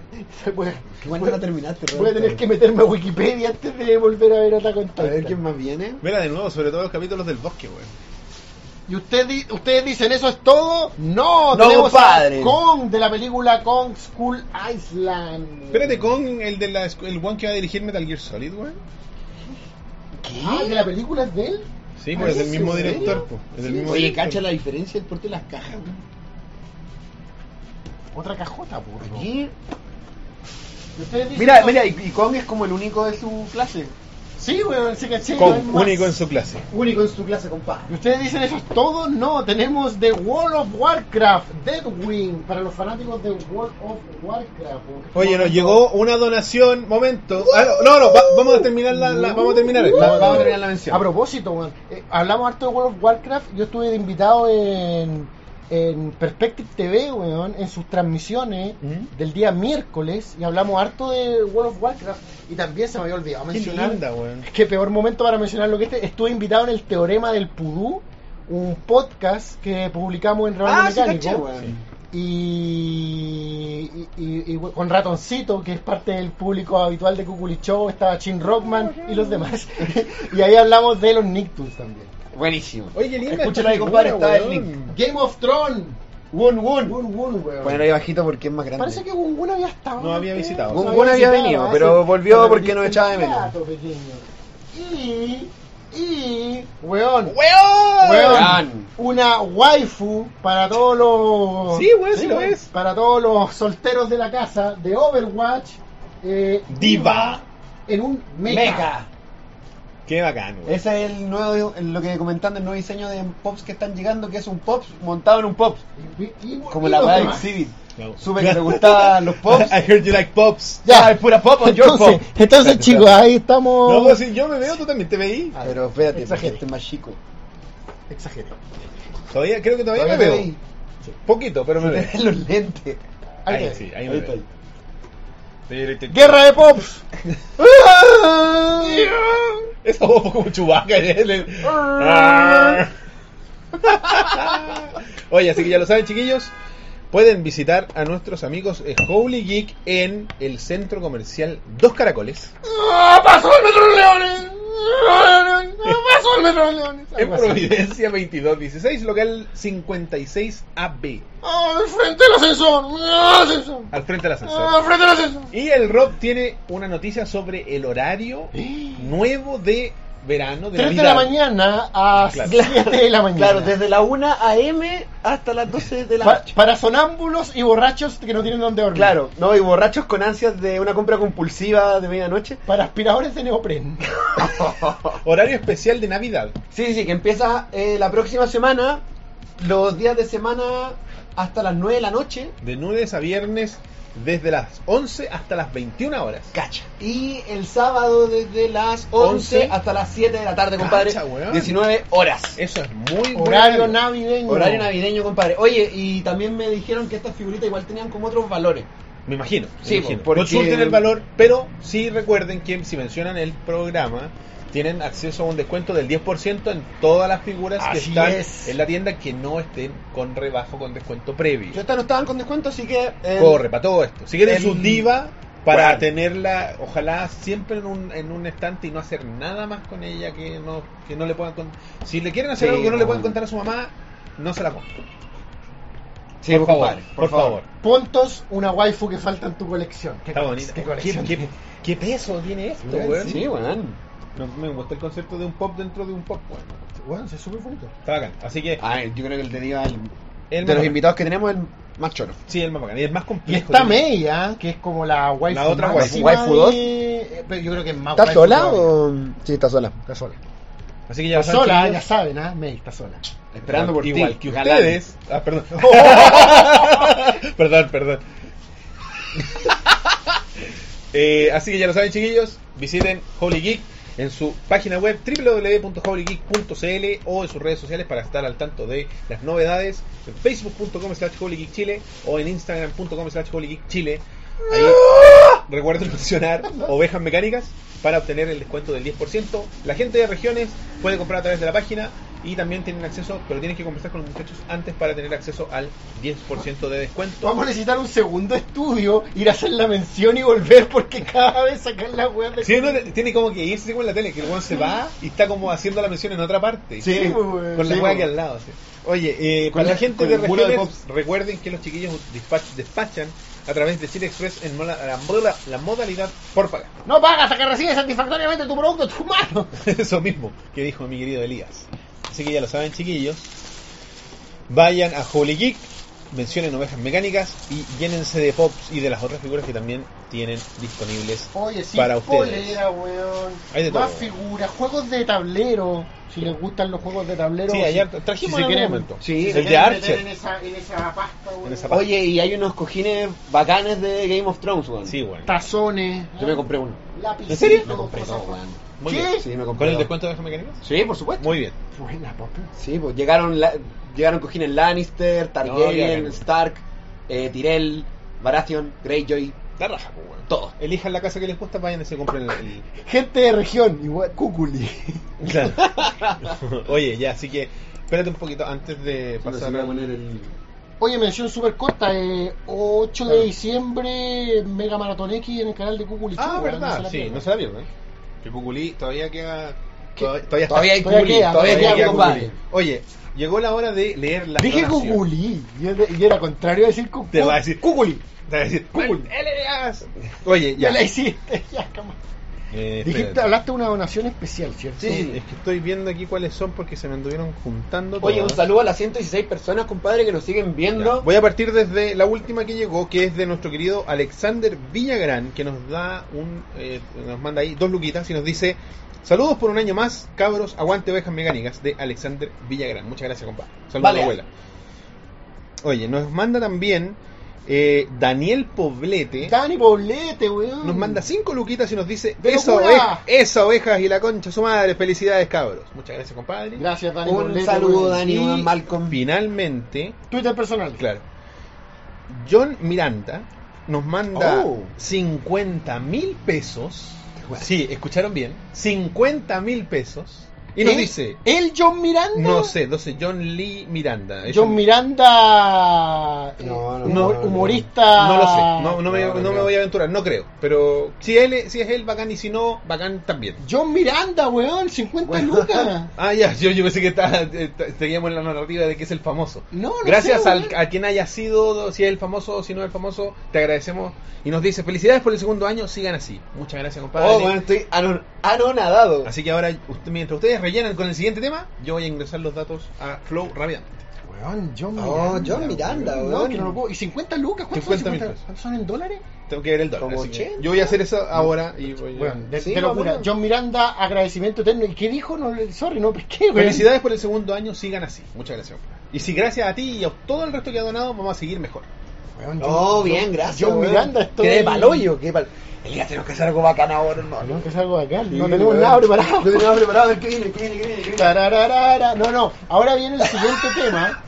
[SPEAKER 1] weón.
[SPEAKER 3] Voy a-
[SPEAKER 2] Qué bueno que no terminaste,
[SPEAKER 3] Voy a
[SPEAKER 2] Roberto.
[SPEAKER 3] tener que meterme a Wikipedia antes de volver a ver otra
[SPEAKER 2] A
[SPEAKER 3] contada.
[SPEAKER 2] ver quién más viene.
[SPEAKER 1] Vela de nuevo, sobre todo los capítulos del bosque, weón.
[SPEAKER 3] ¿Y usted di- ustedes dicen eso es todo?
[SPEAKER 2] No,
[SPEAKER 3] No, tenemos
[SPEAKER 2] compadre.
[SPEAKER 3] a Kong de la película Kong School Island.
[SPEAKER 1] Espérate, con el de la el one que va a dirigir Metal Gear Solid, weón.
[SPEAKER 3] Ah, ¿de la película es de él?
[SPEAKER 1] Sí, pues es
[SPEAKER 3] Oye,
[SPEAKER 1] del mismo
[SPEAKER 3] ¿en serio?
[SPEAKER 1] director. pues, es del
[SPEAKER 3] Sí.
[SPEAKER 1] mismo
[SPEAKER 3] Oye,
[SPEAKER 1] director.
[SPEAKER 3] cacha la diferencia del porte de las cajas, weón. Otra cajota, por ¿Qué?
[SPEAKER 2] Mira, mira, y, y Kong es como el único de su clase.
[SPEAKER 3] Sí, weón, sí caché. no hay
[SPEAKER 1] Con,
[SPEAKER 3] más.
[SPEAKER 1] único en su clase.
[SPEAKER 3] Único en su clase, compadre. ¿Y ustedes dicen eso es todo? No, tenemos The World of Warcraft, Deadwing, para los fanáticos de World of Warcraft.
[SPEAKER 1] Oye, nos llegó una donación. Momento. Ah, no, no, no, va- vamos a terminar la, la- vamos a terminar esta.
[SPEAKER 3] Uh, A propósito, weón, eh, hablamos harto de World of Warcraft. Yo estuve de invitado en, en Perspective TV, weón, en sus transmisiones
[SPEAKER 1] ¿Mm?
[SPEAKER 3] del día miércoles y hablamos harto de World of Warcraft. Y también se me había olvidado
[SPEAKER 1] Qué
[SPEAKER 3] mencionar.
[SPEAKER 1] linda, weón.
[SPEAKER 3] Es que peor momento para mencionar lo que este. Estuve invitado en el Teorema del Pudú, un podcast que publicamos en Rebaño
[SPEAKER 2] Ah, sí,
[SPEAKER 3] Mecánico.
[SPEAKER 2] caché, weón. Sí.
[SPEAKER 3] Y, y- y- y con Ratoncito, que es parte del público habitual de Cuculi Show, estaba Chin Rockman y los demás. y ahí hablamos de los Nicktoons también.
[SPEAKER 2] Buenísimo.
[SPEAKER 1] Oye, qué linda
[SPEAKER 3] Escúchala ahí,
[SPEAKER 1] esta
[SPEAKER 3] compadre,
[SPEAKER 1] figura,
[SPEAKER 3] está el
[SPEAKER 1] weón.
[SPEAKER 3] link. Game of Thrones. Wun Wun. Wun Wun, weón.
[SPEAKER 2] Poner ahí bajito porque es más grande.
[SPEAKER 3] Parece que Wun Wun había estado.
[SPEAKER 1] No había visitado.
[SPEAKER 2] Wun Wun había venido, pero volvió porque nos echaba de menos.
[SPEAKER 3] Gato pequeño. Y. Y. Weón.
[SPEAKER 1] Weón.
[SPEAKER 3] Weón. Una waifu para todos los.
[SPEAKER 1] Sí, weón, sí lo
[SPEAKER 3] weón.
[SPEAKER 1] es.
[SPEAKER 3] Para todos los solteros de la casa de Overwatch. eh,
[SPEAKER 1] Diva.
[SPEAKER 3] En un mecha.
[SPEAKER 2] Mecha.
[SPEAKER 1] Qué bacán, weón.
[SPEAKER 2] Ese es el nuevo, el- lo que comentando, el nuevo diseño de Pops que están llegando, que es un Pops montado en un Pops. Como la
[SPEAKER 3] y los
[SPEAKER 2] weá de
[SPEAKER 3] demás.
[SPEAKER 2] Exhibit. Supe que te gustaban los Pops.
[SPEAKER 1] I heard you like pops. Ah,
[SPEAKER 2] Ya, es pura Pop on your
[SPEAKER 3] Entonces,
[SPEAKER 2] Pop.
[SPEAKER 3] entonces chicos, ahí estamos.
[SPEAKER 1] No, pues, si yo me veo, tú también te veí.
[SPEAKER 2] Ah, Pero espérate, porque este es más chico.
[SPEAKER 3] Exagero.
[SPEAKER 1] Todavía, creo que todavía,
[SPEAKER 2] Todavía te
[SPEAKER 1] me veo.
[SPEAKER 2] veí.
[SPEAKER 1] Poquito, pero me veo.
[SPEAKER 2] Los lentes.
[SPEAKER 1] Ahí,
[SPEAKER 2] Ahí,
[SPEAKER 1] sí, ahí me veo.
[SPEAKER 3] Guerra de Pops.
[SPEAKER 1] Esa voz como ¿eh? chubaca.
[SPEAKER 3] Ah.
[SPEAKER 1] Oye, así que ya lo saben, chiquillos. Pueden visitar a nuestros amigos eh, Holy Geek en el centro comercial Dos Caracoles.
[SPEAKER 17] Ah,
[SPEAKER 3] ¡Pasó el metro Leones! ¡Pasó el metro Leones!
[SPEAKER 1] En Providencia 2216, local 56AB.
[SPEAKER 3] ¡Ah, al frente del ascensor! ¡Ah, ascensor!
[SPEAKER 1] Al frente del ascensor.
[SPEAKER 3] ¡Ah, al frente del ascensor!
[SPEAKER 1] Y el Rob tiene una noticia sobre el horario nuevo de verano. De
[SPEAKER 3] 3 de
[SPEAKER 1] Navidad.
[SPEAKER 3] la mañana a
[SPEAKER 1] Claro.
[SPEAKER 3] 7 de la mañana.
[SPEAKER 2] Claro, desde la 1 a.m. hasta las 12 de la
[SPEAKER 3] Pa-
[SPEAKER 2] noche.
[SPEAKER 3] para sonámbulos y borrachos que no tienen dónde dormir.
[SPEAKER 2] Claro, no, y borrachos con ansias de una compra compulsiva de medianoche.
[SPEAKER 3] Para aspiradores de neopren.
[SPEAKER 1] Horario especial de Navidad.
[SPEAKER 2] Sí, sí, que empieza eh, la próxima semana, los días de semana hasta las 9 de la noche.
[SPEAKER 1] De lunes a viernes, desde las 11 hasta las 21 horas.
[SPEAKER 2] Cacha. Y el sábado desde las 11,
[SPEAKER 1] Once.
[SPEAKER 2] hasta las 7 de la tarde, compadre.
[SPEAKER 1] Cacha, weón.
[SPEAKER 2] 19 horas.
[SPEAKER 1] Eso es muy buen
[SPEAKER 3] Horario navideño.
[SPEAKER 2] Horario navideño, compadre. Oye, y también me dijeron que estas figuritas igual tenían como otros valores.
[SPEAKER 1] Me imagino. me
[SPEAKER 2] Sí,
[SPEAKER 1] imagino.
[SPEAKER 2] porque-
[SPEAKER 1] Consulten el valor, pero sí recuerden que si mencionan el programa, tienen acceso a un descuento del 10% en todas las figuras que
[SPEAKER 2] Así
[SPEAKER 1] están
[SPEAKER 2] es.
[SPEAKER 1] en la tienda que no estén con rebajo, con descuento previo.
[SPEAKER 2] Yo estas no estaban con descuento, así que. eh,
[SPEAKER 1] Corre, para todo esto. Si quieren
[SPEAKER 2] el-
[SPEAKER 1] su diva, para
[SPEAKER 2] Bueno.
[SPEAKER 1] tenerla, ojalá siempre en un, en un estante y no hacer nada más con ella que no, que no le puedan contar. Si le quieren hacer
[SPEAKER 2] Sí,
[SPEAKER 1] algo que no le
[SPEAKER 2] bueno.
[SPEAKER 1] puedan contar a su mamá, no se la compren.
[SPEAKER 2] Sí,
[SPEAKER 1] por, favor,
[SPEAKER 2] compadre,
[SPEAKER 1] por, favor.
[SPEAKER 3] Puntos, una waifu que falta en tu colección. ¿Qué,
[SPEAKER 1] Está
[SPEAKER 3] cole-
[SPEAKER 1] bonita.
[SPEAKER 3] qué
[SPEAKER 1] ¿Qué,
[SPEAKER 3] colección?
[SPEAKER 1] qué- qué peso tiene esto,
[SPEAKER 3] Weón,
[SPEAKER 1] weón?
[SPEAKER 3] sí,
[SPEAKER 2] weón.
[SPEAKER 1] No, me gusta el concepto de un pop dentro de un pop, weón.
[SPEAKER 3] Weón, se es súper bonito.
[SPEAKER 1] Está bacán. Así que.
[SPEAKER 2] Ah, yo creo que el de diva el-
[SPEAKER 1] El
[SPEAKER 2] de
[SPEAKER 1] más-
[SPEAKER 2] los invitados que tenemos, el más choro.
[SPEAKER 1] Sí, el más bacán. Y el más
[SPEAKER 3] Y
[SPEAKER 1] complejo.
[SPEAKER 3] está
[SPEAKER 1] también.
[SPEAKER 3] May, ¿ah? que es como la waifu.
[SPEAKER 1] La otra
[SPEAKER 3] máxima
[SPEAKER 2] waifu. ¿Waifu
[SPEAKER 3] de- eh, Pero yo creo que es
[SPEAKER 1] Ah,
[SPEAKER 3] más
[SPEAKER 2] ¿Está
[SPEAKER 3] waifu
[SPEAKER 2] sola
[SPEAKER 3] todavía.
[SPEAKER 2] o.? Sí, está sola.
[SPEAKER 3] Está sola.
[SPEAKER 1] Así que ya
[SPEAKER 3] Está
[SPEAKER 1] saben,
[SPEAKER 3] sola, ya
[SPEAKER 1] chiquillos,
[SPEAKER 3] saben, ¿ah? May está sola.
[SPEAKER 2] Esperando por ti.
[SPEAKER 1] Igual que
[SPEAKER 2] galán.
[SPEAKER 1] ustedes. Ah, perdón.
[SPEAKER 3] Oh.
[SPEAKER 1] perdón, perdón. Eh, así que ya lo saben, chiquillos. Visiten Holy Geek en su página web www.holygeek.cl o en sus redes sociales para estar al tanto de las novedades en facebook.com slash holygeekchile o en instagram.com slash holygeekchile ahí recuerden mencionar ovejas mecánicas para obtener el descuento del 10% la gente de regiones puede comprar a través de la página y también tienen acceso pero tienen que conversar con los muchachos antes para tener acceso al 10% de descuento
[SPEAKER 3] Vamos a necesitar un segundo estudio, ir a hacer la mención y volver porque cada vez sacan las weas de.
[SPEAKER 1] Si uno te- tiene como que irse con la tele, que el weón se va y está como haciendo la mención en otra parte.
[SPEAKER 3] Sí,
[SPEAKER 1] Sí,
[SPEAKER 3] pues, weón.
[SPEAKER 1] Con la
[SPEAKER 3] Sí,
[SPEAKER 1] weá
[SPEAKER 3] pues.
[SPEAKER 1] que al lado. sí. Oye, eh,
[SPEAKER 3] Con
[SPEAKER 1] para la
[SPEAKER 3] la-
[SPEAKER 1] gente
[SPEAKER 3] con
[SPEAKER 1] de
[SPEAKER 3] el muro de
[SPEAKER 1] regiones, recuerden que los chiquillos dispach- despachan a través de Chile Express en mola- la, mola- la modalidad por pagar.
[SPEAKER 3] No pagas a que recibes satisfactoriamente tu producto, tu mano.
[SPEAKER 1] Eso mismo que dijo mi querido Elías. Así que ya lo saben, chiquillos. Vayan a Holy Geek, mencionen ovejas mecánicas y llénense de pops y de las otras figuras que también tienen disponibles
[SPEAKER 3] Oye, sí,
[SPEAKER 1] para ustedes.
[SPEAKER 3] polera, weón.
[SPEAKER 1] Hay de
[SPEAKER 3] Más
[SPEAKER 1] todo.
[SPEAKER 3] figuras, juegos de tablero. Si les gustan los juegos de tablero.
[SPEAKER 1] Sí,
[SPEAKER 3] o
[SPEAKER 1] ayer
[SPEAKER 3] si-
[SPEAKER 1] trajimos
[SPEAKER 3] si
[SPEAKER 1] en
[SPEAKER 3] se
[SPEAKER 1] algún
[SPEAKER 3] quieren-
[SPEAKER 1] momento.
[SPEAKER 3] Sí,
[SPEAKER 1] El
[SPEAKER 3] se
[SPEAKER 1] de
[SPEAKER 3] quieren meter
[SPEAKER 1] Archer.
[SPEAKER 3] En esa, en esa pasta, weón.
[SPEAKER 2] Oye, y hay unos cojines bacanes de Game of Thrones, weón. Sí,
[SPEAKER 1] weón.
[SPEAKER 3] Tazones.
[SPEAKER 2] Yo me compré uno.
[SPEAKER 3] Lápiz.
[SPEAKER 2] ¿En serio?
[SPEAKER 3] Me compré
[SPEAKER 2] dos, weón.
[SPEAKER 1] Muy
[SPEAKER 2] ¿Qué?
[SPEAKER 1] bien.
[SPEAKER 2] Sí, me compré
[SPEAKER 1] ¿Con el
[SPEAKER 2] dos.
[SPEAKER 1] descuento de ovejas mecánicas?
[SPEAKER 2] Sí, por supuesto.
[SPEAKER 1] Muy bien.
[SPEAKER 3] Buena, papi.
[SPEAKER 2] Sí, pues llegaron, la- llegaron cojines Lannister, Targaryen,
[SPEAKER 1] No, ya,
[SPEAKER 2] Stark, eh, Tyrell, Baratheon, Greyjoy.
[SPEAKER 1] La raja, pues, weón. Todo. Elijan la casa que les gusta, vayan y se compren el,
[SPEAKER 3] Gente de región, igual, Cúculi.
[SPEAKER 1] Claro. Oye, ya, así que espérate un poquito antes de pasar a poner el...
[SPEAKER 3] Oye, mención súper corta. Eh, 8 de diciembre, Mega Maratón X en el canal de Cúculi.
[SPEAKER 1] Ah,
[SPEAKER 3] Chu, weón, no se
[SPEAKER 1] verdad,
[SPEAKER 3] la
[SPEAKER 1] sí,
[SPEAKER 3] pierdan.
[SPEAKER 1] no se la pierdan. Que Puculí todavía queda... Todavía, está-
[SPEAKER 3] Todavía hay Todavía Cuculí, queda, todavía todavía queda compadre.
[SPEAKER 1] Cuculí. Oye, llegó la hora de leer la
[SPEAKER 3] Dije
[SPEAKER 1] donación.
[SPEAKER 3] Cúculi. Y era- y era contrario a decir Cúculi.
[SPEAKER 1] Te va a decir...
[SPEAKER 3] Cuculí.
[SPEAKER 1] Te va a decir... Cuculí. Oye, ya.
[SPEAKER 3] Ya la hiciste, ya, cama.
[SPEAKER 1] Eh,
[SPEAKER 3] Dijiste,
[SPEAKER 1] espérate.
[SPEAKER 3] hablaste de una donación especial, ¿cierto?
[SPEAKER 1] Sí, es que estoy viendo aquí cuáles son porque se me anduvieron juntando
[SPEAKER 2] Oye, un
[SPEAKER 1] todas.
[SPEAKER 2] saludo a las 116 personas, compadre, que nos siguen viendo.
[SPEAKER 1] Voy a partir desde la última que llegó, que es de nuestro querido Alexander Villagrán, que nos da un, eh, nos manda ahí dos luquitas y nos dice saludos por un año más, cabros, aguante ovejas mecánicas de Alexander Villagrán. Muchas gracias, compadre. Saludos
[SPEAKER 2] Vale.
[SPEAKER 1] a la abuela. Oye, nos manda también eh, Daniel Poblete.
[SPEAKER 3] Dani Poblete, weón.
[SPEAKER 1] Nos manda cinco luquitas y nos dice
[SPEAKER 3] ¡De
[SPEAKER 1] esa
[SPEAKER 3] locura!
[SPEAKER 1] oveja, esa oveja y la concha de su madre, felicidades, cabros. Muchas gracias, compadre.
[SPEAKER 3] Gracias, Dani.
[SPEAKER 2] Un
[SPEAKER 3] Poblete,
[SPEAKER 2] saludo,
[SPEAKER 3] weón.
[SPEAKER 2] Dani,
[SPEAKER 1] Y
[SPEAKER 2] weón,
[SPEAKER 1] Finalmente.
[SPEAKER 3] Twitter personal.
[SPEAKER 1] Claro. John Miranda nos manda
[SPEAKER 2] Oh.
[SPEAKER 1] 50 mil pesos. Sí, escucharon bien. 50 mil pesos. Y
[SPEAKER 3] ¿Eh?
[SPEAKER 1] nos dice.
[SPEAKER 3] ¿El John Miranda?
[SPEAKER 1] No sé, no sé, John Lee Miranda. Es
[SPEAKER 3] John
[SPEAKER 1] un-
[SPEAKER 3] Miranda. eh, humor- humorista.
[SPEAKER 1] No lo sé, no, no me, no me voy a aventurar, no creo. Pero si, él, es- si es él, bacán, y si no, bacán también.
[SPEAKER 3] John Miranda, weón, 50 lucas.
[SPEAKER 1] Ah, ya, yo, yo pensé que está, eh, t- seguíamos en la narrativa de que es el famoso.
[SPEAKER 3] No, no
[SPEAKER 1] Gracias
[SPEAKER 3] sé,
[SPEAKER 1] al-
[SPEAKER 3] weón.
[SPEAKER 1] a quien haya sido, si es el famoso o si no es el famoso, te agradecemos y nos dice felicidades por el segundo año, sigan así. Muchas gracias, compadre.
[SPEAKER 2] Oh, bueno, estoy anon- anonadado.
[SPEAKER 1] Así que ahora, usted- mientras ustedes rellenan con el siguiente tema, yo voy a ingresar los datos a Flow rápidamente.
[SPEAKER 3] Weón, John Miranda.
[SPEAKER 2] Oh, John Miranda,
[SPEAKER 3] No,
[SPEAKER 2] weón.
[SPEAKER 3] que no lo puedo. ¿Y 50 lucas? ¿Cuántos
[SPEAKER 1] 50 mil
[SPEAKER 3] son, 50? ¿Son en dólares?
[SPEAKER 1] Tengo que ver el dólar.
[SPEAKER 2] Como
[SPEAKER 1] así que
[SPEAKER 2] 80.
[SPEAKER 1] yo voy a hacer eso ahora y voy a-
[SPEAKER 3] Weón, de,
[SPEAKER 1] Sí,
[SPEAKER 3] de locura.
[SPEAKER 1] vamos.
[SPEAKER 3] John Miranda, agradecimiento eterno. ¿Y qué dijo? No, le- sorry, no pesqué, weón.
[SPEAKER 1] Felicidades por el segundo año, sigan así. Muchas gracias. compadre. Y si gracias a ti y a todo el resto que ha donado, vamos a seguir mejor.
[SPEAKER 3] Weón,
[SPEAKER 2] Oh,
[SPEAKER 3] John-
[SPEAKER 2] bien, gracias.
[SPEAKER 3] John
[SPEAKER 2] weón.
[SPEAKER 3] Miranda, estoy.
[SPEAKER 2] Qué paloyo, qué pal. Elías, tenemos que hacer algo bacán ahora, hermano.
[SPEAKER 3] Tenemos que hacer algo acá.
[SPEAKER 2] Sí,
[SPEAKER 3] No tenemos
[SPEAKER 2] weón.
[SPEAKER 3] nada preparado.
[SPEAKER 2] No tenemos nada preparado. A ver qué viene, qué viene, qué viene. qué viene.
[SPEAKER 3] Tarararara. No, no. Ahora viene el siguiente tema.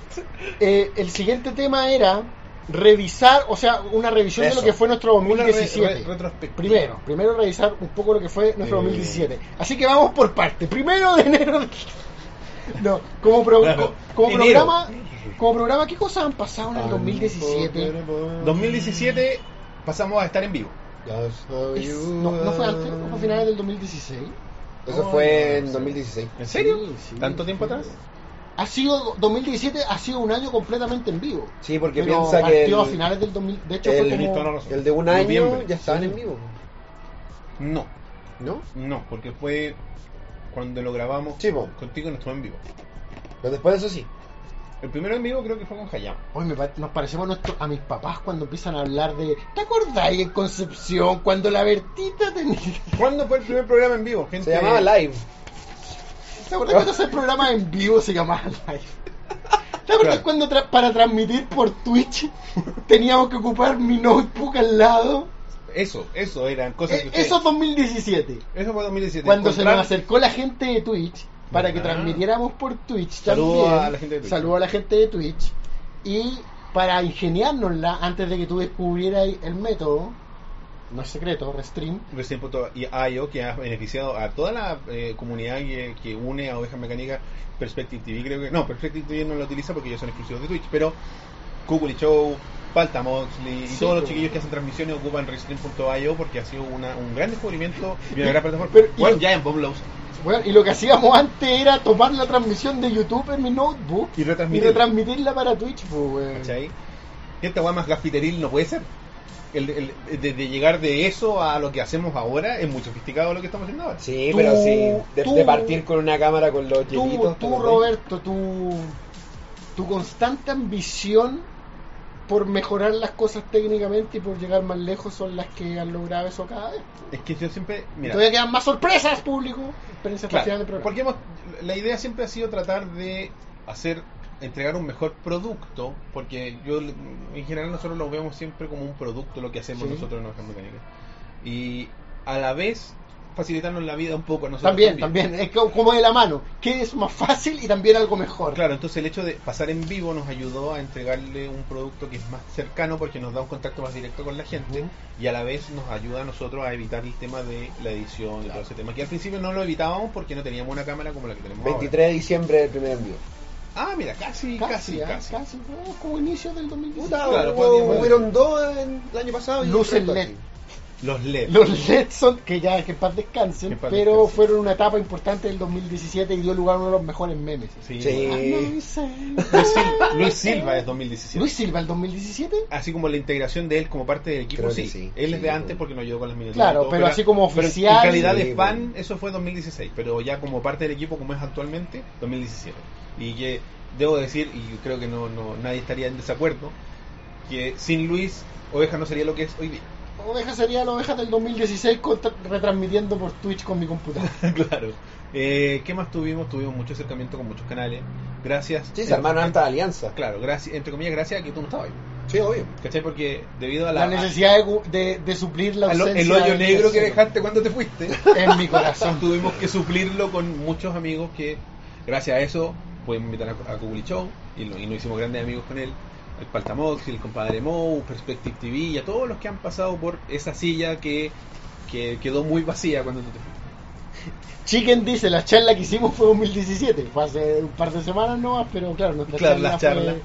[SPEAKER 3] Eh, el siguiente tema era revisar, o sea, una revisión
[SPEAKER 1] Eso.
[SPEAKER 3] de lo que fue nuestro
[SPEAKER 1] Una re-
[SPEAKER 3] 2017.
[SPEAKER 1] re- retrospectiva.
[SPEAKER 3] primero, primero revisar un poco lo que fue nuestro
[SPEAKER 1] Eh.
[SPEAKER 3] 2017. Así que vamos por parte. Primero de enero. de- No, como, pro-
[SPEAKER 1] Claro.
[SPEAKER 3] como
[SPEAKER 1] Enero.
[SPEAKER 3] programa, como programa, ¿qué cosas han pasado en el 2017?
[SPEAKER 1] 2017 pasamos a estar en vivo.
[SPEAKER 3] Es- no,
[SPEAKER 1] Ah.
[SPEAKER 3] no fue antes, no fue a finales del 2016.
[SPEAKER 2] Eso
[SPEAKER 3] Oh,
[SPEAKER 2] fue
[SPEAKER 3] no
[SPEAKER 2] en
[SPEAKER 3] sé.
[SPEAKER 2] 2016.
[SPEAKER 1] ¿En serio?
[SPEAKER 3] Sí,
[SPEAKER 1] ¿Tanto tiempo atrás?
[SPEAKER 3] Ha sido 2017 ha sido un año completamente en vivo.
[SPEAKER 2] Sí, porque
[SPEAKER 3] Pero
[SPEAKER 2] piensa que.
[SPEAKER 3] partió
[SPEAKER 2] el-
[SPEAKER 3] a finales del 2000, de hecho
[SPEAKER 2] el,
[SPEAKER 3] fue como-
[SPEAKER 2] el de un año
[SPEAKER 1] Noviembre.
[SPEAKER 2] ya estaban
[SPEAKER 1] Sí.
[SPEAKER 2] en vivo.
[SPEAKER 1] No.
[SPEAKER 2] ¿No?
[SPEAKER 1] No, porque fue cuando lo grabamos contigo no estuvo en vivo.
[SPEAKER 2] Pero después de eso sí.
[SPEAKER 1] El primero en vivo creo que fue con Hayama.
[SPEAKER 3] Hoy me pa- nos parecemos nuestro- a mis papás cuando empiezan a hablar de ¿Te acordáis en Concepción cuando la Bertita tenía
[SPEAKER 1] ¿Cuándo fue el primer programa en vivo? Gente?
[SPEAKER 2] Se llamaba Live.
[SPEAKER 3] ¿Te acordás cuando ese programa en vivo se llamaba Live? ¿Te acordás cuando tra- para transmitir por Twitch teníamos que ocupar mi notebook al lado?
[SPEAKER 1] Eso, eso eran cosas que
[SPEAKER 3] Eh,
[SPEAKER 1] ustedes-
[SPEAKER 3] eso es 2017.
[SPEAKER 1] Eso fue 2017.
[SPEAKER 3] Cuando se
[SPEAKER 1] Encontrar-
[SPEAKER 3] nos acercó la gente de Twitch para que
[SPEAKER 1] Ah.
[SPEAKER 3] transmitiéramos por Twitch
[SPEAKER 1] Saludo
[SPEAKER 3] también.
[SPEAKER 1] a la gente de Twitch.
[SPEAKER 3] Saludo a la gente de Twitch. Y para ingeniárnosla antes de que tú descubrieras el método, no es secreto, Restream.
[SPEAKER 1] Recién puesto y IO que ha beneficiado a toda la eh, comunidad que, que une a Oveja Mecánica Perspective TV creo que no Perspective TV no lo utiliza porque ellos son exclusivos de Twitch pero Kukuli Show Palta Moxley y
[SPEAKER 3] Sí,
[SPEAKER 1] todos
[SPEAKER 3] pues. pero-
[SPEAKER 1] los chiquillos que hacen transmisiones ocupan Restream.io porque ha sido una, un gran descubrimiento y una gran plataforma
[SPEAKER 3] Pero- y-
[SPEAKER 1] bueno ya en Bob la usa.
[SPEAKER 3] Bueno, y lo que hacíamos antes era tomar la transmisión de YouTube en mi notebook
[SPEAKER 1] Y retransmitir.
[SPEAKER 3] retransmitirla para Twitch. pues, weón.
[SPEAKER 1] ¿cachai? Y esta weá más gafiteril no puede ser el- el- de, de llegar de eso a lo que hacemos ahora es muy sofisticado lo que estamos haciendo ahora.
[SPEAKER 2] Sí, pero sí, de, de partir con una cámara con los
[SPEAKER 3] tú,
[SPEAKER 2] hielitos.
[SPEAKER 3] tú,
[SPEAKER 2] como-
[SPEAKER 3] Roberto, tu, tu constante ambición por mejorar las cosas técnicamente y por llegar más lejos son las que han logrado eso cada vez.
[SPEAKER 1] Es que yo siempre. Mira,
[SPEAKER 3] Todavía quedan más sorpresas, público. Experiencia
[SPEAKER 1] Claro,
[SPEAKER 3] facial del programa.
[SPEAKER 1] porque hemos- la idea siempre ha sido tratar de hacer entregar un mejor producto porque yo en general nosotros lo vemos siempre como un producto lo que hacemos
[SPEAKER 3] Sí.
[SPEAKER 1] nosotros en Ovejas Mecánicas y a la vez facilitarnos la vida un poco a nosotros
[SPEAKER 3] También, también, es co- como de la mano, que es más fácil y también algo mejor.
[SPEAKER 1] Claro, entonces el hecho de pasar en vivo nos ayudó a entregarle un producto que es más cercano porque nos da un contacto más directo con la gente y a la vez nos ayuda a nosotros a evitar el tema de la edición y todo ese tema que al principio no lo evitábamos porque no teníamos una cámara como la que tenemos
[SPEAKER 2] 23 de diciembre del primer envío.
[SPEAKER 1] ahora. Ah, mira, casi, casi,
[SPEAKER 3] ¿eh?
[SPEAKER 1] casi.
[SPEAKER 3] Casi, no, como inicio del 2017.
[SPEAKER 1] Claro, podíamos-
[SPEAKER 2] hubieron dos en- el año pasado. y
[SPEAKER 3] Luces
[SPEAKER 2] el resto
[SPEAKER 3] LED.
[SPEAKER 2] aquí.
[SPEAKER 1] Los E LED.
[SPEAKER 3] Los E LEDs son que ya que en paz descansen,
[SPEAKER 1] Que en paz
[SPEAKER 3] pero fueron una etapa importante del 2017 y dio lugar a uno de los mejores memes.
[SPEAKER 1] Sí.
[SPEAKER 3] Ah, no, sí.
[SPEAKER 1] Luis, Sil- Luis Silva es 2017.
[SPEAKER 3] Luis Silva, el 2017.
[SPEAKER 1] Así como la integración de él como parte del equipo, sí. Él es de antes porque nos ayudó con las miniaturas.
[SPEAKER 3] Claro,
[SPEAKER 1] y todo,
[SPEAKER 3] pero así como
[SPEAKER 1] pero
[SPEAKER 3] oficial,
[SPEAKER 1] en calidad
[SPEAKER 3] sí,
[SPEAKER 1] de fan, eso fue 2016. Pero ya como parte del equipo, como es actualmente, 2017. Y que debo decir, y creo que no, no- nadie estaría en desacuerdo, que sin Luis, Oveja no sería lo que es hoy día.
[SPEAKER 3] Oveja sería la oveja del 2016 contra- retransmitiendo por Twitch con mi computadora.
[SPEAKER 1] claro. Eh, ¿Qué más tuvimos? Tuvimos mucho acercamiento con muchos canales. Gracias.
[SPEAKER 2] Sí, se armaron hartas alianzas.
[SPEAKER 1] Claro, gracias, entre comillas, gracias a que tú no estabas ahí.
[SPEAKER 2] Sí, obvio.
[SPEAKER 1] ¿Cachai? Porque debido a
[SPEAKER 3] La,
[SPEAKER 1] la,
[SPEAKER 3] necesidad de, gu- de- de suplir la
[SPEAKER 1] a lo-
[SPEAKER 3] ausencia.
[SPEAKER 1] el hoyo
[SPEAKER 3] de-
[SPEAKER 1] negro que dejaste cuando te fuiste.
[SPEAKER 3] En mi corazón.
[SPEAKER 1] Tuvimos que suplirlo con muchos amigos que, gracias a eso, pudimos invitar a, a Kugli Show y, lo- y nos hicimos grandes amigos con él. El Paltamox, el compadre Mo, Perspective TV y a todos los que han pasado por esa silla que, que quedó muy vacía cuando tú te fuiste.
[SPEAKER 3] Chicken dice, la charla que hicimos fue 2017, fue hace un par de semanas nomás, pero claro, nuestra
[SPEAKER 1] Claro, la charla.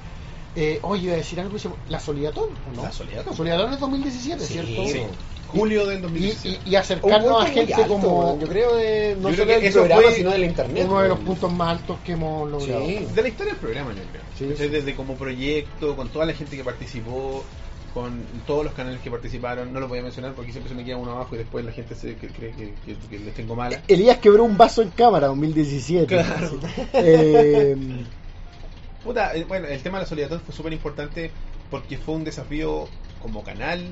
[SPEAKER 3] fue, eh, oye, iba a decir algo, la Solidatón, ¿o ¿no?
[SPEAKER 1] La Solidatón.
[SPEAKER 3] Solidatón es 2017, ¿cierto?
[SPEAKER 1] Sí. Julio del 2017.
[SPEAKER 3] Y acercarnos a gente como...
[SPEAKER 2] yo creo de no solo del
[SPEAKER 3] eso
[SPEAKER 2] programa,
[SPEAKER 3] fue
[SPEAKER 2] sino del internet.
[SPEAKER 3] Uno de los puntos más altos que hemos logrado.
[SPEAKER 1] De la historia del programa, yo creo. Entonces, Desde como proyecto, con toda la gente que participó, con todos los canales que participaron, no lo voy a mencionar porque siempre se me queda uno abajo y después la gente se que- cree que, que- que les tengo mala.
[SPEAKER 3] Elías quebró un vaso en cámara 2017.
[SPEAKER 1] Claro.
[SPEAKER 3] Así. Eh,
[SPEAKER 1] Puta, eh, bueno, el tema de la solidaridad fue súper importante porque fue un desafío como canal,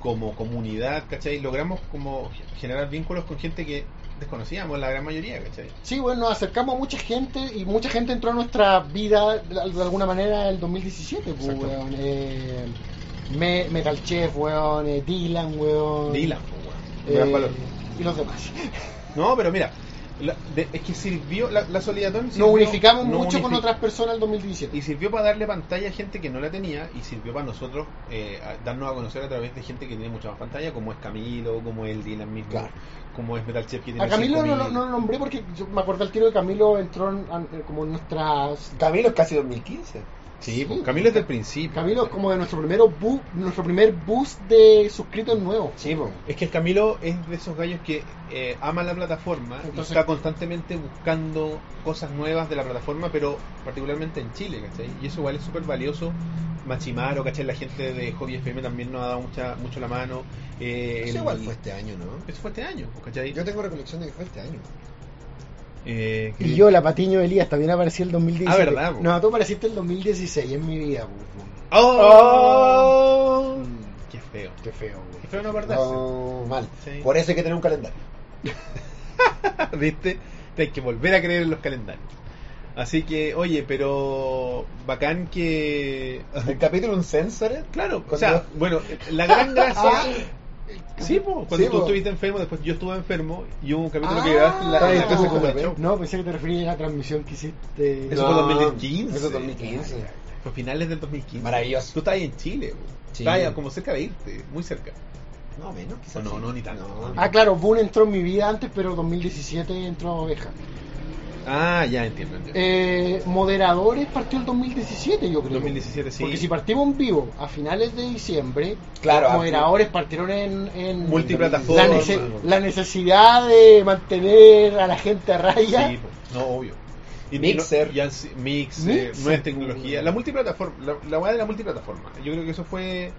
[SPEAKER 1] como comunidad, ¿cachai? Logramos como generar vínculos con gente que desconocíamos, la gran mayoría, ¿cachai?
[SPEAKER 3] Sí, bueno, Pues nos acercamos a mucha gente y mucha gente entró a nuestra vida de de alguna manera el 2017, pues,
[SPEAKER 1] Exacto.
[SPEAKER 3] weón. Eh, Me- Metal Chef, weón, eh, Dylan, weón.
[SPEAKER 1] Dylan, pues, weón.
[SPEAKER 3] Eh,
[SPEAKER 1] Gran valor.
[SPEAKER 3] Y los demás.
[SPEAKER 1] No, pero mira, la- de- es que sirvió, la, la Solidatón
[SPEAKER 3] Nos
[SPEAKER 1] sirvió-
[SPEAKER 3] unificamos
[SPEAKER 1] nos
[SPEAKER 3] mucho con
[SPEAKER 1] unifi-
[SPEAKER 3] otras personas el 2017.
[SPEAKER 1] Y sirvió para darle pantalla a gente que no la tenía y sirvió para nosotros eh, a- darnos a conocer a través de gente que tiene mucha más pantalla, como es Camilo, como es Dylan mismo, como es Metal Chef que tiene
[SPEAKER 3] A Camilo no,
[SPEAKER 1] 5.000.
[SPEAKER 3] lo- no lo nombré porque yo me acordé al tiro de Camilo entró en- en- como en nuestras...
[SPEAKER 2] Camilo es casi 2015.
[SPEAKER 1] Sí, pues, Camilo es del principio.
[SPEAKER 3] Camilo es como de nuestro, primero bu- nuestro primer boost de suscritos nuevos.
[SPEAKER 2] Sí,
[SPEAKER 1] Es que el Camilo es de esos gallos que eh, ama la plataforma y
[SPEAKER 3] Entonces-
[SPEAKER 1] está constantemente buscando cosas nuevas de la plataforma, pero particularmente en Chile, ¿cachai? Y eso igual es súper valioso. Machimaro, ¿cachai? La gente de Hobby FM también nos ha dado mucha, mucho la mano. Eh,
[SPEAKER 2] Eso
[SPEAKER 1] el-
[SPEAKER 2] igual fue este año, ¿no?
[SPEAKER 1] Eso fue este año, ¿cachai?
[SPEAKER 2] Yo tengo recolección de que fue este año.
[SPEAKER 1] Eh, que-
[SPEAKER 3] Y yo, la Patiño Elías, también aparecí el 2017.
[SPEAKER 1] Ah, ¿verdad, po?
[SPEAKER 3] No, tú apareciste el 2016 en mi vida, po.
[SPEAKER 1] ¡Oh!
[SPEAKER 3] Mm,
[SPEAKER 1] Qué feo.
[SPEAKER 3] Qué feo,
[SPEAKER 1] Qué feo no acordarse.
[SPEAKER 2] No, mal.
[SPEAKER 1] Sí.
[SPEAKER 2] Por eso hay que tener un calendario.
[SPEAKER 1] ¿Viste? Hay que volver a creer en los calendarios. Así que, oye, pero bacán que...
[SPEAKER 2] ¿El capítulo un censor?
[SPEAKER 1] Claro, o
[SPEAKER 2] Cuando- Ah.
[SPEAKER 1] sea, bueno, la gran gracia... Sí, po, cuando
[SPEAKER 2] Sí,
[SPEAKER 1] tú
[SPEAKER 2] po.
[SPEAKER 1] estuviste enfermo, después yo estuve enfermo y hubo un capítulo que
[SPEAKER 3] Ah,
[SPEAKER 1] grabaste en la, en la casa con el show.
[SPEAKER 3] No, pensé que te referías a la transmisión que hiciste.
[SPEAKER 1] Eso fue 2015.
[SPEAKER 2] Eso 2015.
[SPEAKER 1] Fue finales del 2015.
[SPEAKER 2] Maravilloso.
[SPEAKER 1] Tú estás ahí en Chile, po.
[SPEAKER 2] Sí.
[SPEAKER 1] Estás ahí como cerca de irte, muy cerca.
[SPEAKER 2] No, menos, quizás.
[SPEAKER 1] O no, no, ni tanto.
[SPEAKER 3] Ah, claro, Boone entró en mi vida antes, pero 2017 entró Oveja.
[SPEAKER 1] Ah, ya entiendo. entiendo.
[SPEAKER 3] Eh, moderadores partió el 2017, yo creo.
[SPEAKER 1] 2017, sí.
[SPEAKER 3] Porque si partimos en vivo a finales de diciembre,
[SPEAKER 1] Claro,
[SPEAKER 3] los moderadores partieron en, en
[SPEAKER 1] Multiplataforma.
[SPEAKER 3] La, nece- la necesidad de mantener a la gente a raya.
[SPEAKER 1] Sí, po. no, obvio. Y eh,
[SPEAKER 3] Mixer.
[SPEAKER 1] no- y así- mixer,
[SPEAKER 3] Mixer.
[SPEAKER 1] nueva tecnología. La multiplataforma, la, la weá de la multiplataforma. Yo creo que eso fue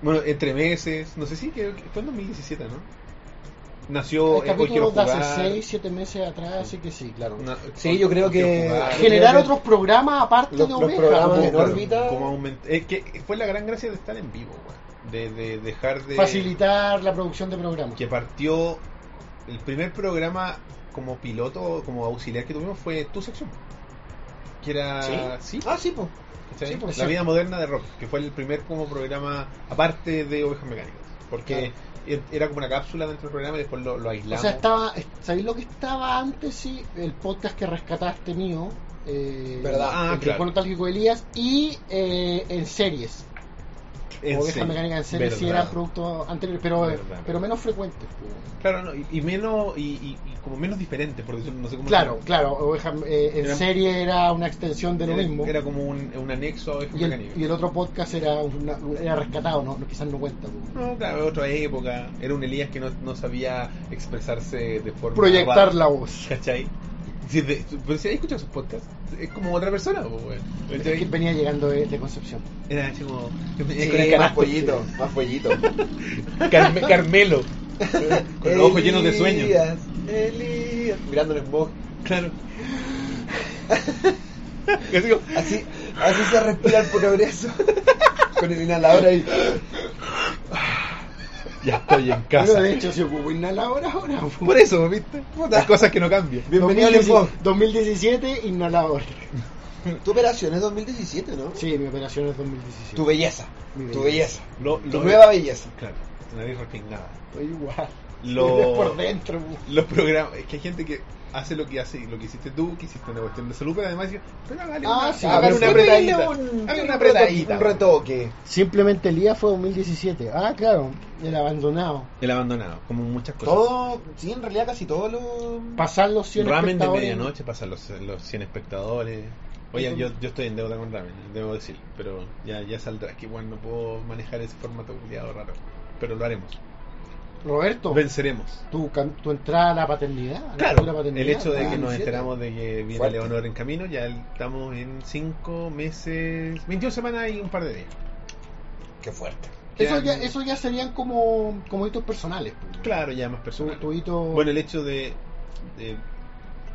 [SPEAKER 1] Bueno, entre meses, no sé si, que, que fue en 2017, ¿no? Nació
[SPEAKER 3] Hay
[SPEAKER 1] en Hoy Quiero
[SPEAKER 3] capítulos Este de hace
[SPEAKER 1] Jugar.
[SPEAKER 3] 6, 7 meses atrás, así que sí, claro.
[SPEAKER 1] No,
[SPEAKER 2] Sí, yo creo que-
[SPEAKER 3] Generar otros programas aparte
[SPEAKER 1] Los,
[SPEAKER 3] de
[SPEAKER 1] los
[SPEAKER 3] Oveja.
[SPEAKER 1] programas
[SPEAKER 3] po,
[SPEAKER 1] en
[SPEAKER 3] claro.
[SPEAKER 1] órbita. Como aument- es que fue la gran gracia de estar en vivo, weón. De, de dejar de.
[SPEAKER 3] Facilitar la producción de programas.
[SPEAKER 1] Que partió. El primer programa como piloto, como auxiliar que tuvimos fue tu sección. Que era.
[SPEAKER 3] ¿Sí?
[SPEAKER 1] Ah, sí, pues.
[SPEAKER 3] Sí, po,
[SPEAKER 1] la
[SPEAKER 3] sí.
[SPEAKER 1] vida moderna de rock, que fue el primer como programa aparte de Ovejas Mecánicas. Porque er- era como una cápsula dentro del programa y después lo, lo
[SPEAKER 3] O
[SPEAKER 1] aislamos.
[SPEAKER 3] sea, estaba, ¿sabéis lo que estaba antes? Sí, el podcast que rescataste mío, eh,
[SPEAKER 1] ¿Verdad? Ah,
[SPEAKER 3] el
[SPEAKER 1] claro.
[SPEAKER 3] Rincón Nostálgico de Elías, y eh, en series.
[SPEAKER 1] En
[SPEAKER 3] Oveja
[SPEAKER 1] series,
[SPEAKER 3] Mecánica en series sí
[SPEAKER 1] verdad.
[SPEAKER 3] eran productos anteriores, pero,
[SPEAKER 1] Verdad.
[SPEAKER 3] pero menos frecuentes. pues.
[SPEAKER 1] Claro, no, y, y menos y, y- y como menos diferente, porque no sé cómo
[SPEAKER 3] Claro,
[SPEAKER 1] se-
[SPEAKER 3] claro, Oveja, eh, en
[SPEAKER 1] Era-
[SPEAKER 3] serie era una extensión de lo
[SPEAKER 1] era-
[SPEAKER 3] mismo.
[SPEAKER 1] Era como un, un anexo a Ovejas
[SPEAKER 3] Y el,
[SPEAKER 1] Mecánicas.
[SPEAKER 3] y el otro podcast era, una- era rescatado, ¿no? quizás no cuenta. pues.
[SPEAKER 1] No, claro, otra época. Era un Elías que no, no sabía expresarse de forma.
[SPEAKER 3] Proyectar
[SPEAKER 1] va-
[SPEAKER 3] la voz.
[SPEAKER 1] ¿Cachai? Si de- pues pero si has escuchado sus podcasts, es como otra persona, pues, weón.
[SPEAKER 3] Es
[SPEAKER 1] ¿Cachai?
[SPEAKER 3] que venía llegando de, de Concepción.
[SPEAKER 1] Era así como.
[SPEAKER 2] Sí,
[SPEAKER 1] con el canasto,
[SPEAKER 2] más pollito, más pollito.
[SPEAKER 1] Carme- Carmelo. Con los ojos llenos de sueño.
[SPEAKER 2] Elías, Elías, mirando en vos.
[SPEAKER 1] Claro.
[SPEAKER 2] así, así se respira el progreso. Con el inhalador ahí.
[SPEAKER 1] Ya estoy en
[SPEAKER 3] Pero
[SPEAKER 1] casa.
[SPEAKER 3] de hecho se ocupó inhalador ahora. pues.
[SPEAKER 1] Por eso, ¿viste? Las cosas que no cambian.
[SPEAKER 2] Bienvenido al
[SPEAKER 3] 2017,
[SPEAKER 2] Info.
[SPEAKER 3] 2017, inhalador.
[SPEAKER 2] Tu operación es 2017, ¿no?
[SPEAKER 3] Sí, mi operación es 2017.
[SPEAKER 2] Tu belleza.
[SPEAKER 3] Mi
[SPEAKER 2] Tu belleza.
[SPEAKER 1] Lo-
[SPEAKER 2] tu
[SPEAKER 1] lo-
[SPEAKER 2] nueva belleza.
[SPEAKER 1] Claro, tu nariz respingada.
[SPEAKER 3] Estoy igual.
[SPEAKER 1] Lo-
[SPEAKER 3] Por dentro. pues.
[SPEAKER 1] Los programas. Es que hay gente que hace lo que hace y lo que hiciste tú, que hiciste una cuestión de salud, pero además dice, pero hágale
[SPEAKER 3] Ah,
[SPEAKER 1] una,
[SPEAKER 3] sí,
[SPEAKER 1] hágale
[SPEAKER 3] pero
[SPEAKER 1] una
[SPEAKER 3] sí,
[SPEAKER 1] apretadita.
[SPEAKER 3] dale un-
[SPEAKER 1] hágale una
[SPEAKER 3] un
[SPEAKER 1] apretadita.
[SPEAKER 3] retoque, un
[SPEAKER 2] retoque.
[SPEAKER 3] Simplemente el día fue 2017. Ah, claro, el abandonado.
[SPEAKER 1] El abandonado, como muchas cosas.
[SPEAKER 2] Todo, sí, en realidad casi todos los.
[SPEAKER 3] Pasar los 100
[SPEAKER 1] ramen de
[SPEAKER 3] espectadores.
[SPEAKER 1] medianoche pasan los, los 100 espectadores. Oye, yo, yo estoy en deuda con ramen, debo decir, pero ya, ya saldrá. Es que bueno, no puedo manejar ese formato culiado raro, pero lo haremos.
[SPEAKER 3] Roberto,
[SPEAKER 1] Venceremos.
[SPEAKER 3] tu, cam- tu entrada a la paternidad. a la
[SPEAKER 1] Claro,
[SPEAKER 3] figura paternidad, ah,
[SPEAKER 1] el hecho de que nos
[SPEAKER 3] 2017.
[SPEAKER 1] enteramos de que viene
[SPEAKER 3] Fuerte.
[SPEAKER 1] Leonor en camino, ya estamos en 5 meses, 21 semanas y un par de días.
[SPEAKER 2] Qué fuerte.
[SPEAKER 3] Eso ya, eso ya serían como, como hitos personales. pues.
[SPEAKER 1] Claro, ya más personal.
[SPEAKER 3] Tu- tu hito-
[SPEAKER 1] Bueno, el hecho de, de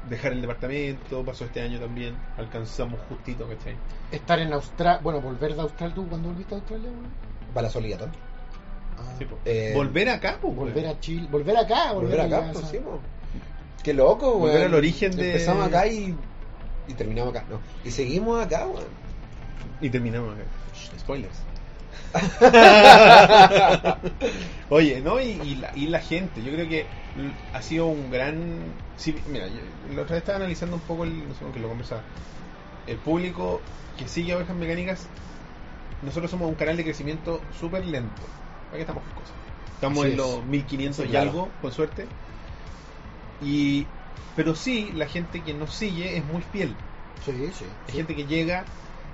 [SPEAKER 1] dejar el departamento, pasó este año también, alcanzamos justito, ¿cachai?
[SPEAKER 3] Estar en Australia. Bueno, volver de Australia. ¿Tú cuándo volviste a Australia? güey?
[SPEAKER 2] Para solía,
[SPEAKER 1] Sí, po.
[SPEAKER 2] Eh,
[SPEAKER 1] volver acá, po,
[SPEAKER 3] Volver
[SPEAKER 1] weón.
[SPEAKER 3] a Chile. Volver acá. Volver,
[SPEAKER 2] Volver acá,
[SPEAKER 3] a
[SPEAKER 2] pues,
[SPEAKER 3] casa.
[SPEAKER 2] sí, po. Qué loco, weón.
[SPEAKER 1] Volver al origen de-
[SPEAKER 2] Empezamos acá y, y terminamos acá, ¿no? Y seguimos acá, weón.
[SPEAKER 1] Y terminamos eh. acá. Spoilers. Oye, ¿no? Y, y la, y la gente, yo creo que l- ha sido un gran... Sí, mira, yo, la otra vez estaba analizando un poco el... No sé con quién lo conversaba. El público que sigue Ovejas Mecánicas, nosotros somos un canal de crecimiento súper lento. Aquí estamos con cosas. Estamos
[SPEAKER 2] Así
[SPEAKER 1] en
[SPEAKER 2] es.
[SPEAKER 1] los 1500
[SPEAKER 2] Sí,
[SPEAKER 1] y
[SPEAKER 2] claro.
[SPEAKER 1] algo, con suerte. Y... Pero sí, la gente que nos sigue es muy fiel.
[SPEAKER 3] Sí, sí.
[SPEAKER 1] Hay gente que llega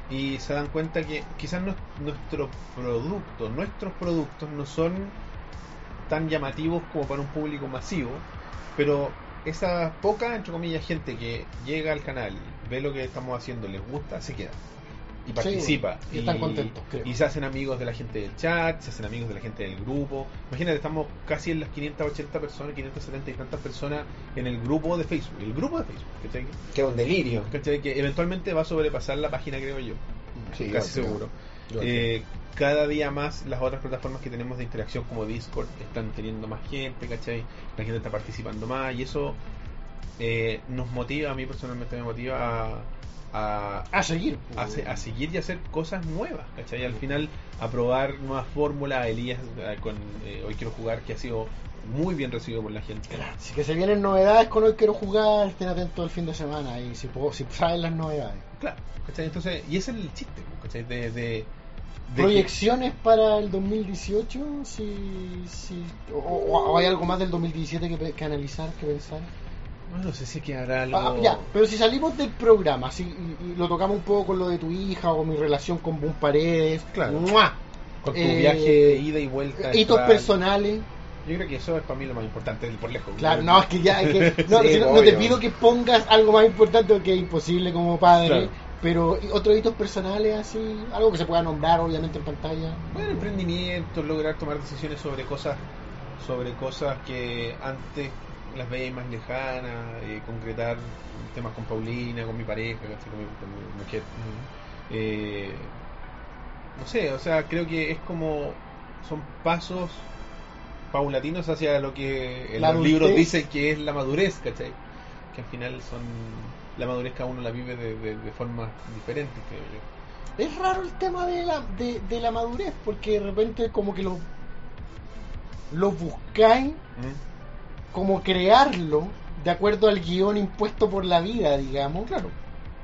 [SPEAKER 1] y se dan cuenta que quizás nues- nuestro producto, nuestros productos no son tan llamativos como para un público masivo, pero esa poca, entre comillas, gente que llega al canal, ve lo que estamos haciendo, les gusta, se queda. Y
[SPEAKER 3] Sí,
[SPEAKER 1] participa.
[SPEAKER 3] y están contentos, creo.
[SPEAKER 1] Y se hacen amigos de la gente del chat, se hacen amigos de la gente del grupo. Imagínate, estamos casi en las 580 personas, 570 y tantas personas en el grupo de Facebook. El grupo de Facebook, ¿cachai?
[SPEAKER 2] Que es un delirio.
[SPEAKER 1] ¿Cachai? Que eventualmente va a sobrepasar la página, creo yo.
[SPEAKER 2] Sí,
[SPEAKER 1] casi
[SPEAKER 2] yo creo.
[SPEAKER 1] seguro.
[SPEAKER 2] Yo
[SPEAKER 1] Eh, cada día más las otras plataformas que tenemos de interacción como Discord están teniendo más gente, ¿cachai? La gente está participando más y eso eh, nos motiva, a mí personalmente me motiva a... A,
[SPEAKER 3] A seguir.
[SPEAKER 1] a, se- a seguir y hacer cosas nuevas, ¿cachai? Al final a probar nuevas fórmulas, Elías eh, con eh, Hoy Quiero Jugar que ha sido muy bien recibido por la gente.
[SPEAKER 3] Así que se vienen novedades con hoy quiero jugar. Estén atentos al fin de semana y si, puedo, si saben las novedades.
[SPEAKER 1] Claro, ¿cachai? Entonces, y ese es el chiste, ¿cachai? De, de, de que-
[SPEAKER 3] ¿Proyecciones para el 2018? Si, si, o, o- o hay algo más del 2017 que, pe- que analizar, que pensar?
[SPEAKER 1] No sé si quedará algo.
[SPEAKER 3] Ah, ya, pero si salimos del programa si, y, y lo tocamos un poco con lo de tu hija o mi relación con Boom Paredes, ¡mua!
[SPEAKER 1] Con tu
[SPEAKER 3] Eh,
[SPEAKER 1] viaje de ida y vuelta.
[SPEAKER 3] hitos
[SPEAKER 1] actual.
[SPEAKER 3] personales.
[SPEAKER 1] Yo creo que eso es para mí lo más importante, el por lejos.
[SPEAKER 3] Claro, no, es que ya, es que, no,
[SPEAKER 1] Sí,
[SPEAKER 3] si no- no te
[SPEAKER 1] obvio.
[SPEAKER 3] pido que pongas algo más importante porque es imposible como padre,
[SPEAKER 1] Claro.
[SPEAKER 3] Pero ¿y otros hitos personales así, algo que se pueda nombrar obviamente en pantalla.
[SPEAKER 1] Bueno, emprendimiento, lograr tomar decisiones sobre cosas, sobre cosas que antes las veías más lejanas, eh, concretar temas con Paulina, con mi pareja, ¿cachai? con mi, con mi mujer. Eh, no sé, o sea, creo que es como son pasos paulatinos hacia lo que en
[SPEAKER 3] La
[SPEAKER 1] los libros
[SPEAKER 3] adultez.
[SPEAKER 1] dice que es la madurez, ¿cachai? Que al final son la madurez cada uno la vive de, de, de formas diferentes, creo yo.
[SPEAKER 3] Es raro el tema de la, de, de la madurez, porque de repente como que lo, lo buscáis
[SPEAKER 1] Mm.
[SPEAKER 3] como crearlo de acuerdo al guión impuesto por la vida, digamos.
[SPEAKER 1] Claro.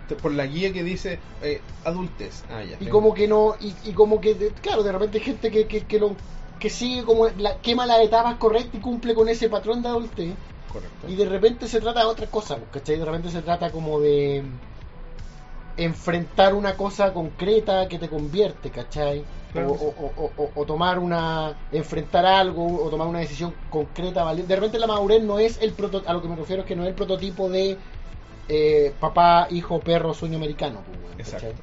[SPEAKER 1] Te- Por la guía que dice eh, adultez. Ah, ya.
[SPEAKER 3] Y
[SPEAKER 1] tengo-
[SPEAKER 3] como que no, y, y como que, de- claro, de repente hay gente que, que, que lo que sigue como la, quema las etapas correctas y cumple con ese patrón de adultez.
[SPEAKER 1] Correcto.
[SPEAKER 3] Y de repente se trata de otra cosa, ¿cachai? De repente se trata como de enfrentar una cosa concreta que te convierte, ¿cachai?
[SPEAKER 1] Claro
[SPEAKER 3] o,
[SPEAKER 1] que sí.
[SPEAKER 3] o- o- o- o tomar una, enfrentar algo, o tomar una decisión concreta, vali- De repente la madurez no es el proto, a lo que me refiero es que no es el prototipo de eh, papá, hijo, perro, sueño americano, pues, weón, ¿cachai?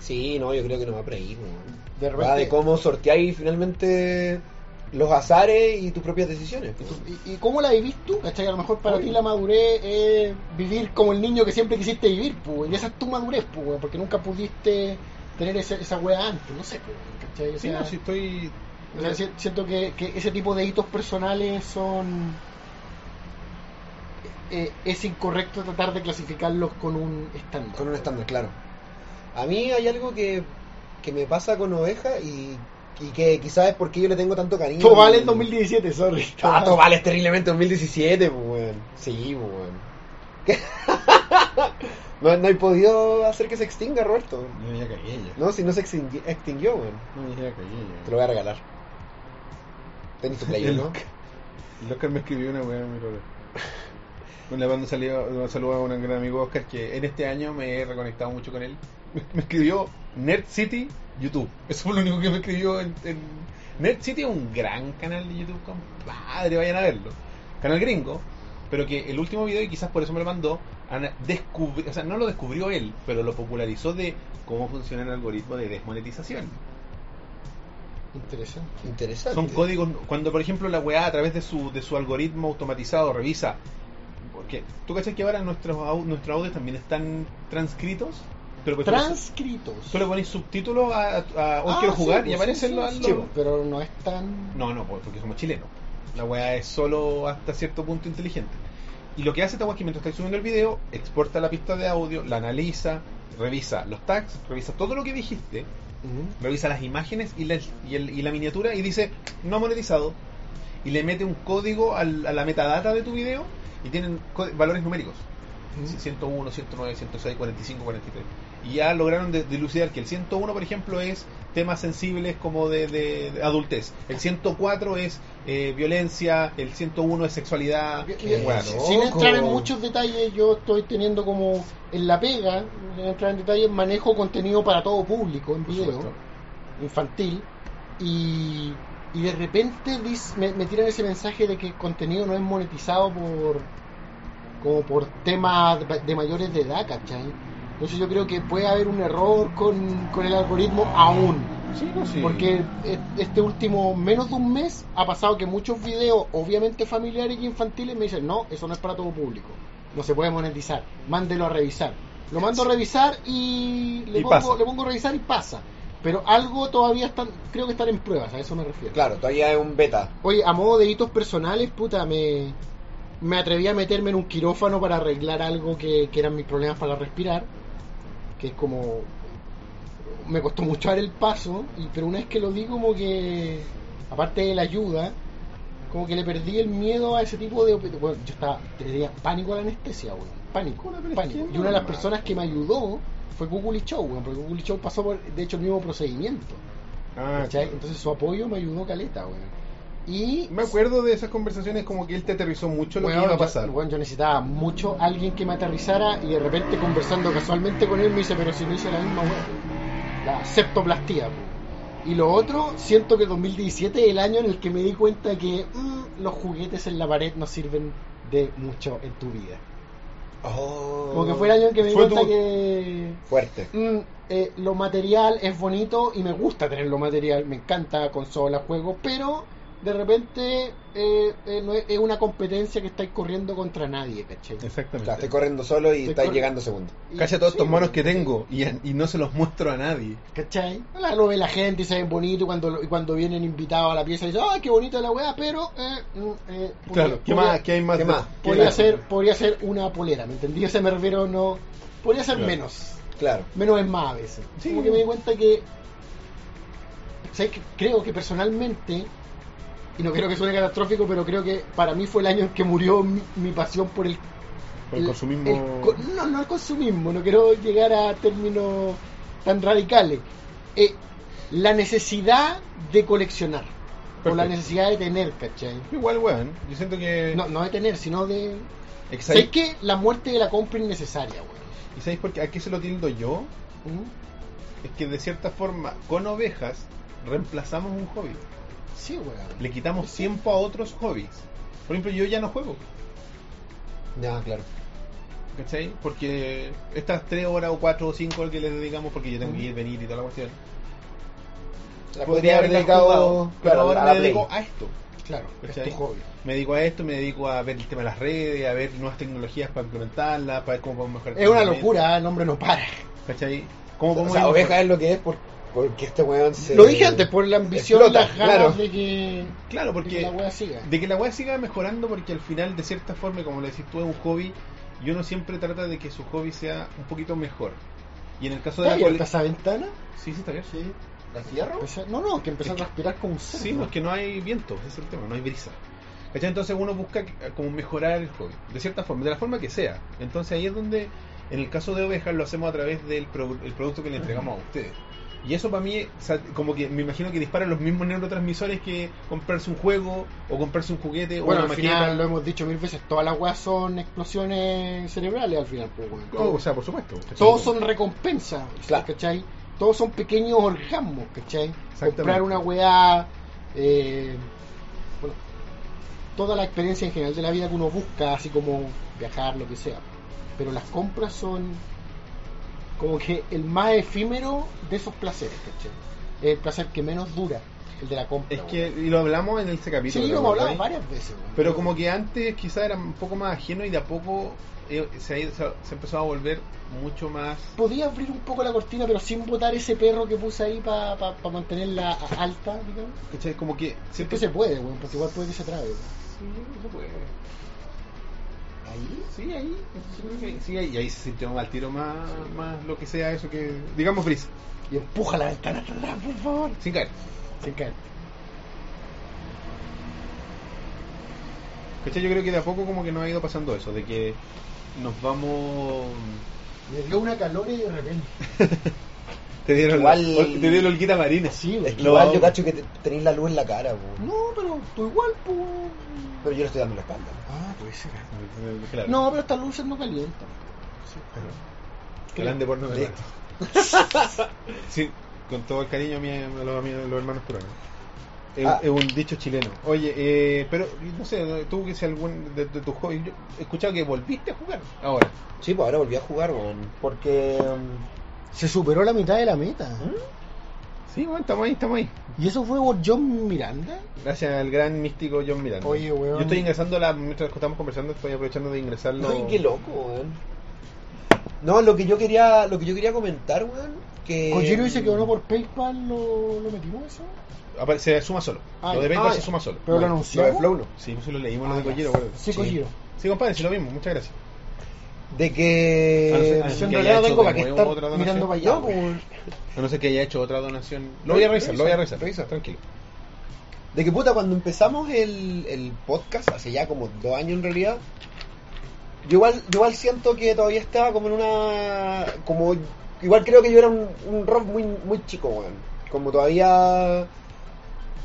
[SPEAKER 2] Sí, no, yo creo que nos va por ahí. weón.
[SPEAKER 3] De
[SPEAKER 2] Va
[SPEAKER 3] repente-
[SPEAKER 2] de cómo sorteáis finalmente los azares y tus propias decisiones.
[SPEAKER 3] ¿Y, y cómo la vivís tú? ¿Cachai? A lo mejor para ti la madurez es vivir como el niño que siempre quisiste vivir, pues. Y esa es tu madurez, pues, weón, porque nunca pudiste tener ese- esa weá antes, no sé, pues, ¿cachai? O
[SPEAKER 1] Sí,
[SPEAKER 3] sea,
[SPEAKER 1] no, si estoy.
[SPEAKER 3] o sea, si- siento que, que ese tipo de hitos personales son. eh, es incorrecto tratar de clasificarlos con un estándar.
[SPEAKER 2] Con un estándar, claro. A mí hay algo que, que me pasa con oveja y, y que quizás es porque yo le tengo tanto cariño.
[SPEAKER 3] Tobal en 2017, sorry.
[SPEAKER 2] Ah, Tobal es terriblemente 2017, pues, weón. Sí, pues, weón. No, no he podido hacer que se extinga, Roberto.
[SPEAKER 1] Yo ya cagué ya.
[SPEAKER 2] No, si no se extingui- extinguió, weón.
[SPEAKER 1] No, yo ya cagué ya.
[SPEAKER 2] Te lo voy a regalar. Tenés tu player,
[SPEAKER 1] El
[SPEAKER 2] ¿no?
[SPEAKER 1] Oscar- El Oscar me escribió una weá, me acuerdo. Le mando un saludo, un saludo a un gran amigo Oscar que en este año me he reconectado mucho con él. Me, me escribió Nerd City YouTube. Eso fue lo único que me escribió en, en- Nerd City es un gran canal de YouTube, compadre, vayan a verlo. Canal gringo, pero que el último video, y quizás por eso me lo mandó, ana- descubri- o sea, no lo descubrió él, pero lo popularizó de cómo funciona el algoritmo de desmonetización.
[SPEAKER 3] Interesante.
[SPEAKER 2] Interesante.
[SPEAKER 1] Son códigos. Cuando, por ejemplo, la weá a través de su, de su algoritmo automatizado revisa. Porque tú cachas que ahora nuestros, au- nuestros audios también están transcritos. Pero que tú-
[SPEAKER 3] Transcritos.
[SPEAKER 1] Tú le pones subtítulos a, a Hoy quiero
[SPEAKER 3] Ah,
[SPEAKER 1] jugar
[SPEAKER 3] sí,
[SPEAKER 1] y
[SPEAKER 3] pues,
[SPEAKER 1] aparecen
[SPEAKER 3] sí,
[SPEAKER 1] los.
[SPEAKER 3] sí,
[SPEAKER 1] los-
[SPEAKER 3] sí, pero no es tan.
[SPEAKER 1] No, no, porque somos chilenos. La weá es solo hasta cierto punto inteligente. Y lo que hace esta weá es que mientras estáis subiendo el video, exporta la pista de audio, la analiza, revisa los tags, revisa todo lo que dijiste, revisa las imágenes y la, y el- y la miniatura y dice no monetizado. Y le mete un código al- a la metadata de tu video y tienen co- valores numéricos. 101, 109, 106, 45, 43. Y ya lograron de- dilucidar que el 101, por ejemplo, es temas sensibles como de, de- de adultez. El 104 es eh, violencia, el 101 es sexualidad.
[SPEAKER 3] Y-
[SPEAKER 1] Bueno,
[SPEAKER 3] sin entrar en muchos detalles, yo estoy teniendo como en la pega, sin entrar en detalles, manejo contenido para todo público en video, infantil, y, y de repente dis- me, me tiran ese mensaje de que el contenido no es monetizado por como por temas de- de mayores de edad, ¿cachai? Entonces yo creo que puede haber un error con, con el algoritmo aún.
[SPEAKER 1] pues
[SPEAKER 3] Porque e- este último menos de un mes ha pasado que muchos videos, obviamente familiares y infantiles, me dicen, no, eso no es para todo público. No se puede monetizar. Mándelo a revisar. Lo mando a revisar y le,
[SPEAKER 1] Y
[SPEAKER 3] pongo,
[SPEAKER 1] pasa.
[SPEAKER 3] le pongo a revisar y pasa. Pero algo todavía están, creo que están en pruebas, a eso me refiero.
[SPEAKER 2] Claro, todavía es un beta.
[SPEAKER 3] Oye, a modo de hitos personales, puta, me, me atreví a meterme en un quirófano para arreglar algo que, que eran mis problemas para respirar, que es como... Me costó mucho dar el paso, y, pero una vez que lo di como que, aparte de la ayuda, como que le perdí el miedo a ese tipo de... op- Bueno, yo estaba, tenía pánico a la anestesia, weón. Pánico, pánico. Y una de las personas que me ayudó fue Google Show, weón, porque Google Show pasó por, de hecho, el mismo procedimiento.
[SPEAKER 1] Ah,
[SPEAKER 3] ¿cachai? Entonces su apoyo me ayudó caleta, weón. Y
[SPEAKER 1] me acuerdo de esas conversaciones como que él te aterrizó mucho lo
[SPEAKER 3] Weón,
[SPEAKER 1] que iba a
[SPEAKER 3] yo-
[SPEAKER 1] pasar.
[SPEAKER 3] weón, yo necesitaba mucho alguien que me aterrizara y de repente conversando casualmente con él me dice, pero si no hice la misma weá, la septoplastía. po". Y lo otro, siento que 2017 es el año en el que me di cuenta que mm, los juguetes en la pared no sirven de mucho en tu vida.
[SPEAKER 1] Oh.
[SPEAKER 3] Como que fue el año en que me di
[SPEAKER 2] Fue
[SPEAKER 3] cuenta
[SPEAKER 2] tu-
[SPEAKER 3] que
[SPEAKER 2] Fuerte.
[SPEAKER 3] mm, eh, lo material es bonito y me gusta tener lo material, me encanta consola, juegos, pero de repente eh, eh, no es, es una competencia que estáis corriendo contra nadie, ¿cachai?
[SPEAKER 1] Exactamente.
[SPEAKER 2] Claro, estoy corriendo solo y
[SPEAKER 3] Estoy
[SPEAKER 2] estáis
[SPEAKER 3] cor-
[SPEAKER 2] llegando segundo.
[SPEAKER 1] Cacha todos estos monos que tengo y, y no se los muestro a nadie.
[SPEAKER 3] ¿Cachai? La- Lo ve la gente y se ven bonito y cuando, lo- y cuando vienen invitados a la pieza y dicen, ¡ay, qué bonita la weá! Pero, eh, mm, eh, podría-
[SPEAKER 1] Claro, ¿qué
[SPEAKER 3] podría-
[SPEAKER 1] más? ¿Qué hay más?
[SPEAKER 3] ¿Qué
[SPEAKER 1] de-
[SPEAKER 3] más?
[SPEAKER 1] ¿Qué
[SPEAKER 3] Podría
[SPEAKER 1] más?
[SPEAKER 3] ser, podría ser una polera, ¿me entendí? Ese me refiero, no. Podría ser
[SPEAKER 1] Claro.
[SPEAKER 3] menos.
[SPEAKER 2] Claro.
[SPEAKER 3] Menos es más a veces. Como que me di cuenta que. ¿sabes qué? Creo que personalmente. Y no creo que suene catastrófico, pero creo que para mí fue el año en que murió mi, mi pasión por el.
[SPEAKER 1] Por el consumismo.
[SPEAKER 3] el co- no, no el consumismo, no quiero llegar a términos tan radicales. Eh, la necesidad de coleccionar. O la necesidad de tener, ¿cachai?
[SPEAKER 1] Igual, weón. Yo siento que.
[SPEAKER 3] No, no de tener, sino de.
[SPEAKER 1] Exacto.
[SPEAKER 3] ¿Sabes que La muerte de la compra innecesaria, weón. ¿Mm?
[SPEAKER 1] ¿Y sabéis por qué? ¿A qué se lo tildo yo? Es que de cierta forma, con ovejas, reemplazamos un hobby.
[SPEAKER 3] Sí, weón.
[SPEAKER 1] Le quitamos tiempo a otros hobbies. Por ejemplo, yo ya no juego.
[SPEAKER 2] Ya, claro.
[SPEAKER 1] ¿Cachai? Porque estas tres horas o cuatro o cinco horas que les dedicamos, porque yo
[SPEAKER 3] ¿Mm?
[SPEAKER 1] tengo que ir, venir y toda la cuestión.
[SPEAKER 2] La podría haber dedicado,
[SPEAKER 1] pero
[SPEAKER 2] claro,
[SPEAKER 1] ahora
[SPEAKER 2] a la
[SPEAKER 1] me dedico
[SPEAKER 2] Play.
[SPEAKER 1] a esto.
[SPEAKER 3] Claro,
[SPEAKER 1] ¿cachai?
[SPEAKER 3] es tu hobby.
[SPEAKER 1] Me dedico a esto, me dedico a ver el tema de las redes, a ver nuevas tecnologías para implementarlas, para ver cómo podemos mejorar. el
[SPEAKER 3] Es una
[SPEAKER 1] tratamiento,
[SPEAKER 3] locura, ¿eh? el hombre no para.
[SPEAKER 1] ¿Cachai? ¿Cómo
[SPEAKER 2] O
[SPEAKER 1] podemos
[SPEAKER 2] sea,
[SPEAKER 1] ir
[SPEAKER 2] oveja
[SPEAKER 1] mejor-
[SPEAKER 2] es lo que es por- porque este weón se.
[SPEAKER 3] Lo dije antes, por la ambición,
[SPEAKER 2] Explota,
[SPEAKER 3] las ganas
[SPEAKER 2] claro.
[SPEAKER 3] de que.
[SPEAKER 1] Claro, porque
[SPEAKER 3] de que la weá siga.
[SPEAKER 1] de que la weá siga mejorando porque al final de cierta forma como le decís tú es un hobby y uno siempre trata de que su hobby sea un poquito mejor y en el caso de
[SPEAKER 3] ¿Está
[SPEAKER 1] la
[SPEAKER 3] abierta
[SPEAKER 1] cole...
[SPEAKER 3] esa ventana?
[SPEAKER 1] sí sí está bien
[SPEAKER 3] sí
[SPEAKER 2] ¿La
[SPEAKER 3] Empecé- no, no, que empezó a respirar como un cerdo.
[SPEAKER 1] sí no, es que no hay viento ese es el tema no hay brisa ¿Cachai? entonces uno busca eh, como mejorar el hobby de cierta forma de la forma que sea entonces ahí es donde en el caso de ovejas lo hacemos a través del produ- el producto que le entregamos a ustedes y eso para mí, sa- como que me imagino que disparan los mismos neurotransmisores que comprarse un juego o comprarse un juguete
[SPEAKER 3] Bueno,
[SPEAKER 1] o
[SPEAKER 3] al
[SPEAKER 1] una
[SPEAKER 3] final
[SPEAKER 1] maqueta.
[SPEAKER 3] lo hemos dicho mil veces, todas las weas son explosiones cerebrales al final, pues, weón.
[SPEAKER 1] Oh, o sea, por supuesto.
[SPEAKER 3] Todos son recompensas, ¿cachai? Todos son pequeños orgasmos, ¿cachai? Comprar una weá, eh, bueno, toda la experiencia en general de la vida que uno busca, así como viajar, lo que sea. Pero las compras son como que el más efímero de esos placeres, ¿cachai? El placer que menos dura, el de la compra.
[SPEAKER 1] Es que y lo hablamos en este capítulo.
[SPEAKER 3] Sí,
[SPEAKER 1] ¿te
[SPEAKER 3] lo hemos
[SPEAKER 1] acuerdas?
[SPEAKER 3] hablado varias veces, weón.
[SPEAKER 1] Pero como que antes quizás era un poco más ajeno y de a poco eh, se, ha ido- se ha- se empezó a volver mucho más.
[SPEAKER 3] Podía abrir un poco la cortina, pero sin botar ese perro que puse ahí para mantenerla a- alta, digamos.
[SPEAKER 1] ¿Cachai? Como que.
[SPEAKER 3] Si es que se puede, weón, porque igual puede que se trabe.
[SPEAKER 1] Sí, se puede.
[SPEAKER 3] Ahí,
[SPEAKER 1] sí, ahí. Yo creo que ahí- Sí, ahí- y ahí se sintió al tiro más, más lo que sea eso que. Digamos brisa.
[SPEAKER 3] Y empuja la ventana hasta atrás, por favor.
[SPEAKER 1] Sin caer.
[SPEAKER 3] Sin caer.
[SPEAKER 1] ¿Cachai? Yo creo que de a poco como que nos ha ido pasando eso, de que nos vamos.
[SPEAKER 3] Me dio una calor y de repente.
[SPEAKER 1] Te dieron,
[SPEAKER 2] Igual-
[SPEAKER 1] la, te dieron la holguita marina.
[SPEAKER 3] Sí,
[SPEAKER 2] Es que igual yo cacho que te- tenéis la luz en la cara, weón.
[SPEAKER 3] No, pero tú igual, pues.
[SPEAKER 2] Pero yo le estoy dando la espalda.
[SPEAKER 3] Ah, puede ser.
[SPEAKER 1] Claro.
[SPEAKER 3] No, pero está luces no calienta.
[SPEAKER 1] Galán de porno peruano. Sí, con todo el cariño a, mi- a los, amigos- a los hermanos peruanos. Es,
[SPEAKER 2] Ah.
[SPEAKER 1] es un dicho chileno. Oye, eh, pero no sé, tú que si algún de, de tus hobbies, yo he escuchado que volviste a jugar ahora.
[SPEAKER 2] Sí, pues ahora volví a jugar, weón. Porque. mm,
[SPEAKER 3] Se superó la mitad de la meta.
[SPEAKER 1] ¿Mm? Sí, bueno, estamos ahí, estamos ahí.
[SPEAKER 3] ¿Y eso fue por John Miranda?
[SPEAKER 1] Gracias al gran místico John Miranda.
[SPEAKER 3] Oye, weón.
[SPEAKER 1] Yo estoy ingresando, la, mientras que estamos conversando, estoy aprovechando de ingresarlo.
[SPEAKER 2] Ay, qué loco, weón. No, lo que yo quería, lo que yo quería comentar, weón, que.
[SPEAKER 3] Kojiro dice que donó por PayPal, ¿lo, lo metimos eso?
[SPEAKER 1] Apare- Se suma solo.
[SPEAKER 3] Ah,
[SPEAKER 1] lo de
[SPEAKER 3] ya.
[SPEAKER 1] PayPal
[SPEAKER 3] Ah,
[SPEAKER 1] se
[SPEAKER 3] ya.
[SPEAKER 1] suma solo.
[SPEAKER 3] Pero lo
[SPEAKER 1] Bueno,
[SPEAKER 3] anunció.
[SPEAKER 1] de Flow no. Sí, pues sí lo leímos, lo de
[SPEAKER 2] Ah,
[SPEAKER 3] ya.
[SPEAKER 1] Kojiro, acuérdate.
[SPEAKER 3] Sí, Kojiro.
[SPEAKER 1] Sí, compadre, sí lo mismo. Muchas gracias.
[SPEAKER 2] De que.
[SPEAKER 1] A Ah, no ser- a no
[SPEAKER 2] Yo
[SPEAKER 1] ser
[SPEAKER 2] en
[SPEAKER 1] que
[SPEAKER 2] realidad
[SPEAKER 1] haya
[SPEAKER 2] no pues,
[SPEAKER 1] hecho
[SPEAKER 2] tengo
[SPEAKER 1] de
[SPEAKER 2] para qué
[SPEAKER 1] nuevo
[SPEAKER 2] estar
[SPEAKER 1] otra donación.
[SPEAKER 2] mirando para allá.
[SPEAKER 1] No,
[SPEAKER 3] pues,
[SPEAKER 2] weón.
[SPEAKER 1] A no ser que haya hecho otra donación. pues. Lo voy a revisar, lo voy a revisar.
[SPEAKER 2] Revisa.
[SPEAKER 1] Tranquilo.
[SPEAKER 2] De que puta, cuando empezamos el, el podcast, hace ya como dos años en realidad, yo igual, yo igual siento que todavía estaba como en una. como Igual creo que yo era un, un rock muy, muy chico, weón. Como todavía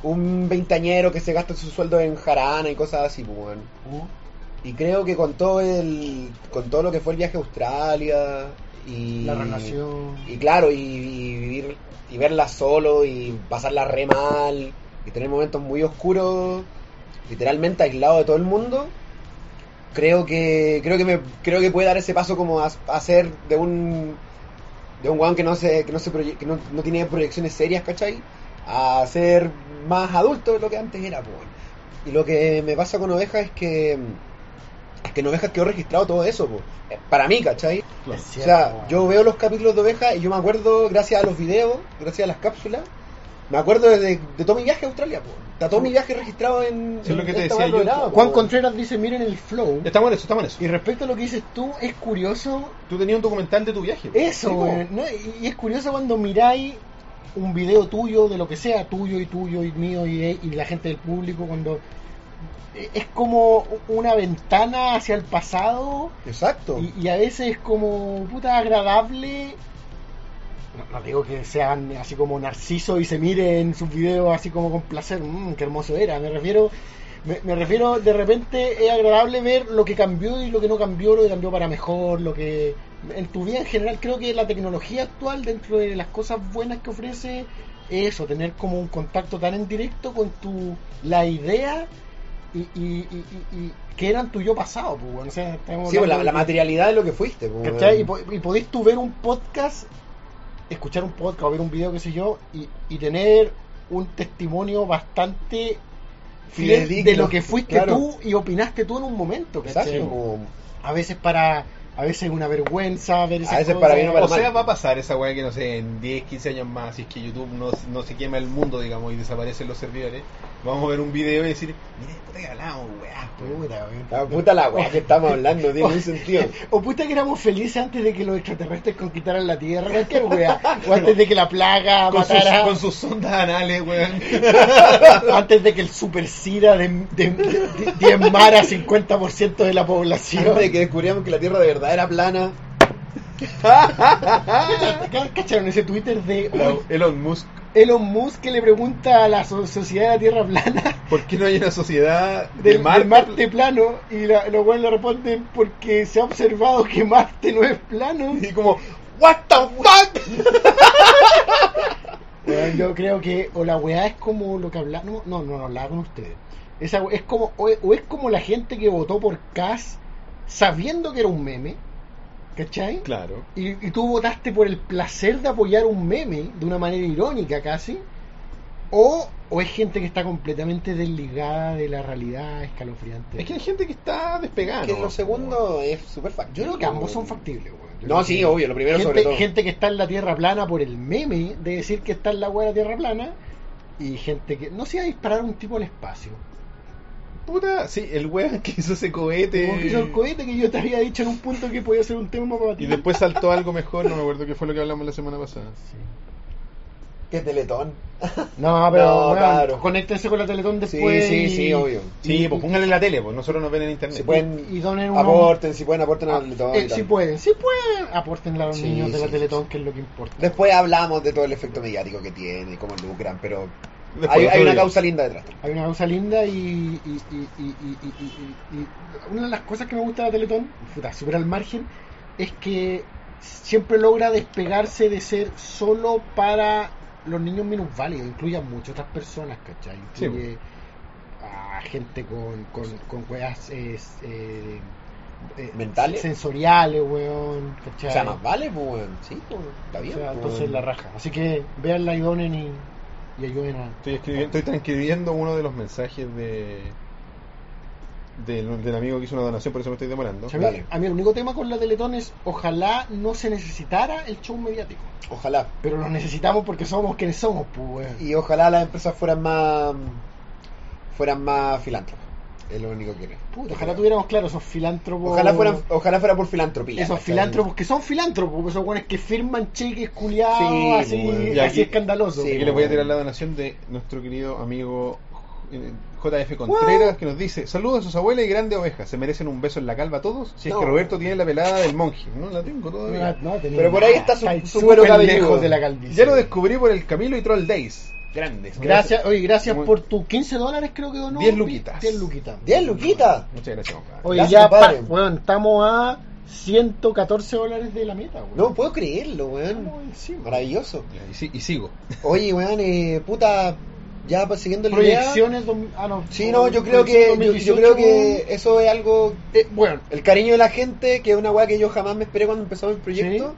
[SPEAKER 2] un veinteañero que se gasta su sueldo en jarana y cosas así, pues, weón.
[SPEAKER 3] Uh-huh.
[SPEAKER 2] Y creo que con todo el. con todo lo que fue el viaje a Australia y.
[SPEAKER 3] La relación.
[SPEAKER 2] Y claro, y, y vivir y verla solo y pasarla re mal y tener momentos muy oscuros, literalmente aislado de todo el mundo. creo que creo que me creo que puede dar ese paso como a, a ser de un de un weón que no se que no se proye- que no, no tiene proyecciones serias ¿cachai? a ser más adulto de lo que antes era po, weón. y lo que me pasa con ovejas es que es que en ovejas quedó registrado todo eso po. Eh, para mí ¿cachai?
[SPEAKER 3] Claro.
[SPEAKER 2] o sea yo veo los capítulos de ovejas y yo me acuerdo gracias a los videos gracias a las cápsulas me acuerdo de, de todo mi viaje a Australia po. está todo mi viaje registrado en,
[SPEAKER 1] Sí, es lo que
[SPEAKER 2] en
[SPEAKER 1] te
[SPEAKER 2] esta weá
[SPEAKER 1] decía yo,
[SPEAKER 2] lograda, po,
[SPEAKER 3] Juan
[SPEAKER 2] weón.
[SPEAKER 3] Contreras dice, miren el flow.
[SPEAKER 1] Estamos en eso, estamos en eso.
[SPEAKER 3] Y respecto a lo que dices tú, es curioso.
[SPEAKER 1] Tú tenías un documental de tu viaje.
[SPEAKER 3] Eso,
[SPEAKER 1] Sí, po.
[SPEAKER 3] weón, ¿no? Y- y es curioso cuando miráis un video tuyo, de lo que sea, tuyo y tuyo y mío y, de- y la gente del público, cuando e- es como una ventana hacia el pasado.
[SPEAKER 2] Exacto.
[SPEAKER 3] Y, y a veces es como puta agradable. No, no digo que sean así como narciso y se miren sus videos así como con placer, mmm, qué hermoso era. Me refiero, me, me refiero, de repente es agradable ver lo que cambió y lo que no cambió, lo que cambió para mejor, lo que. En tu vida en general, creo que la tecnología actual, dentro de las cosas buenas que ofrece, es eso, tener como un contacto tan en directo con tu. la idea y, y- y- y- y que eran tu yo pasado, pues, weón. O sea, estamos
[SPEAKER 2] Sí, pues, la,
[SPEAKER 3] hablando
[SPEAKER 2] la
[SPEAKER 3] de-
[SPEAKER 2] materialidad de lo que fuiste. po,
[SPEAKER 3] ¿Cachai? Y,
[SPEAKER 2] weón.
[SPEAKER 3] po- y podéis tú ver un podcast, escuchar un podcast o ver un video, qué sé yo, y, y tener un testimonio bastante fiel
[SPEAKER 2] Fidedigno,
[SPEAKER 3] de lo que fuiste
[SPEAKER 2] claro.
[SPEAKER 3] tú y opinaste tú en un momento, ¿cachai?
[SPEAKER 2] Exacto, po.
[SPEAKER 3] A veces para, a veces una vergüenza, ver esas
[SPEAKER 1] A veces
[SPEAKER 3] cosas.
[SPEAKER 1] para bien o para mal. O sea, va a pasar esa weá que no sé, en 10, 15 años más, si es que YouTube no, no se quema el mundo, digamos, y desaparecen los servidores, vamos a ver un video y decir, "Ah, mire, puta que hablamos, weá,
[SPEAKER 3] puta, weón.
[SPEAKER 2] La puta la weá que estamos hablando, tiene un sentido.
[SPEAKER 3] O puta que éramos felices antes de que los extraterrestres conquistaran la Tierra, cualquier wea. O antes de que la plaga
[SPEAKER 1] Con sus,
[SPEAKER 3] matara.
[SPEAKER 1] con sus sondas anales, weón.
[SPEAKER 3] antes de que el super SIDA de, de, de- diezmara 50% de la población.
[SPEAKER 2] Antes de que descubríamos que la Tierra de verdad era plana.
[SPEAKER 3] ¿Cacharon- ¿Cacharon ese Twitter de
[SPEAKER 1] Elon Musk?
[SPEAKER 3] Elon Musk que le pregunta a la so- sociedad de la Tierra plana
[SPEAKER 1] ¿Por qué no hay una sociedad de
[SPEAKER 3] del
[SPEAKER 1] Marte?
[SPEAKER 3] Marte, Marte plano y la- los buenos le responden porque se ha observado que Marte no es plano.
[SPEAKER 1] Y como, ¿What the fuck?
[SPEAKER 3] Weón, yo creo que o la weá es como lo que hablamos, no, no, no hablaba con ustedes. Esa we- es como, o es, o es como la gente que votó por Cass sabiendo que era un meme, ¿cachai?
[SPEAKER 1] Claro.
[SPEAKER 3] Y, y tú votaste por el placer de apoyar un meme de una manera irónica casi, o, o es gente que está completamente desligada de la realidad escalofriante.
[SPEAKER 1] Es que hay gente que está despegada.
[SPEAKER 2] Que
[SPEAKER 1] ¿no?
[SPEAKER 2] lo segundo es súper factible.
[SPEAKER 3] Yo creo que ambos son factibles, weón. Yo
[SPEAKER 2] No,
[SPEAKER 3] creo
[SPEAKER 2] sí,
[SPEAKER 3] que
[SPEAKER 2] obvio, lo primero
[SPEAKER 3] gente,
[SPEAKER 2] sobre todo.
[SPEAKER 3] Gente que está en la tierra plana por el meme de decir que está en la buena tierra plana y gente que. No se va a disparar un tipo al espacio.
[SPEAKER 1] Puta, sí, el weón que hizo ese cohete.
[SPEAKER 3] Como que hizo el cohete que yo te había dicho en un punto que podía ser un tema para ti.
[SPEAKER 1] Y después saltó algo mejor, no me acuerdo qué fue lo que hablamos la semana pasada.
[SPEAKER 2] Que teletón.
[SPEAKER 3] No, pero
[SPEAKER 2] No,
[SPEAKER 3] weón,
[SPEAKER 2] claro.
[SPEAKER 3] conéctense con la Teletón
[SPEAKER 2] Sí,
[SPEAKER 3] después.
[SPEAKER 2] sí,
[SPEAKER 3] y-
[SPEAKER 2] sí, obvio.
[SPEAKER 1] Sí, pues pónganle en la tele, pues nosotros nos ven en internet.
[SPEAKER 2] Si pueden,
[SPEAKER 3] y donen un-
[SPEAKER 2] aporten, si pueden, aporten al teletón.
[SPEAKER 3] Eh,
[SPEAKER 2] y tal.
[SPEAKER 3] si pueden, si pueden, aporten a los
[SPEAKER 2] Sí,
[SPEAKER 3] niños de
[SPEAKER 2] sí,
[SPEAKER 3] la Teletón, que es lo que importa.
[SPEAKER 2] Después hablamos de todo el efecto mediático que tiene y cómo lucran, pero
[SPEAKER 3] Después,
[SPEAKER 2] hay, hay
[SPEAKER 3] otro
[SPEAKER 2] una
[SPEAKER 3] día.
[SPEAKER 2] causa linda detrás.
[SPEAKER 3] Hay una cosa linda y, y- y- y- y- y- y- y- y- una de las cosas que me gusta de la Teletón, puta, súper al margen, es que siempre logra despegarse de ser solo para los niños minusválidos, incluye a muchas otras personas, ¿cachai?
[SPEAKER 1] Sí,
[SPEAKER 3] Incluye a
[SPEAKER 2] pues.
[SPEAKER 3] gente con, con, con weas eh, eh, eh,
[SPEAKER 2] Mentales.
[SPEAKER 3] sensoriales, weón, ¿cachai?
[SPEAKER 2] O sea, más vale, pues, weón. Sí, pues, está bien.
[SPEAKER 3] O sea,
[SPEAKER 2] pues,
[SPEAKER 3] entonces
[SPEAKER 2] weón.
[SPEAKER 3] la raja. Así que veanla y donen y, y ayuden a...
[SPEAKER 1] Estoy, escribiendo, estoy transcribiendo uno de los mensajes de del, del amigo que hizo una donación, por eso me estoy demorando.
[SPEAKER 3] A mí, a mí el único tema con la Teletón es ojalá no se necesitara el show mediático.
[SPEAKER 2] Ojalá.
[SPEAKER 3] Pero lo necesitamos porque somos quienes somos, pues.
[SPEAKER 2] Y ojalá las empresas fueran más. fueran más filántropas. Es lo único que creo.
[SPEAKER 3] Puta, ojalá tuviéramos claro esos filántropos.
[SPEAKER 2] Ojalá fueran, ojalá fuera por filantropía.
[SPEAKER 3] esos
[SPEAKER 2] ¿cachai?
[SPEAKER 3] filántropos que son filántropos, pues, esos buenos que firman cheques culiados
[SPEAKER 2] Sí, pues,
[SPEAKER 3] así,
[SPEAKER 2] bueno.
[SPEAKER 1] Y
[SPEAKER 3] así
[SPEAKER 1] aquí-
[SPEAKER 3] escandaloso.
[SPEAKER 1] Aquí les voy
[SPEAKER 2] pues,
[SPEAKER 1] a tirar la donación de nuestro querido amigo eh, JF Contreras que nos dice: Saludos a sus abuelas y grandes ovejas. Se merecen un beso en la calva a todos. Si
[SPEAKER 3] No.
[SPEAKER 1] es que Roberto tiene la pelada del monje, no la tengo todavía.
[SPEAKER 3] No, no tenía
[SPEAKER 2] Pero por ahí
[SPEAKER 3] nada.
[SPEAKER 2] está su-
[SPEAKER 3] Está
[SPEAKER 2] su
[SPEAKER 3] súper
[SPEAKER 2] pelo cabelludo.
[SPEAKER 3] lejos de la calvicie.
[SPEAKER 1] Ya lo descubrí por el Camilo y Troll Days. Grandes.
[SPEAKER 3] Gracias, oye, gracias
[SPEAKER 1] Muy-
[SPEAKER 3] por tus 15 dólares, creo que donó.
[SPEAKER 1] 10 luquitas.
[SPEAKER 3] 10 luquitas.
[SPEAKER 2] 10 luquitas.
[SPEAKER 1] Muchas gracias, compadre.
[SPEAKER 3] Oye,
[SPEAKER 2] Gracias,
[SPEAKER 3] ya,
[SPEAKER 2] compadre.
[SPEAKER 3] pa- weón, estamos a 114 dólares de la meta, weón.
[SPEAKER 2] No puedo creerlo, weón.
[SPEAKER 3] Estamos encima.
[SPEAKER 2] Maravilloso.
[SPEAKER 1] Y, si- y sigo.
[SPEAKER 2] Oye, weón, eh, puta. Ya, pues siguiendo la idea.
[SPEAKER 3] Proyecciones. dom- Ah, no.
[SPEAKER 2] Sí, no, yo creo que yo, yo creo que eso es algo bueno, el cariño de la gente, que es una weá que yo jamás me esperé cuando empezamos el proyecto,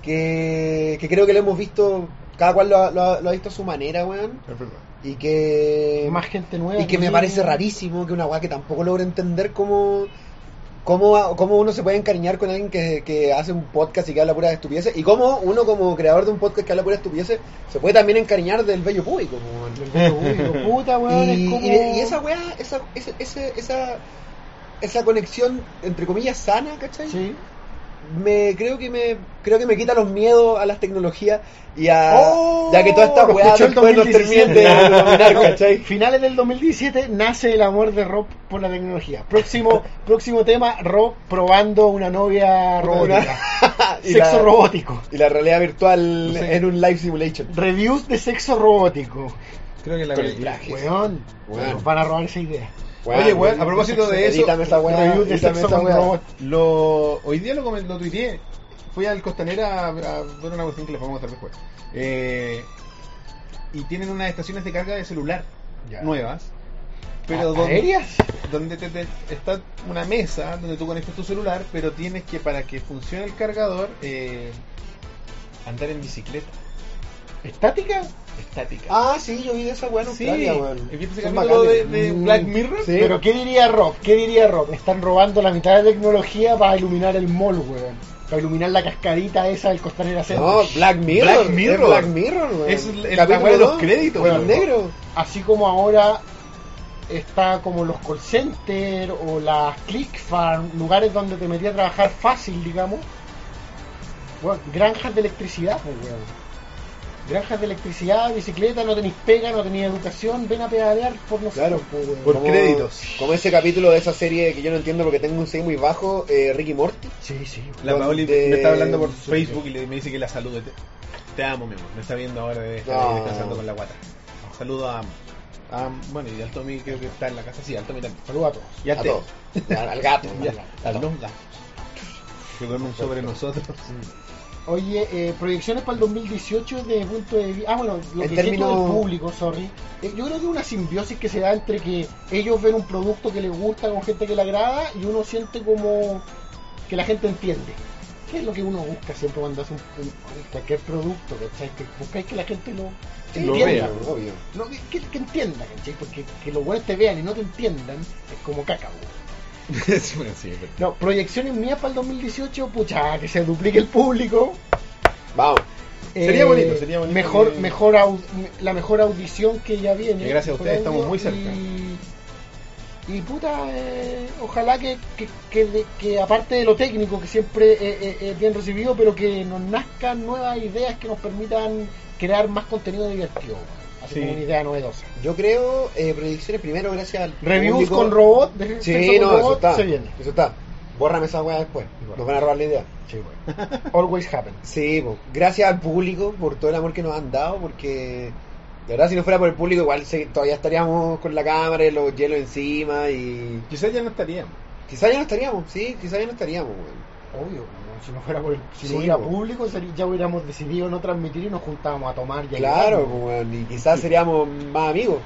[SPEAKER 2] que, que creo que lo hemos visto, cada cual lo, ha- lo ha- lo ha visto a su manera, weón. Y que
[SPEAKER 3] Más gente nueva.
[SPEAKER 2] y que me
[SPEAKER 3] también.
[SPEAKER 2] parece rarísimo que una weá que tampoco logro entender cómo, cómo, cómo uno se puede encariñar con alguien que, que hace un podcast y que habla pura estupidez y cómo uno como creador de un podcast que habla pura estupidez se puede también encariñar del bello público. weón.
[SPEAKER 3] Puta, weón,
[SPEAKER 2] y,
[SPEAKER 3] es como-
[SPEAKER 2] y- y esa weá, esa, ese- ese- esa, esa conexión entre comillas sana, ¿cachai? Me, creo que me creo que me quita los miedos a las tecnologías y a eh, ah, ya que toda esta
[SPEAKER 3] Lo
[SPEAKER 2] weá
[SPEAKER 3] Oh. escuchó el
[SPEAKER 2] después nos terminen de
[SPEAKER 3] 2017.
[SPEAKER 2] dominar, ¿cachai?
[SPEAKER 3] Finales del 2017 nace el amor de Rob por la tecnología. Próximo, próximo tema, Rob probando una novia robótica.
[SPEAKER 2] Y
[SPEAKER 3] Sexo
[SPEAKER 2] la-
[SPEAKER 3] robótico.
[SPEAKER 2] Y la realidad virtual
[SPEAKER 3] No sé.
[SPEAKER 2] en un live simulation.
[SPEAKER 3] Reviews de sexo robótico.
[SPEAKER 1] Creo que la
[SPEAKER 2] Con el traje.
[SPEAKER 3] Weón,
[SPEAKER 2] Weón.
[SPEAKER 3] nos van a robar esa idea.
[SPEAKER 1] Oye, weón, a propósito de eso,
[SPEAKER 2] Edítame esa weá,
[SPEAKER 1] review de
[SPEAKER 2] edítame
[SPEAKER 1] sexo
[SPEAKER 2] esa
[SPEAKER 1] con
[SPEAKER 2] weá.
[SPEAKER 1] robot. Lo, hoy día lo, comen- lo tuiteé. Fui al Costanera a, a ver una cuestión que les podemos mostrar después. Eh, y tienen unas estaciones de carga de celular nuevas.
[SPEAKER 3] ¿A-
[SPEAKER 1] Pero donde,
[SPEAKER 3] aéreas?
[SPEAKER 1] donde te- te- está una mesa donde tú conectas tu celular, pero tienes que, para que funcione el cargador, eh, andar en bicicleta.
[SPEAKER 3] ¿Estática?
[SPEAKER 1] Estática.
[SPEAKER 2] Ah, sí, yo vi de esa weá en
[SPEAKER 1] Sí,
[SPEAKER 2] Australia, weón.
[SPEAKER 1] ¿y viste ese
[SPEAKER 2] Son
[SPEAKER 1] capítulo
[SPEAKER 2] bacanes.
[SPEAKER 1] de- de
[SPEAKER 2] Mm.
[SPEAKER 1] Black Mirror?
[SPEAKER 2] Sí.
[SPEAKER 3] Pero ¿qué diría Rob? ¿Qué diría Rob? Están robando la mitad de tecnología para iluminar el mall, weón. Para iluminar la cascarita esa del Costanera Center.
[SPEAKER 2] No, Black Mirror.
[SPEAKER 3] Black
[SPEAKER 2] es
[SPEAKER 3] Mirror.
[SPEAKER 2] Black Mirror, weón.
[SPEAKER 3] Es el- el
[SPEAKER 2] Capítulo
[SPEAKER 3] tabuero de los
[SPEAKER 2] dos,
[SPEAKER 3] créditos,
[SPEAKER 2] weón.
[SPEAKER 3] weón.
[SPEAKER 2] negro.
[SPEAKER 3] Así como ahora está como los call center o las click farm, lugares donde te metía a trabajar fácil, digamos. Weón, granjas de electricidad, pues, weón. Granjas de electricidad, bicicleta, no tenéis pega, no tenéis educación, ven a pedalear por nosotros, pues, weón.
[SPEAKER 2] Como- Como ese capítulo de esa serie que yo no entiendo porque tengo un 6 muy bajo, eh, Ricky Morty.
[SPEAKER 3] Sí, sí.
[SPEAKER 1] La Paoli me está hablando por Facebook y le- me dice que la salude. Te, te amo, mi amor. Me está viendo ahora de estar
[SPEAKER 2] No.
[SPEAKER 1] descansando con la guata. Saludo a Am. Am, bueno, y al Tommy creo que está en la casa. Sí, al Tommy también.
[SPEAKER 3] Saludo a todos.
[SPEAKER 1] Y al
[SPEAKER 2] A
[SPEAKER 1] Teo.
[SPEAKER 2] todos. Y al- al gato.
[SPEAKER 1] Y al- al no gato. Que duermen sobre nosotros.
[SPEAKER 3] Oye, eh, proyecciones para el 2018 de punto de vista. Ah, bueno, lo
[SPEAKER 1] En
[SPEAKER 3] que
[SPEAKER 1] términos-
[SPEAKER 3] siento del público, sorry. Eh, yo creo que una simbiosis que se da entre que ellos ven un producto que les gusta con gente que le agrada y uno siente como que la gente entiende. ¿Qué es lo que uno busca siempre cuando hace un, un- cualquier producto? ¿Cachai? Que buscáis que la gente lo,
[SPEAKER 2] Lo
[SPEAKER 3] entienda.
[SPEAKER 2] vea, obvio.
[SPEAKER 3] No, que, que- que entienda, ¿cachai? Porque que los buenos te vean y no te entiendan es como caca, weón.
[SPEAKER 1] Sí, bueno, sí, pero-
[SPEAKER 3] No, proyecciones mías para el 2018, pucha, que se duplique el público. Eh,
[SPEAKER 2] Vamos.
[SPEAKER 1] Sería bonito, sería bonito
[SPEAKER 3] Mejor,
[SPEAKER 1] que-
[SPEAKER 3] mejor au- la mejor audición que ya viene.
[SPEAKER 1] Y gracias a
[SPEAKER 3] Mejor
[SPEAKER 1] ustedes estamos
[SPEAKER 3] audio
[SPEAKER 1] muy cerca.
[SPEAKER 3] Y, y puta, eh, ojalá que, que, que de- que aparte de lo técnico, que siempre eh, eh, es bien recibido, pero que nos nazcan nuevas ideas que nos permitan crear más contenido divertido. Así
[SPEAKER 2] Sí.
[SPEAKER 3] como una idea novedosa.
[SPEAKER 2] Yo creo, eh, proyecciones primero, gracias al.
[SPEAKER 3] Reviews
[SPEAKER 2] público.
[SPEAKER 3] con robot, de
[SPEAKER 2] Sí,
[SPEAKER 3] sexo con
[SPEAKER 2] no, eso
[SPEAKER 3] robot,
[SPEAKER 2] está.
[SPEAKER 3] se viene.
[SPEAKER 2] Eso está. Bórrame esa weá después. Nos van a robar la idea.
[SPEAKER 3] Sí, Always happen.
[SPEAKER 2] Sí, po. gracias al público por todo el amor que nos han dado, porque de verdad si no fuera por el público igual se- todavía estaríamos con la cámara y los hielos encima y...
[SPEAKER 1] Quizás ya no estaríamos.
[SPEAKER 2] Quizás ya no estaríamos, sí, quizás ya no estaríamos, weón.
[SPEAKER 3] Obvio, weón, si no fuera por el- si
[SPEAKER 2] Sí,
[SPEAKER 3] no hubiera
[SPEAKER 2] po.
[SPEAKER 3] público sería- ya hubiéramos decidido no transmitir y nos juntábamos a tomar y a
[SPEAKER 2] Claro,
[SPEAKER 3] llorar,
[SPEAKER 2] po, weón, y quizás seríamos más amigos.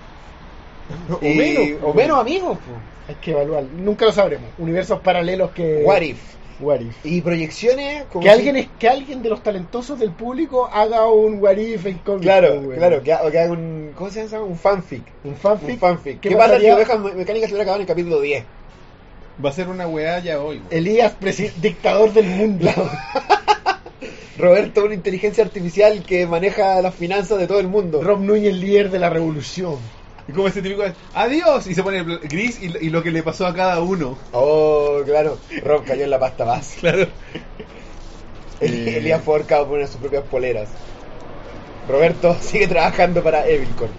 [SPEAKER 3] O
[SPEAKER 2] Y-
[SPEAKER 3] menos, po.
[SPEAKER 2] o menos amigos.
[SPEAKER 3] Hay que evaluar, nunca lo sabremos. Universos paralelos que
[SPEAKER 2] What if?
[SPEAKER 3] What if.
[SPEAKER 2] Y proyecciones... como
[SPEAKER 3] que
[SPEAKER 2] si-
[SPEAKER 3] alguien es que alguien de los talentosos del público haga un what if en cómic.
[SPEAKER 2] Claro,
[SPEAKER 3] weón.
[SPEAKER 2] claro, que, ha- o que haga un... ¿Cómo se llama? Un fanfic.
[SPEAKER 3] Un fanfic.
[SPEAKER 2] Un fanfic.
[SPEAKER 3] ¿Qué
[SPEAKER 2] ¿Qué, pasa si
[SPEAKER 3] pasaría?
[SPEAKER 2] Ovejas Me- Mecánicas se hubiera acabado en el capítulo 10?
[SPEAKER 1] Va a ser una weá ya hoy.
[SPEAKER 3] Elías, presi- dictador del mundo.
[SPEAKER 2] Roberto, una inteligencia artificial que maneja las finanzas de todo el mundo.
[SPEAKER 3] Rob Núñez, líder de la revolución.
[SPEAKER 1] Y como ese típico de, adiós, y se pone bl- gris y, y lo que le pasó a cada uno.
[SPEAKER 2] Oh, claro. Rob cayó en la pasta más.
[SPEAKER 1] Claro.
[SPEAKER 2] El- Elías fue ahorcado por una de sus propias poleras. Roberto sigue trabajando para Evilcon.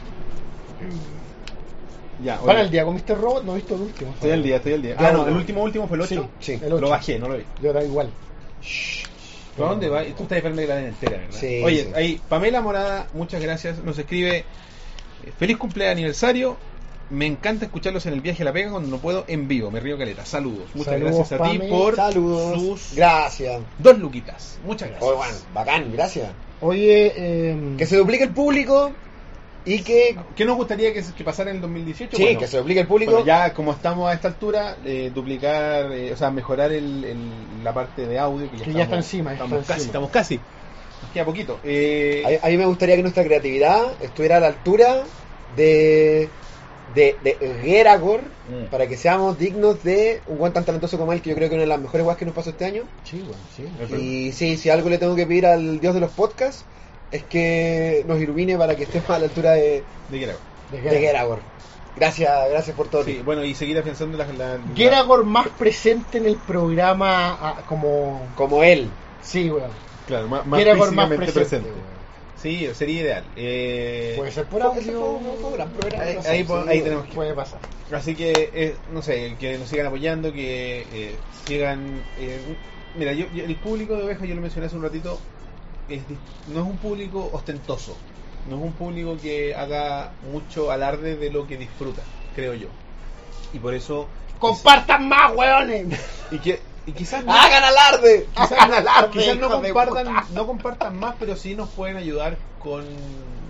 [SPEAKER 1] Ya,
[SPEAKER 3] Para
[SPEAKER 1] oye.
[SPEAKER 3] el día con Mr. Robot Oh, no he visto el último.
[SPEAKER 1] Estoy al día, estoy al día.
[SPEAKER 3] Ya
[SPEAKER 1] ah, no,
[SPEAKER 3] no.
[SPEAKER 1] el último último fue el 8.
[SPEAKER 3] Sí, sí. El
[SPEAKER 1] Lo
[SPEAKER 3] ocho.
[SPEAKER 1] bajé, no lo vi.
[SPEAKER 3] Yo era igual.
[SPEAKER 1] ¿Para dónde va? Tú estás esperando que la den entera, ¿verdad?
[SPEAKER 3] Sí,
[SPEAKER 1] Oye,
[SPEAKER 3] sí.
[SPEAKER 1] ahí, Pamela Morada, muchas gracias. Nos escribe: eh, Feliz cumpleaños aniversario. Me encanta escucharlos en el viaje a la pega cuando no puedo en vivo. Me río caleta. Saludos. Muchas
[SPEAKER 2] Saludos,
[SPEAKER 1] gracias a ti
[SPEAKER 2] Pame.
[SPEAKER 1] por
[SPEAKER 2] Saludos.
[SPEAKER 1] sus
[SPEAKER 2] Gracias.
[SPEAKER 1] dos luquitas. Muchas gracias.
[SPEAKER 2] Oh, bueno, bacán, gracias.
[SPEAKER 3] Oye, em,
[SPEAKER 2] Que se duplique el público Y que...
[SPEAKER 1] ¿Qué nos gustaría que, que pasara en el 2018?
[SPEAKER 2] Sí, que se lo explique al público.
[SPEAKER 1] bueno, ya como estamos a esta altura, eh, duplicar, eh, o sea, mejorar el, el- la parte de audio. Que ya,
[SPEAKER 3] Que
[SPEAKER 1] estamos,
[SPEAKER 3] ya está encima, está
[SPEAKER 1] Estamos casi,
[SPEAKER 3] encima.
[SPEAKER 1] estamos casi. Nos queda poquito. Eh,
[SPEAKER 2] A, a mí me gustaría que nuestra creatividad estuviera a la altura de, de, de Geragor
[SPEAKER 1] Mm.
[SPEAKER 2] para que seamos dignos de un guan tan talentoso como él, que yo creo que es una de las mejores guas que nos pasó este año.
[SPEAKER 3] Sí, bueno, sí.
[SPEAKER 2] Y sí, si algo le tengo que pedir al dios de los podcasts es que nos ilumine para que estemos a la altura de,
[SPEAKER 1] De Geragor.
[SPEAKER 2] de Geragor. Gracias, gracias por todo.
[SPEAKER 1] Sí, bueno, y seguir afianzando la... la, la-
[SPEAKER 3] Geragor más presente en el programa ah, como...
[SPEAKER 2] Como él.
[SPEAKER 3] Sí, weón.
[SPEAKER 1] Claro, más, más
[SPEAKER 3] Geragor más
[SPEAKER 1] físicamente presente.
[SPEAKER 3] presente,
[SPEAKER 1] Sí, sería ideal. Eh,
[SPEAKER 3] Puede ser por audio.
[SPEAKER 1] Ahí,
[SPEAKER 3] Sí,
[SPEAKER 1] ahí po- ahí
[SPEAKER 3] sí,
[SPEAKER 1] tenemos que...
[SPEAKER 3] Puede pasar.
[SPEAKER 1] Así que, eh, no sé, que nos sigan apoyando, que eh, sigan... eh, mira, yo, yo- el público de Oveja, yo lo mencioné hace un ratito, es di- no es un público ostentoso, no es un público que haga mucho alarde de lo que disfruta, creo yo. Y por eso...
[SPEAKER 3] ¡Compartan más, weones!
[SPEAKER 1] Y, que, y quizás...
[SPEAKER 2] ¡Hagan alarde!
[SPEAKER 1] Quizás,
[SPEAKER 3] ¡Hagan alarde,
[SPEAKER 1] quizás no,
[SPEAKER 3] hijo de
[SPEAKER 1] compartan, no compartan más, pero sí nos pueden ayudar con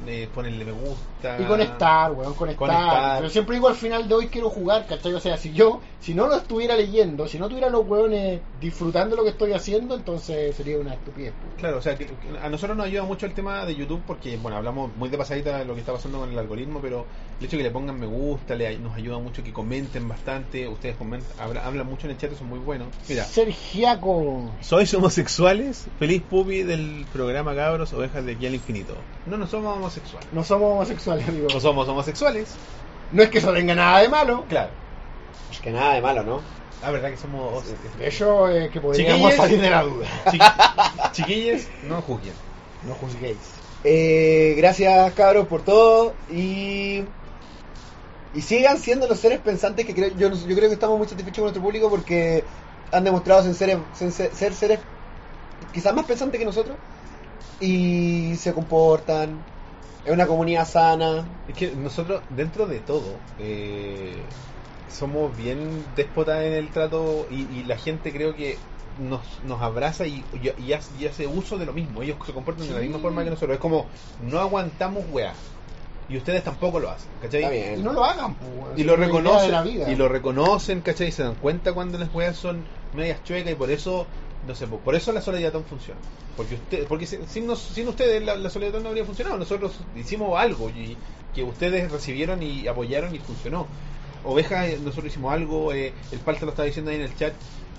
[SPEAKER 1] eh, ponerle me gusta.
[SPEAKER 3] Y conectar, weón, conectar.
[SPEAKER 1] Conectar.
[SPEAKER 3] Pero siempre digo al final de hoy quiero jugar, ¿cachai? O sea, si yo, si no lo estuviera leyendo, si no tuviera los weones disfrutando lo que estoy haciendo, entonces sería una estupidez.
[SPEAKER 1] Claro, o sea, que- que a nosotros nos ayuda mucho el tema de YouTube porque, bueno, hablamos muy de pasadita de lo que está pasando con el algoritmo, pero el hecho de que le pongan me gusta le, nos ayuda mucho que comenten bastante. Ustedes comentan, habla- hablan mucho en el chat, son muy buenos. Mira,
[SPEAKER 3] Sergiaco.
[SPEAKER 1] ¿sois homosexuales? Feliz pupi del programa Cabros Ovejas de aquí al infinito. No, no somos homosexuales.
[SPEAKER 3] No somos homosexuales, amigo.
[SPEAKER 1] No somos homosexuales.
[SPEAKER 3] No es que eso tenga nada de malo.
[SPEAKER 1] Claro.
[SPEAKER 2] Es que nada de malo, ¿no?
[SPEAKER 1] La verdad que somos...
[SPEAKER 3] Eso es eh, que podríamos salir de la duda.
[SPEAKER 1] chiqui- chiquilles, no juzguen.
[SPEAKER 3] No juzguéis.
[SPEAKER 2] Eh, gracias, cabros, por todo. Y. Y sigan siendo los seres pensantes que creo, yo, yo creo que estamos muy satisfechos con nuestro público porque han demostrado ser seres, ser, ser- ser seres quizás más pensantes que nosotros y se comportan. Es una comunidad sana.
[SPEAKER 1] Es que nosotros, dentro de todo, eh, somos bien déspotas en el trato y, y la gente creo que nos, nos abraza y, y, y hace, y hace uso de lo mismo. Ellos se comportan de la misma forma que nosotros. Es como, no aguantamos weá. Y ustedes tampoco lo hacen, ¿cachai?
[SPEAKER 3] Y no lo hagan, pues, weón.
[SPEAKER 1] Y lo
[SPEAKER 3] Es la idea de
[SPEAKER 1] reconocen,
[SPEAKER 3] la vida.
[SPEAKER 1] y lo reconocen, ¿cachai? Y se dan cuenta cuando las weas son medias chuecas y por eso, no sé, por por eso la solidaridad funciona. Porque usted, porque si- sin, nos- sin ustedes la, la solidaridad no habría funcionado. Nosotros hicimos algo y que ustedes recibieron y apoyaron y funcionó. Oveja, eh, nosotros hicimos algo, eh, el Palta lo estaba diciendo ahí en el chat,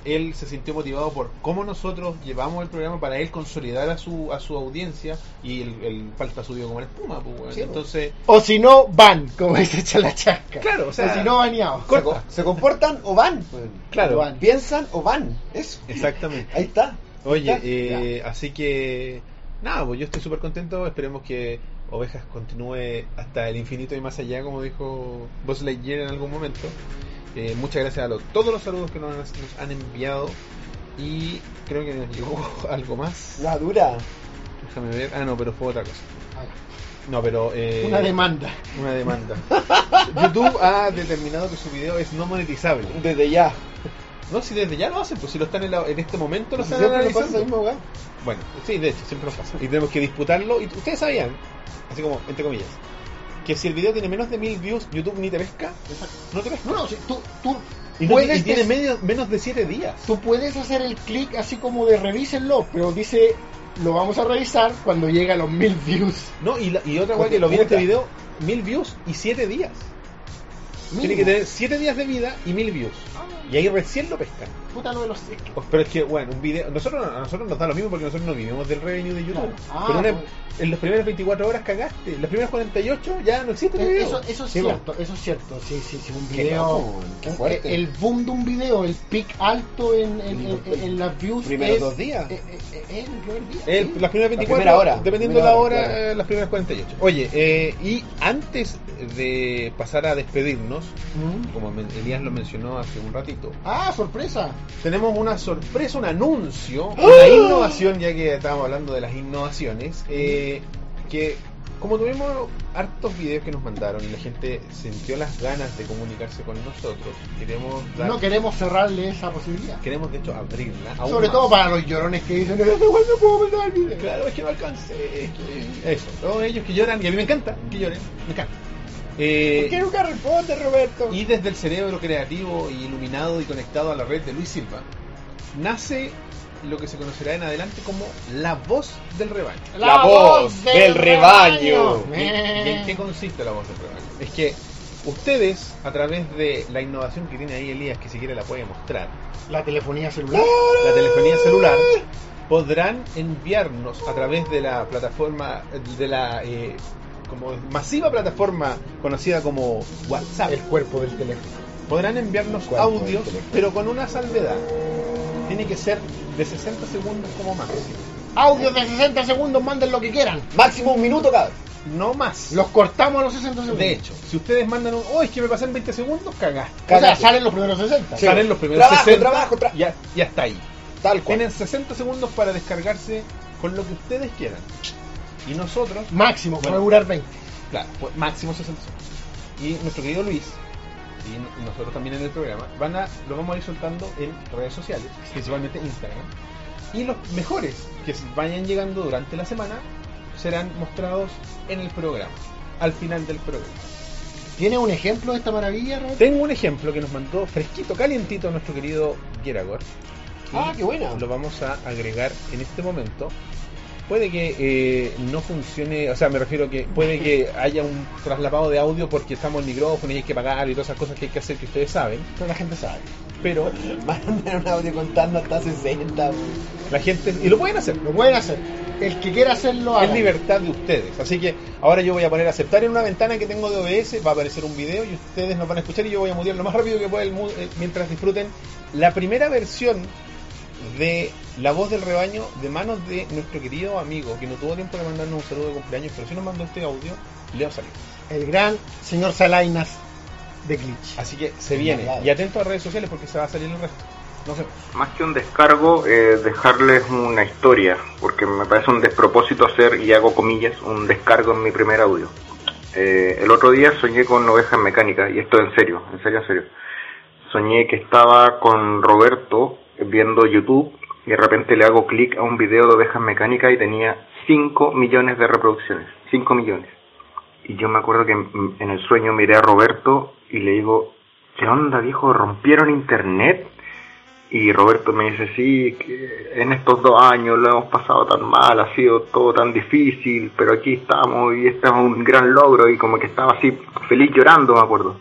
[SPEAKER 1] él se sintió motivado por cómo nosotros llevamos el programa para él consolidar a su, a su audiencia y el, el Palta subió como la espuma, pues, weón.
[SPEAKER 3] Sí, pues.
[SPEAKER 1] entonces...
[SPEAKER 3] O si no, van, como dice Chalachasca.
[SPEAKER 1] Claro, o sea,
[SPEAKER 3] si no, baneados.
[SPEAKER 2] Se, co- se comportan o van.
[SPEAKER 1] Claro.
[SPEAKER 2] Van. Piensan o van. Eso.
[SPEAKER 1] Exactamente.
[SPEAKER 2] Ahí está.
[SPEAKER 1] Oye,
[SPEAKER 2] Ya,
[SPEAKER 1] eh, así que nada, pues yo estoy súper contento. Esperemos que Ovejas continúe hasta el infinito y más allá, como dijo Buzz Lightyear en algún momento. Eh, muchas gracias a los- todos los saludos que nos, han- nos han enviado. Y creo que nos llegó algo más.
[SPEAKER 2] La dura. Ah,
[SPEAKER 1] Déjame ver. Ah, no, pero fue otra cosa. No, pero. eh,
[SPEAKER 3] Una demanda.
[SPEAKER 1] Una demanda. YouTube ha determinado que su video es no monetizable.
[SPEAKER 2] Desde ya.
[SPEAKER 1] No, si desde ya lo hacen, pues si lo están en, la- en este momento lo
[SPEAKER 2] Si
[SPEAKER 1] están
[SPEAKER 2] siempre le pasa
[SPEAKER 1] analizando.
[SPEAKER 2] lo mismo, weón.
[SPEAKER 1] Bueno, sí, de hecho, siempre nos pasa. Y tenemos que disputarlo. Y ustedes sabían, así como, entre comillas, que si el video tiene menos de mil views, YouTube ni te pesca. No te pesca.
[SPEAKER 3] No, no, si tú, tú
[SPEAKER 1] Y, no-
[SPEAKER 3] puedes
[SPEAKER 1] y tiene
[SPEAKER 3] des-
[SPEAKER 1] medio- menos de siete días.
[SPEAKER 3] tú puedes hacer el clic así como de revísenlo, pero dice lo vamos a revisar cuando llegue a los mil views.
[SPEAKER 1] No, y, la- y otra cosa que lo vi en este video, mil views y siete días. Tiene que tener siete días de vida y mil views. Y ahí recién lo pescan.
[SPEAKER 3] Puta lo de los.
[SPEAKER 1] Pues, Pero es que, bueno, un video. Nosotros, a nosotros nos da lo mismo porque nosotros no vivimos del revenue de YouTube.
[SPEAKER 3] Ah,
[SPEAKER 1] Pero una-
[SPEAKER 3] pues.
[SPEAKER 1] en las primeras 24 horas cagaste. En las primeras 48 ya no existe el video.
[SPEAKER 3] Eh, Eso, eso es
[SPEAKER 1] Sí, pues.
[SPEAKER 3] cierto, eso es cierto. Sí, sí, sí, un
[SPEAKER 1] Qué
[SPEAKER 3] video.
[SPEAKER 1] loco, qué
[SPEAKER 3] un-
[SPEAKER 1] fuerte.
[SPEAKER 3] El boom de un video, el pic alto en, en, en- en- en las views.
[SPEAKER 1] Primeros
[SPEAKER 3] es-
[SPEAKER 1] dos días.
[SPEAKER 2] Eh,
[SPEAKER 3] Es, es- es el primer día.
[SPEAKER 1] El-
[SPEAKER 3] sí.
[SPEAKER 1] las primeras 24, dependiendo de la hora, eh, las primeras 48. Oye, eh, y antes de pasar a despedirnos,
[SPEAKER 3] Mm.
[SPEAKER 1] como men- Elías lo mencionó hace un ratito,
[SPEAKER 3] Ah, sorpresa.
[SPEAKER 1] tenemos una sorpresa, un
[SPEAKER 3] ¡Ah!
[SPEAKER 1] anuncio, una innovación, ya que estábamos hablando de las innovaciones, eh, que Como tuvimos hartos videos que nos mandaron y la gente sintió las ganas de comunicarse con nosotros, queremos dar-
[SPEAKER 3] No queremos cerrarle esa posibilidad.
[SPEAKER 1] queremos de hecho abrirla. aún
[SPEAKER 3] Sobre
[SPEAKER 1] más.
[SPEAKER 3] todo para los llorones que dicen, "Este weón no puedo mandar el video".
[SPEAKER 1] Claro, es que no alcancé. es que- Eso, todos ellos que lloran, y a mí me encanta que lloren, me encanta. Eh,
[SPEAKER 3] ¿Por qué nunca responde, Roberto?
[SPEAKER 1] Y desde el cerebro creativo y iluminado y conectado a la red de Luis Silva, nace lo que se conocerá en adelante como la voz del rebaño.
[SPEAKER 3] La La voz voz del del rebaño. rebaño.
[SPEAKER 1] ¿Y, y en qué consiste la voz del rebaño? Es que ustedes, a través de la innovación que tiene ahí Elías, que si quiere la puede mostrar,
[SPEAKER 3] La telefonía celular.
[SPEAKER 1] la telefonía celular, podrán enviarnos a través de la plataforma, de la eh, como masiva plataforma conocida como WhatsApp. El
[SPEAKER 3] cuerpo del teléfono.
[SPEAKER 1] Podrán enviarnos audios, pero con una salvedad. Tiene que ser de 60 segundos como máximo.
[SPEAKER 3] Audios de 60 segundos, manden lo que quieran. Máximo un minuto cada
[SPEAKER 1] No más.
[SPEAKER 3] Los cortamos a los 60 segundos.
[SPEAKER 1] De hecho, si ustedes mandan un, oh, es que me pasan 20 segundos, cagaste.
[SPEAKER 3] O sea, salen los primeros 60.
[SPEAKER 1] Salen los primeros
[SPEAKER 3] Trabajo,
[SPEAKER 1] 60
[SPEAKER 3] trabajo,
[SPEAKER 1] y, a- y hasta ahí. Tienen 60 segundos para descargarse con lo que ustedes quieran. Y nosotros...
[SPEAKER 3] Máximo,
[SPEAKER 1] Bueno,
[SPEAKER 3] para durar 20.
[SPEAKER 1] Claro, pues máximo 60 segundos. Y nuestro querido Luis, y n- y nosotros también en el programa, van a, lo vamos a ir soltando en redes sociales, principalmente Instagram. Y los mejores que se vayan llegando durante la semana serán mostrados en el programa, al final del programa.
[SPEAKER 3] ¿Tiene un ejemplo de esta maravilla, Roberto?
[SPEAKER 1] Tengo un ejemplo que nos mandó fresquito, calientito nuestro querido Geragor.
[SPEAKER 3] Ah, qué buena.
[SPEAKER 1] Lo vamos a agregar en este momento. Puede que eh, no funcione, o sea, me refiero que puede que haya un traslapado de audio porque estamos en micrófono y hay que pagar y todas esas cosas que hay que hacer que ustedes saben.
[SPEAKER 3] Pero la gente sabe.
[SPEAKER 1] Pero
[SPEAKER 2] Manden un audio contando hasta 60.
[SPEAKER 1] la gente, y lo pueden hacer,
[SPEAKER 3] lo pueden hacer. El que quiera hacerlo,
[SPEAKER 1] es
[SPEAKER 3] hágalo.
[SPEAKER 1] libertad de ustedes. Así que ahora yo voy a poner aceptar en una ventana que tengo de OBS, va a aparecer un video y ustedes nos van a escuchar y yo voy a mutear lo más rápido que pueda el mu- eh, mientras disfruten la primera versión de La Voz del Rebaño de manos de nuestro querido amigo que no tuvo tiempo de mandarnos un saludo de cumpleaños, pero sí nos mandó este audio, Leo Salinas.
[SPEAKER 3] El gran señor Salainas de Glitch.
[SPEAKER 1] Así que se viene. Y atento a redes sociales porque se va a salir el resto. No sé.
[SPEAKER 4] Más que un descargo, eh, dejarles una historia, porque me parece un despropósito hacer, y hago comillas, un descargo en mi primer audio. Eh, el otro día soñé con ovejas mecánicas, y esto en serio, en serio, en serio. Soñé que estaba con Roberto viendo YouTube y de repente le hago clic a un video de ovejas mecánicas y tenía 5 millones de reproducciones, 5 millones. Y yo me acuerdo que en en el sueño miré a Roberto y le digo, ¿qué onda viejo? ¿Rompieron internet? Y Roberto me dice, sí, que en estos dos años lo hemos pasado tan mal, ha sido todo tan difícil, pero aquí estamos y este es un gran logro y como que estaba así feliz llorando, me acuerdo.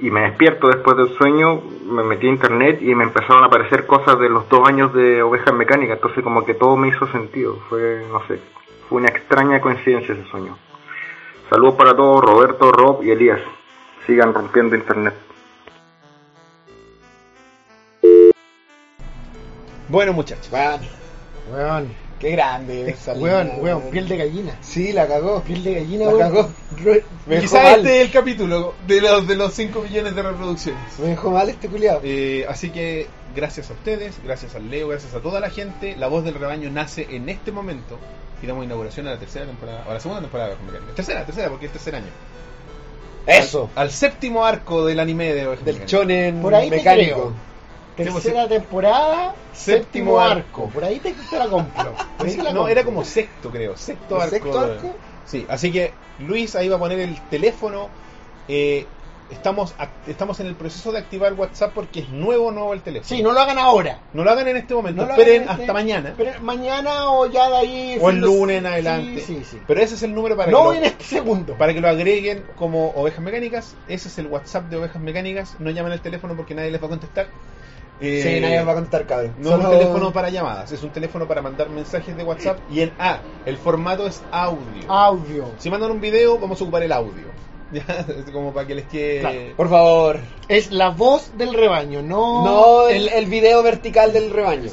[SPEAKER 4] Y me despierto después del sueño, me metí a internet y me empezaron a aparecer cosas de los dos años de ovejas mecánicas, entonces como que todo me hizo sentido, fue, no sé, fue una extraña coincidencia ese sueño. Saludos para todos, Roberto, Rob y Elías. Sigan rompiendo internet.
[SPEAKER 1] Bueno, muchachos.
[SPEAKER 3] Weón.
[SPEAKER 2] Qué grande. esa
[SPEAKER 3] Weón,
[SPEAKER 2] línea,
[SPEAKER 3] weón, piel de gallina.
[SPEAKER 2] Sí, la cagó.
[SPEAKER 3] Piel de gallina,
[SPEAKER 2] La
[SPEAKER 3] weón.
[SPEAKER 2] cagó. Me dejó
[SPEAKER 1] Quizás
[SPEAKER 2] mal.
[SPEAKER 1] este es el capítulo de los de los 5 millones de reproducciones. Eh,
[SPEAKER 2] Me dejó mal este culiado.
[SPEAKER 1] así que gracias a ustedes, gracias al Leo, gracias a toda la gente. La voz del rebaño nace en este momento y damos inauguración a la tercera temporada, o a la segunda temporada de Ovejas Mecánicas. Tercera, tercera, porque es tercer año.
[SPEAKER 2] Eso.
[SPEAKER 1] Al, al séptimo arco del anime de Ovejas Del
[SPEAKER 2] shonen
[SPEAKER 3] Por ahí te
[SPEAKER 2] mecánico.
[SPEAKER 3] creo. Tercera temporada,
[SPEAKER 1] Séptimo
[SPEAKER 3] séptimo
[SPEAKER 1] arco.
[SPEAKER 3] arco. Por ahí te, te la compro. Por ahí te la
[SPEAKER 1] no,
[SPEAKER 3] compro.
[SPEAKER 1] era como sexto, creo. Sexto
[SPEAKER 3] ¿El
[SPEAKER 1] arco.
[SPEAKER 3] sexto
[SPEAKER 1] de-
[SPEAKER 3] arco?
[SPEAKER 1] Sí, así que Luis ahí va a poner el teléfono. Eh, estamos, act- estamos en el proceso de activar WhatsApp porque es nuevo, nuevo el teléfono.
[SPEAKER 3] Sí, no lo hagan ahora.
[SPEAKER 1] No lo hagan en este momento,
[SPEAKER 3] No lo
[SPEAKER 1] esperen
[SPEAKER 3] hagan,
[SPEAKER 1] hasta mañana.
[SPEAKER 3] Pero mañana o ya de ahí.
[SPEAKER 1] O el
[SPEAKER 3] fin de-
[SPEAKER 1] lunes en adelante.
[SPEAKER 3] Sí, sí, sí.
[SPEAKER 1] Pero ese es el número para
[SPEAKER 3] No
[SPEAKER 1] que
[SPEAKER 3] en este segundo.
[SPEAKER 1] Para que lo agreguen como ovejas mecánicas. Ese es el WhatsApp de ovejas mecánicas. No llamen al teléfono porque nadie les va a contestar. Eh,
[SPEAKER 2] Sí, nadie va a contar, cabrón.
[SPEAKER 1] No es un teléfono para llamadas, es un teléfono para mandar mensajes de WhatsApp y en A, el formato es audio.
[SPEAKER 3] Audio.
[SPEAKER 1] Si mandan un video, vamos a ocupar el audio. Ya, es como para que les quede.
[SPEAKER 2] Por favor.
[SPEAKER 3] Es la voz del rebaño, no.
[SPEAKER 2] No, el, el video vertical del rebaño.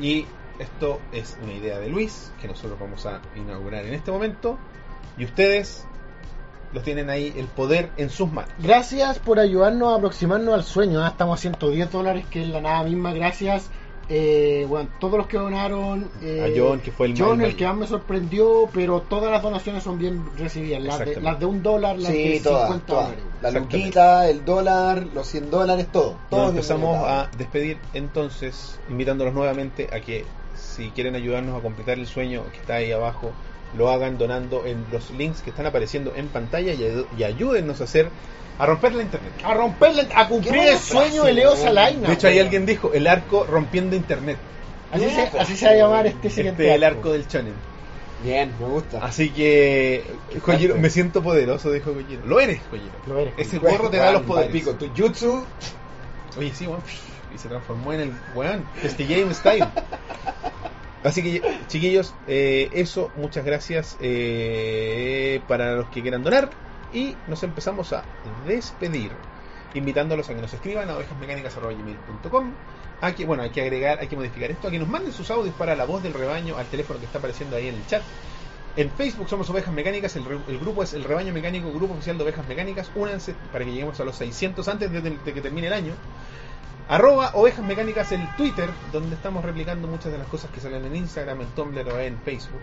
[SPEAKER 1] Y esto es una idea de Luis que nosotros vamos a inaugurar en este momento. Y ustedes los tienen ahí el poder en sus manos.
[SPEAKER 3] ¿eh? Gracias por ayudarnos a aproximarnos al sueño. ¿ah? Estamos a 110 dólares, que es la nada misma. Gracias eh, bueno, todos los que donaron. eh,
[SPEAKER 1] A John, que fue el
[SPEAKER 3] John,
[SPEAKER 1] más-
[SPEAKER 3] el que más me sorprendió, pero todas las donaciones son bien recibidas. Las de,
[SPEAKER 2] Exactamente.
[SPEAKER 3] las de un dólar, las de
[SPEAKER 2] Sí,
[SPEAKER 3] 50
[SPEAKER 2] todas, todas.
[SPEAKER 3] dólares.
[SPEAKER 2] La luquita, el dólar, los 100 dólares, todo. todo
[SPEAKER 1] Nos empezamos a despedir entonces, invitándolos nuevamente a que si quieren ayudarnos a completar el sueño que está ahí abajo, lo hagan donando en los links que están apareciendo en pantalla y, ayú- y ayúdennos a hacer a romper la internet.
[SPEAKER 3] A romperle, a cumplir el sueño de Leo Salaina.
[SPEAKER 1] De hecho, ahí alguien dijo, el arco rompiendo internet.
[SPEAKER 3] Así se- así se va a llamar este siguiente
[SPEAKER 1] el
[SPEAKER 3] arco.
[SPEAKER 1] arco del channel.
[SPEAKER 2] Bien, me gusta.
[SPEAKER 1] Así que, Kojiro, me siento poderoso, dijo Kojiro. Lo eres, Kojiro.
[SPEAKER 3] Lo eres.
[SPEAKER 1] Ese Este gorro te da los poderes.
[SPEAKER 2] Pico, tu jutsu.
[SPEAKER 1] Oye, sí, weón. Y se transformó en el weón. Este Game Style. Así que, chiquillos, eh, eso. Muchas gracias eh, para los que quieran donar. Y nos empezamos a despedir. Invitándolos a que nos escriban a ovejasmecánicas.com. A que, bueno, hay que agregar, hay que modificar esto. A que nos manden sus audios para la voz del rebaño al teléfono que está apareciendo ahí en el chat. En Facebook somos Ovejas Mecánicas, el, re- el grupo es el Rebaño Mecánico, grupo oficial de Ovejas Mecánicas. Únanse para que lleguemos a los 600 antes de, de que termine el año. Arroba Ovejas Mecánicas el Twitter, donde estamos replicando muchas de las cosas que salen en Instagram, en Tumblr o en Facebook.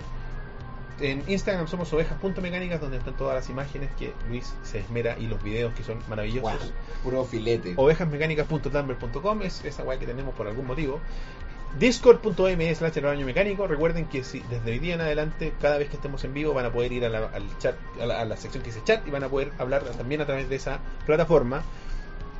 [SPEAKER 1] En Instagram somos ovejas.mecánicas, donde están todas las imágenes que Luis se esmera y los videos que son maravillosos.
[SPEAKER 2] Puro filete.
[SPEAKER 1] Ovejasmecánicas.tumblr.com es esa web que tenemos por algún motivo. Discord.me slash el baño mecánico. Recuerden que si desde hoy día en adelante, cada vez que estemos en vivo, van a poder ir a la, al chat, a la, a la sección que dice chat y van a poder hablar también a través de esa plataforma.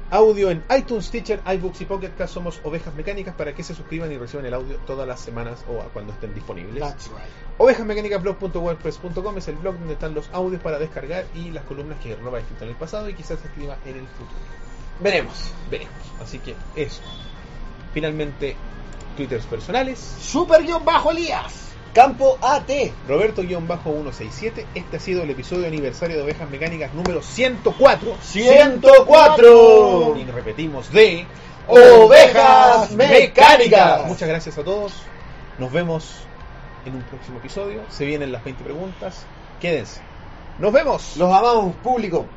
[SPEAKER 1] Audio en iTunes, Teacher, iBooks y Pocket Cast somos Ovejas Mecánicas para que se suscriban y reciban el audio todas las semanas o a cuando estén disponibles.
[SPEAKER 3] That's right.
[SPEAKER 1] Ovejasmecánicasblog.wordpress.com es el blog donde están los audios para descargar y las columnas que Rob ha escrito en el pasado y quizás escriba en el futuro.
[SPEAKER 2] Veremos.
[SPEAKER 1] Veremos. Así que eso. Finalmente, twitters personales.
[SPEAKER 3] Super guión bajo Elías.
[SPEAKER 2] Campo AT.
[SPEAKER 1] Roberto-167. Este ha sido el episodio aniversario de Ovejas Mecánicas número 104.
[SPEAKER 2] 104.
[SPEAKER 1] Y repetimos de
[SPEAKER 2] Ovejas Mecánicas.
[SPEAKER 1] Muchas gracias a todos. Nos vemos en un próximo episodio. Se vienen las 20 preguntas. Quédense. Nos vemos.
[SPEAKER 2] Los amamos, público.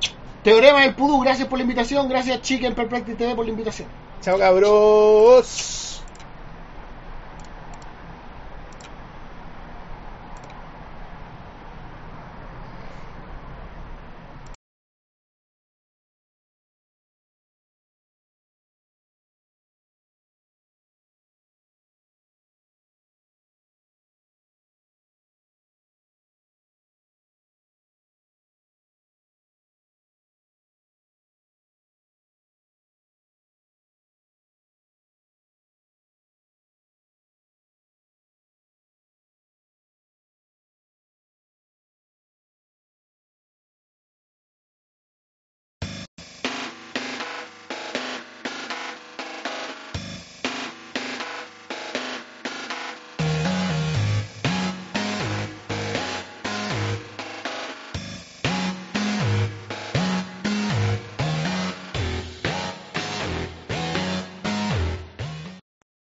[SPEAKER 3] Teorema del Pudú, gracias por la invitación. Gracias, Chicken Perfecti TV por la invitación.
[SPEAKER 1] Chao, cabros.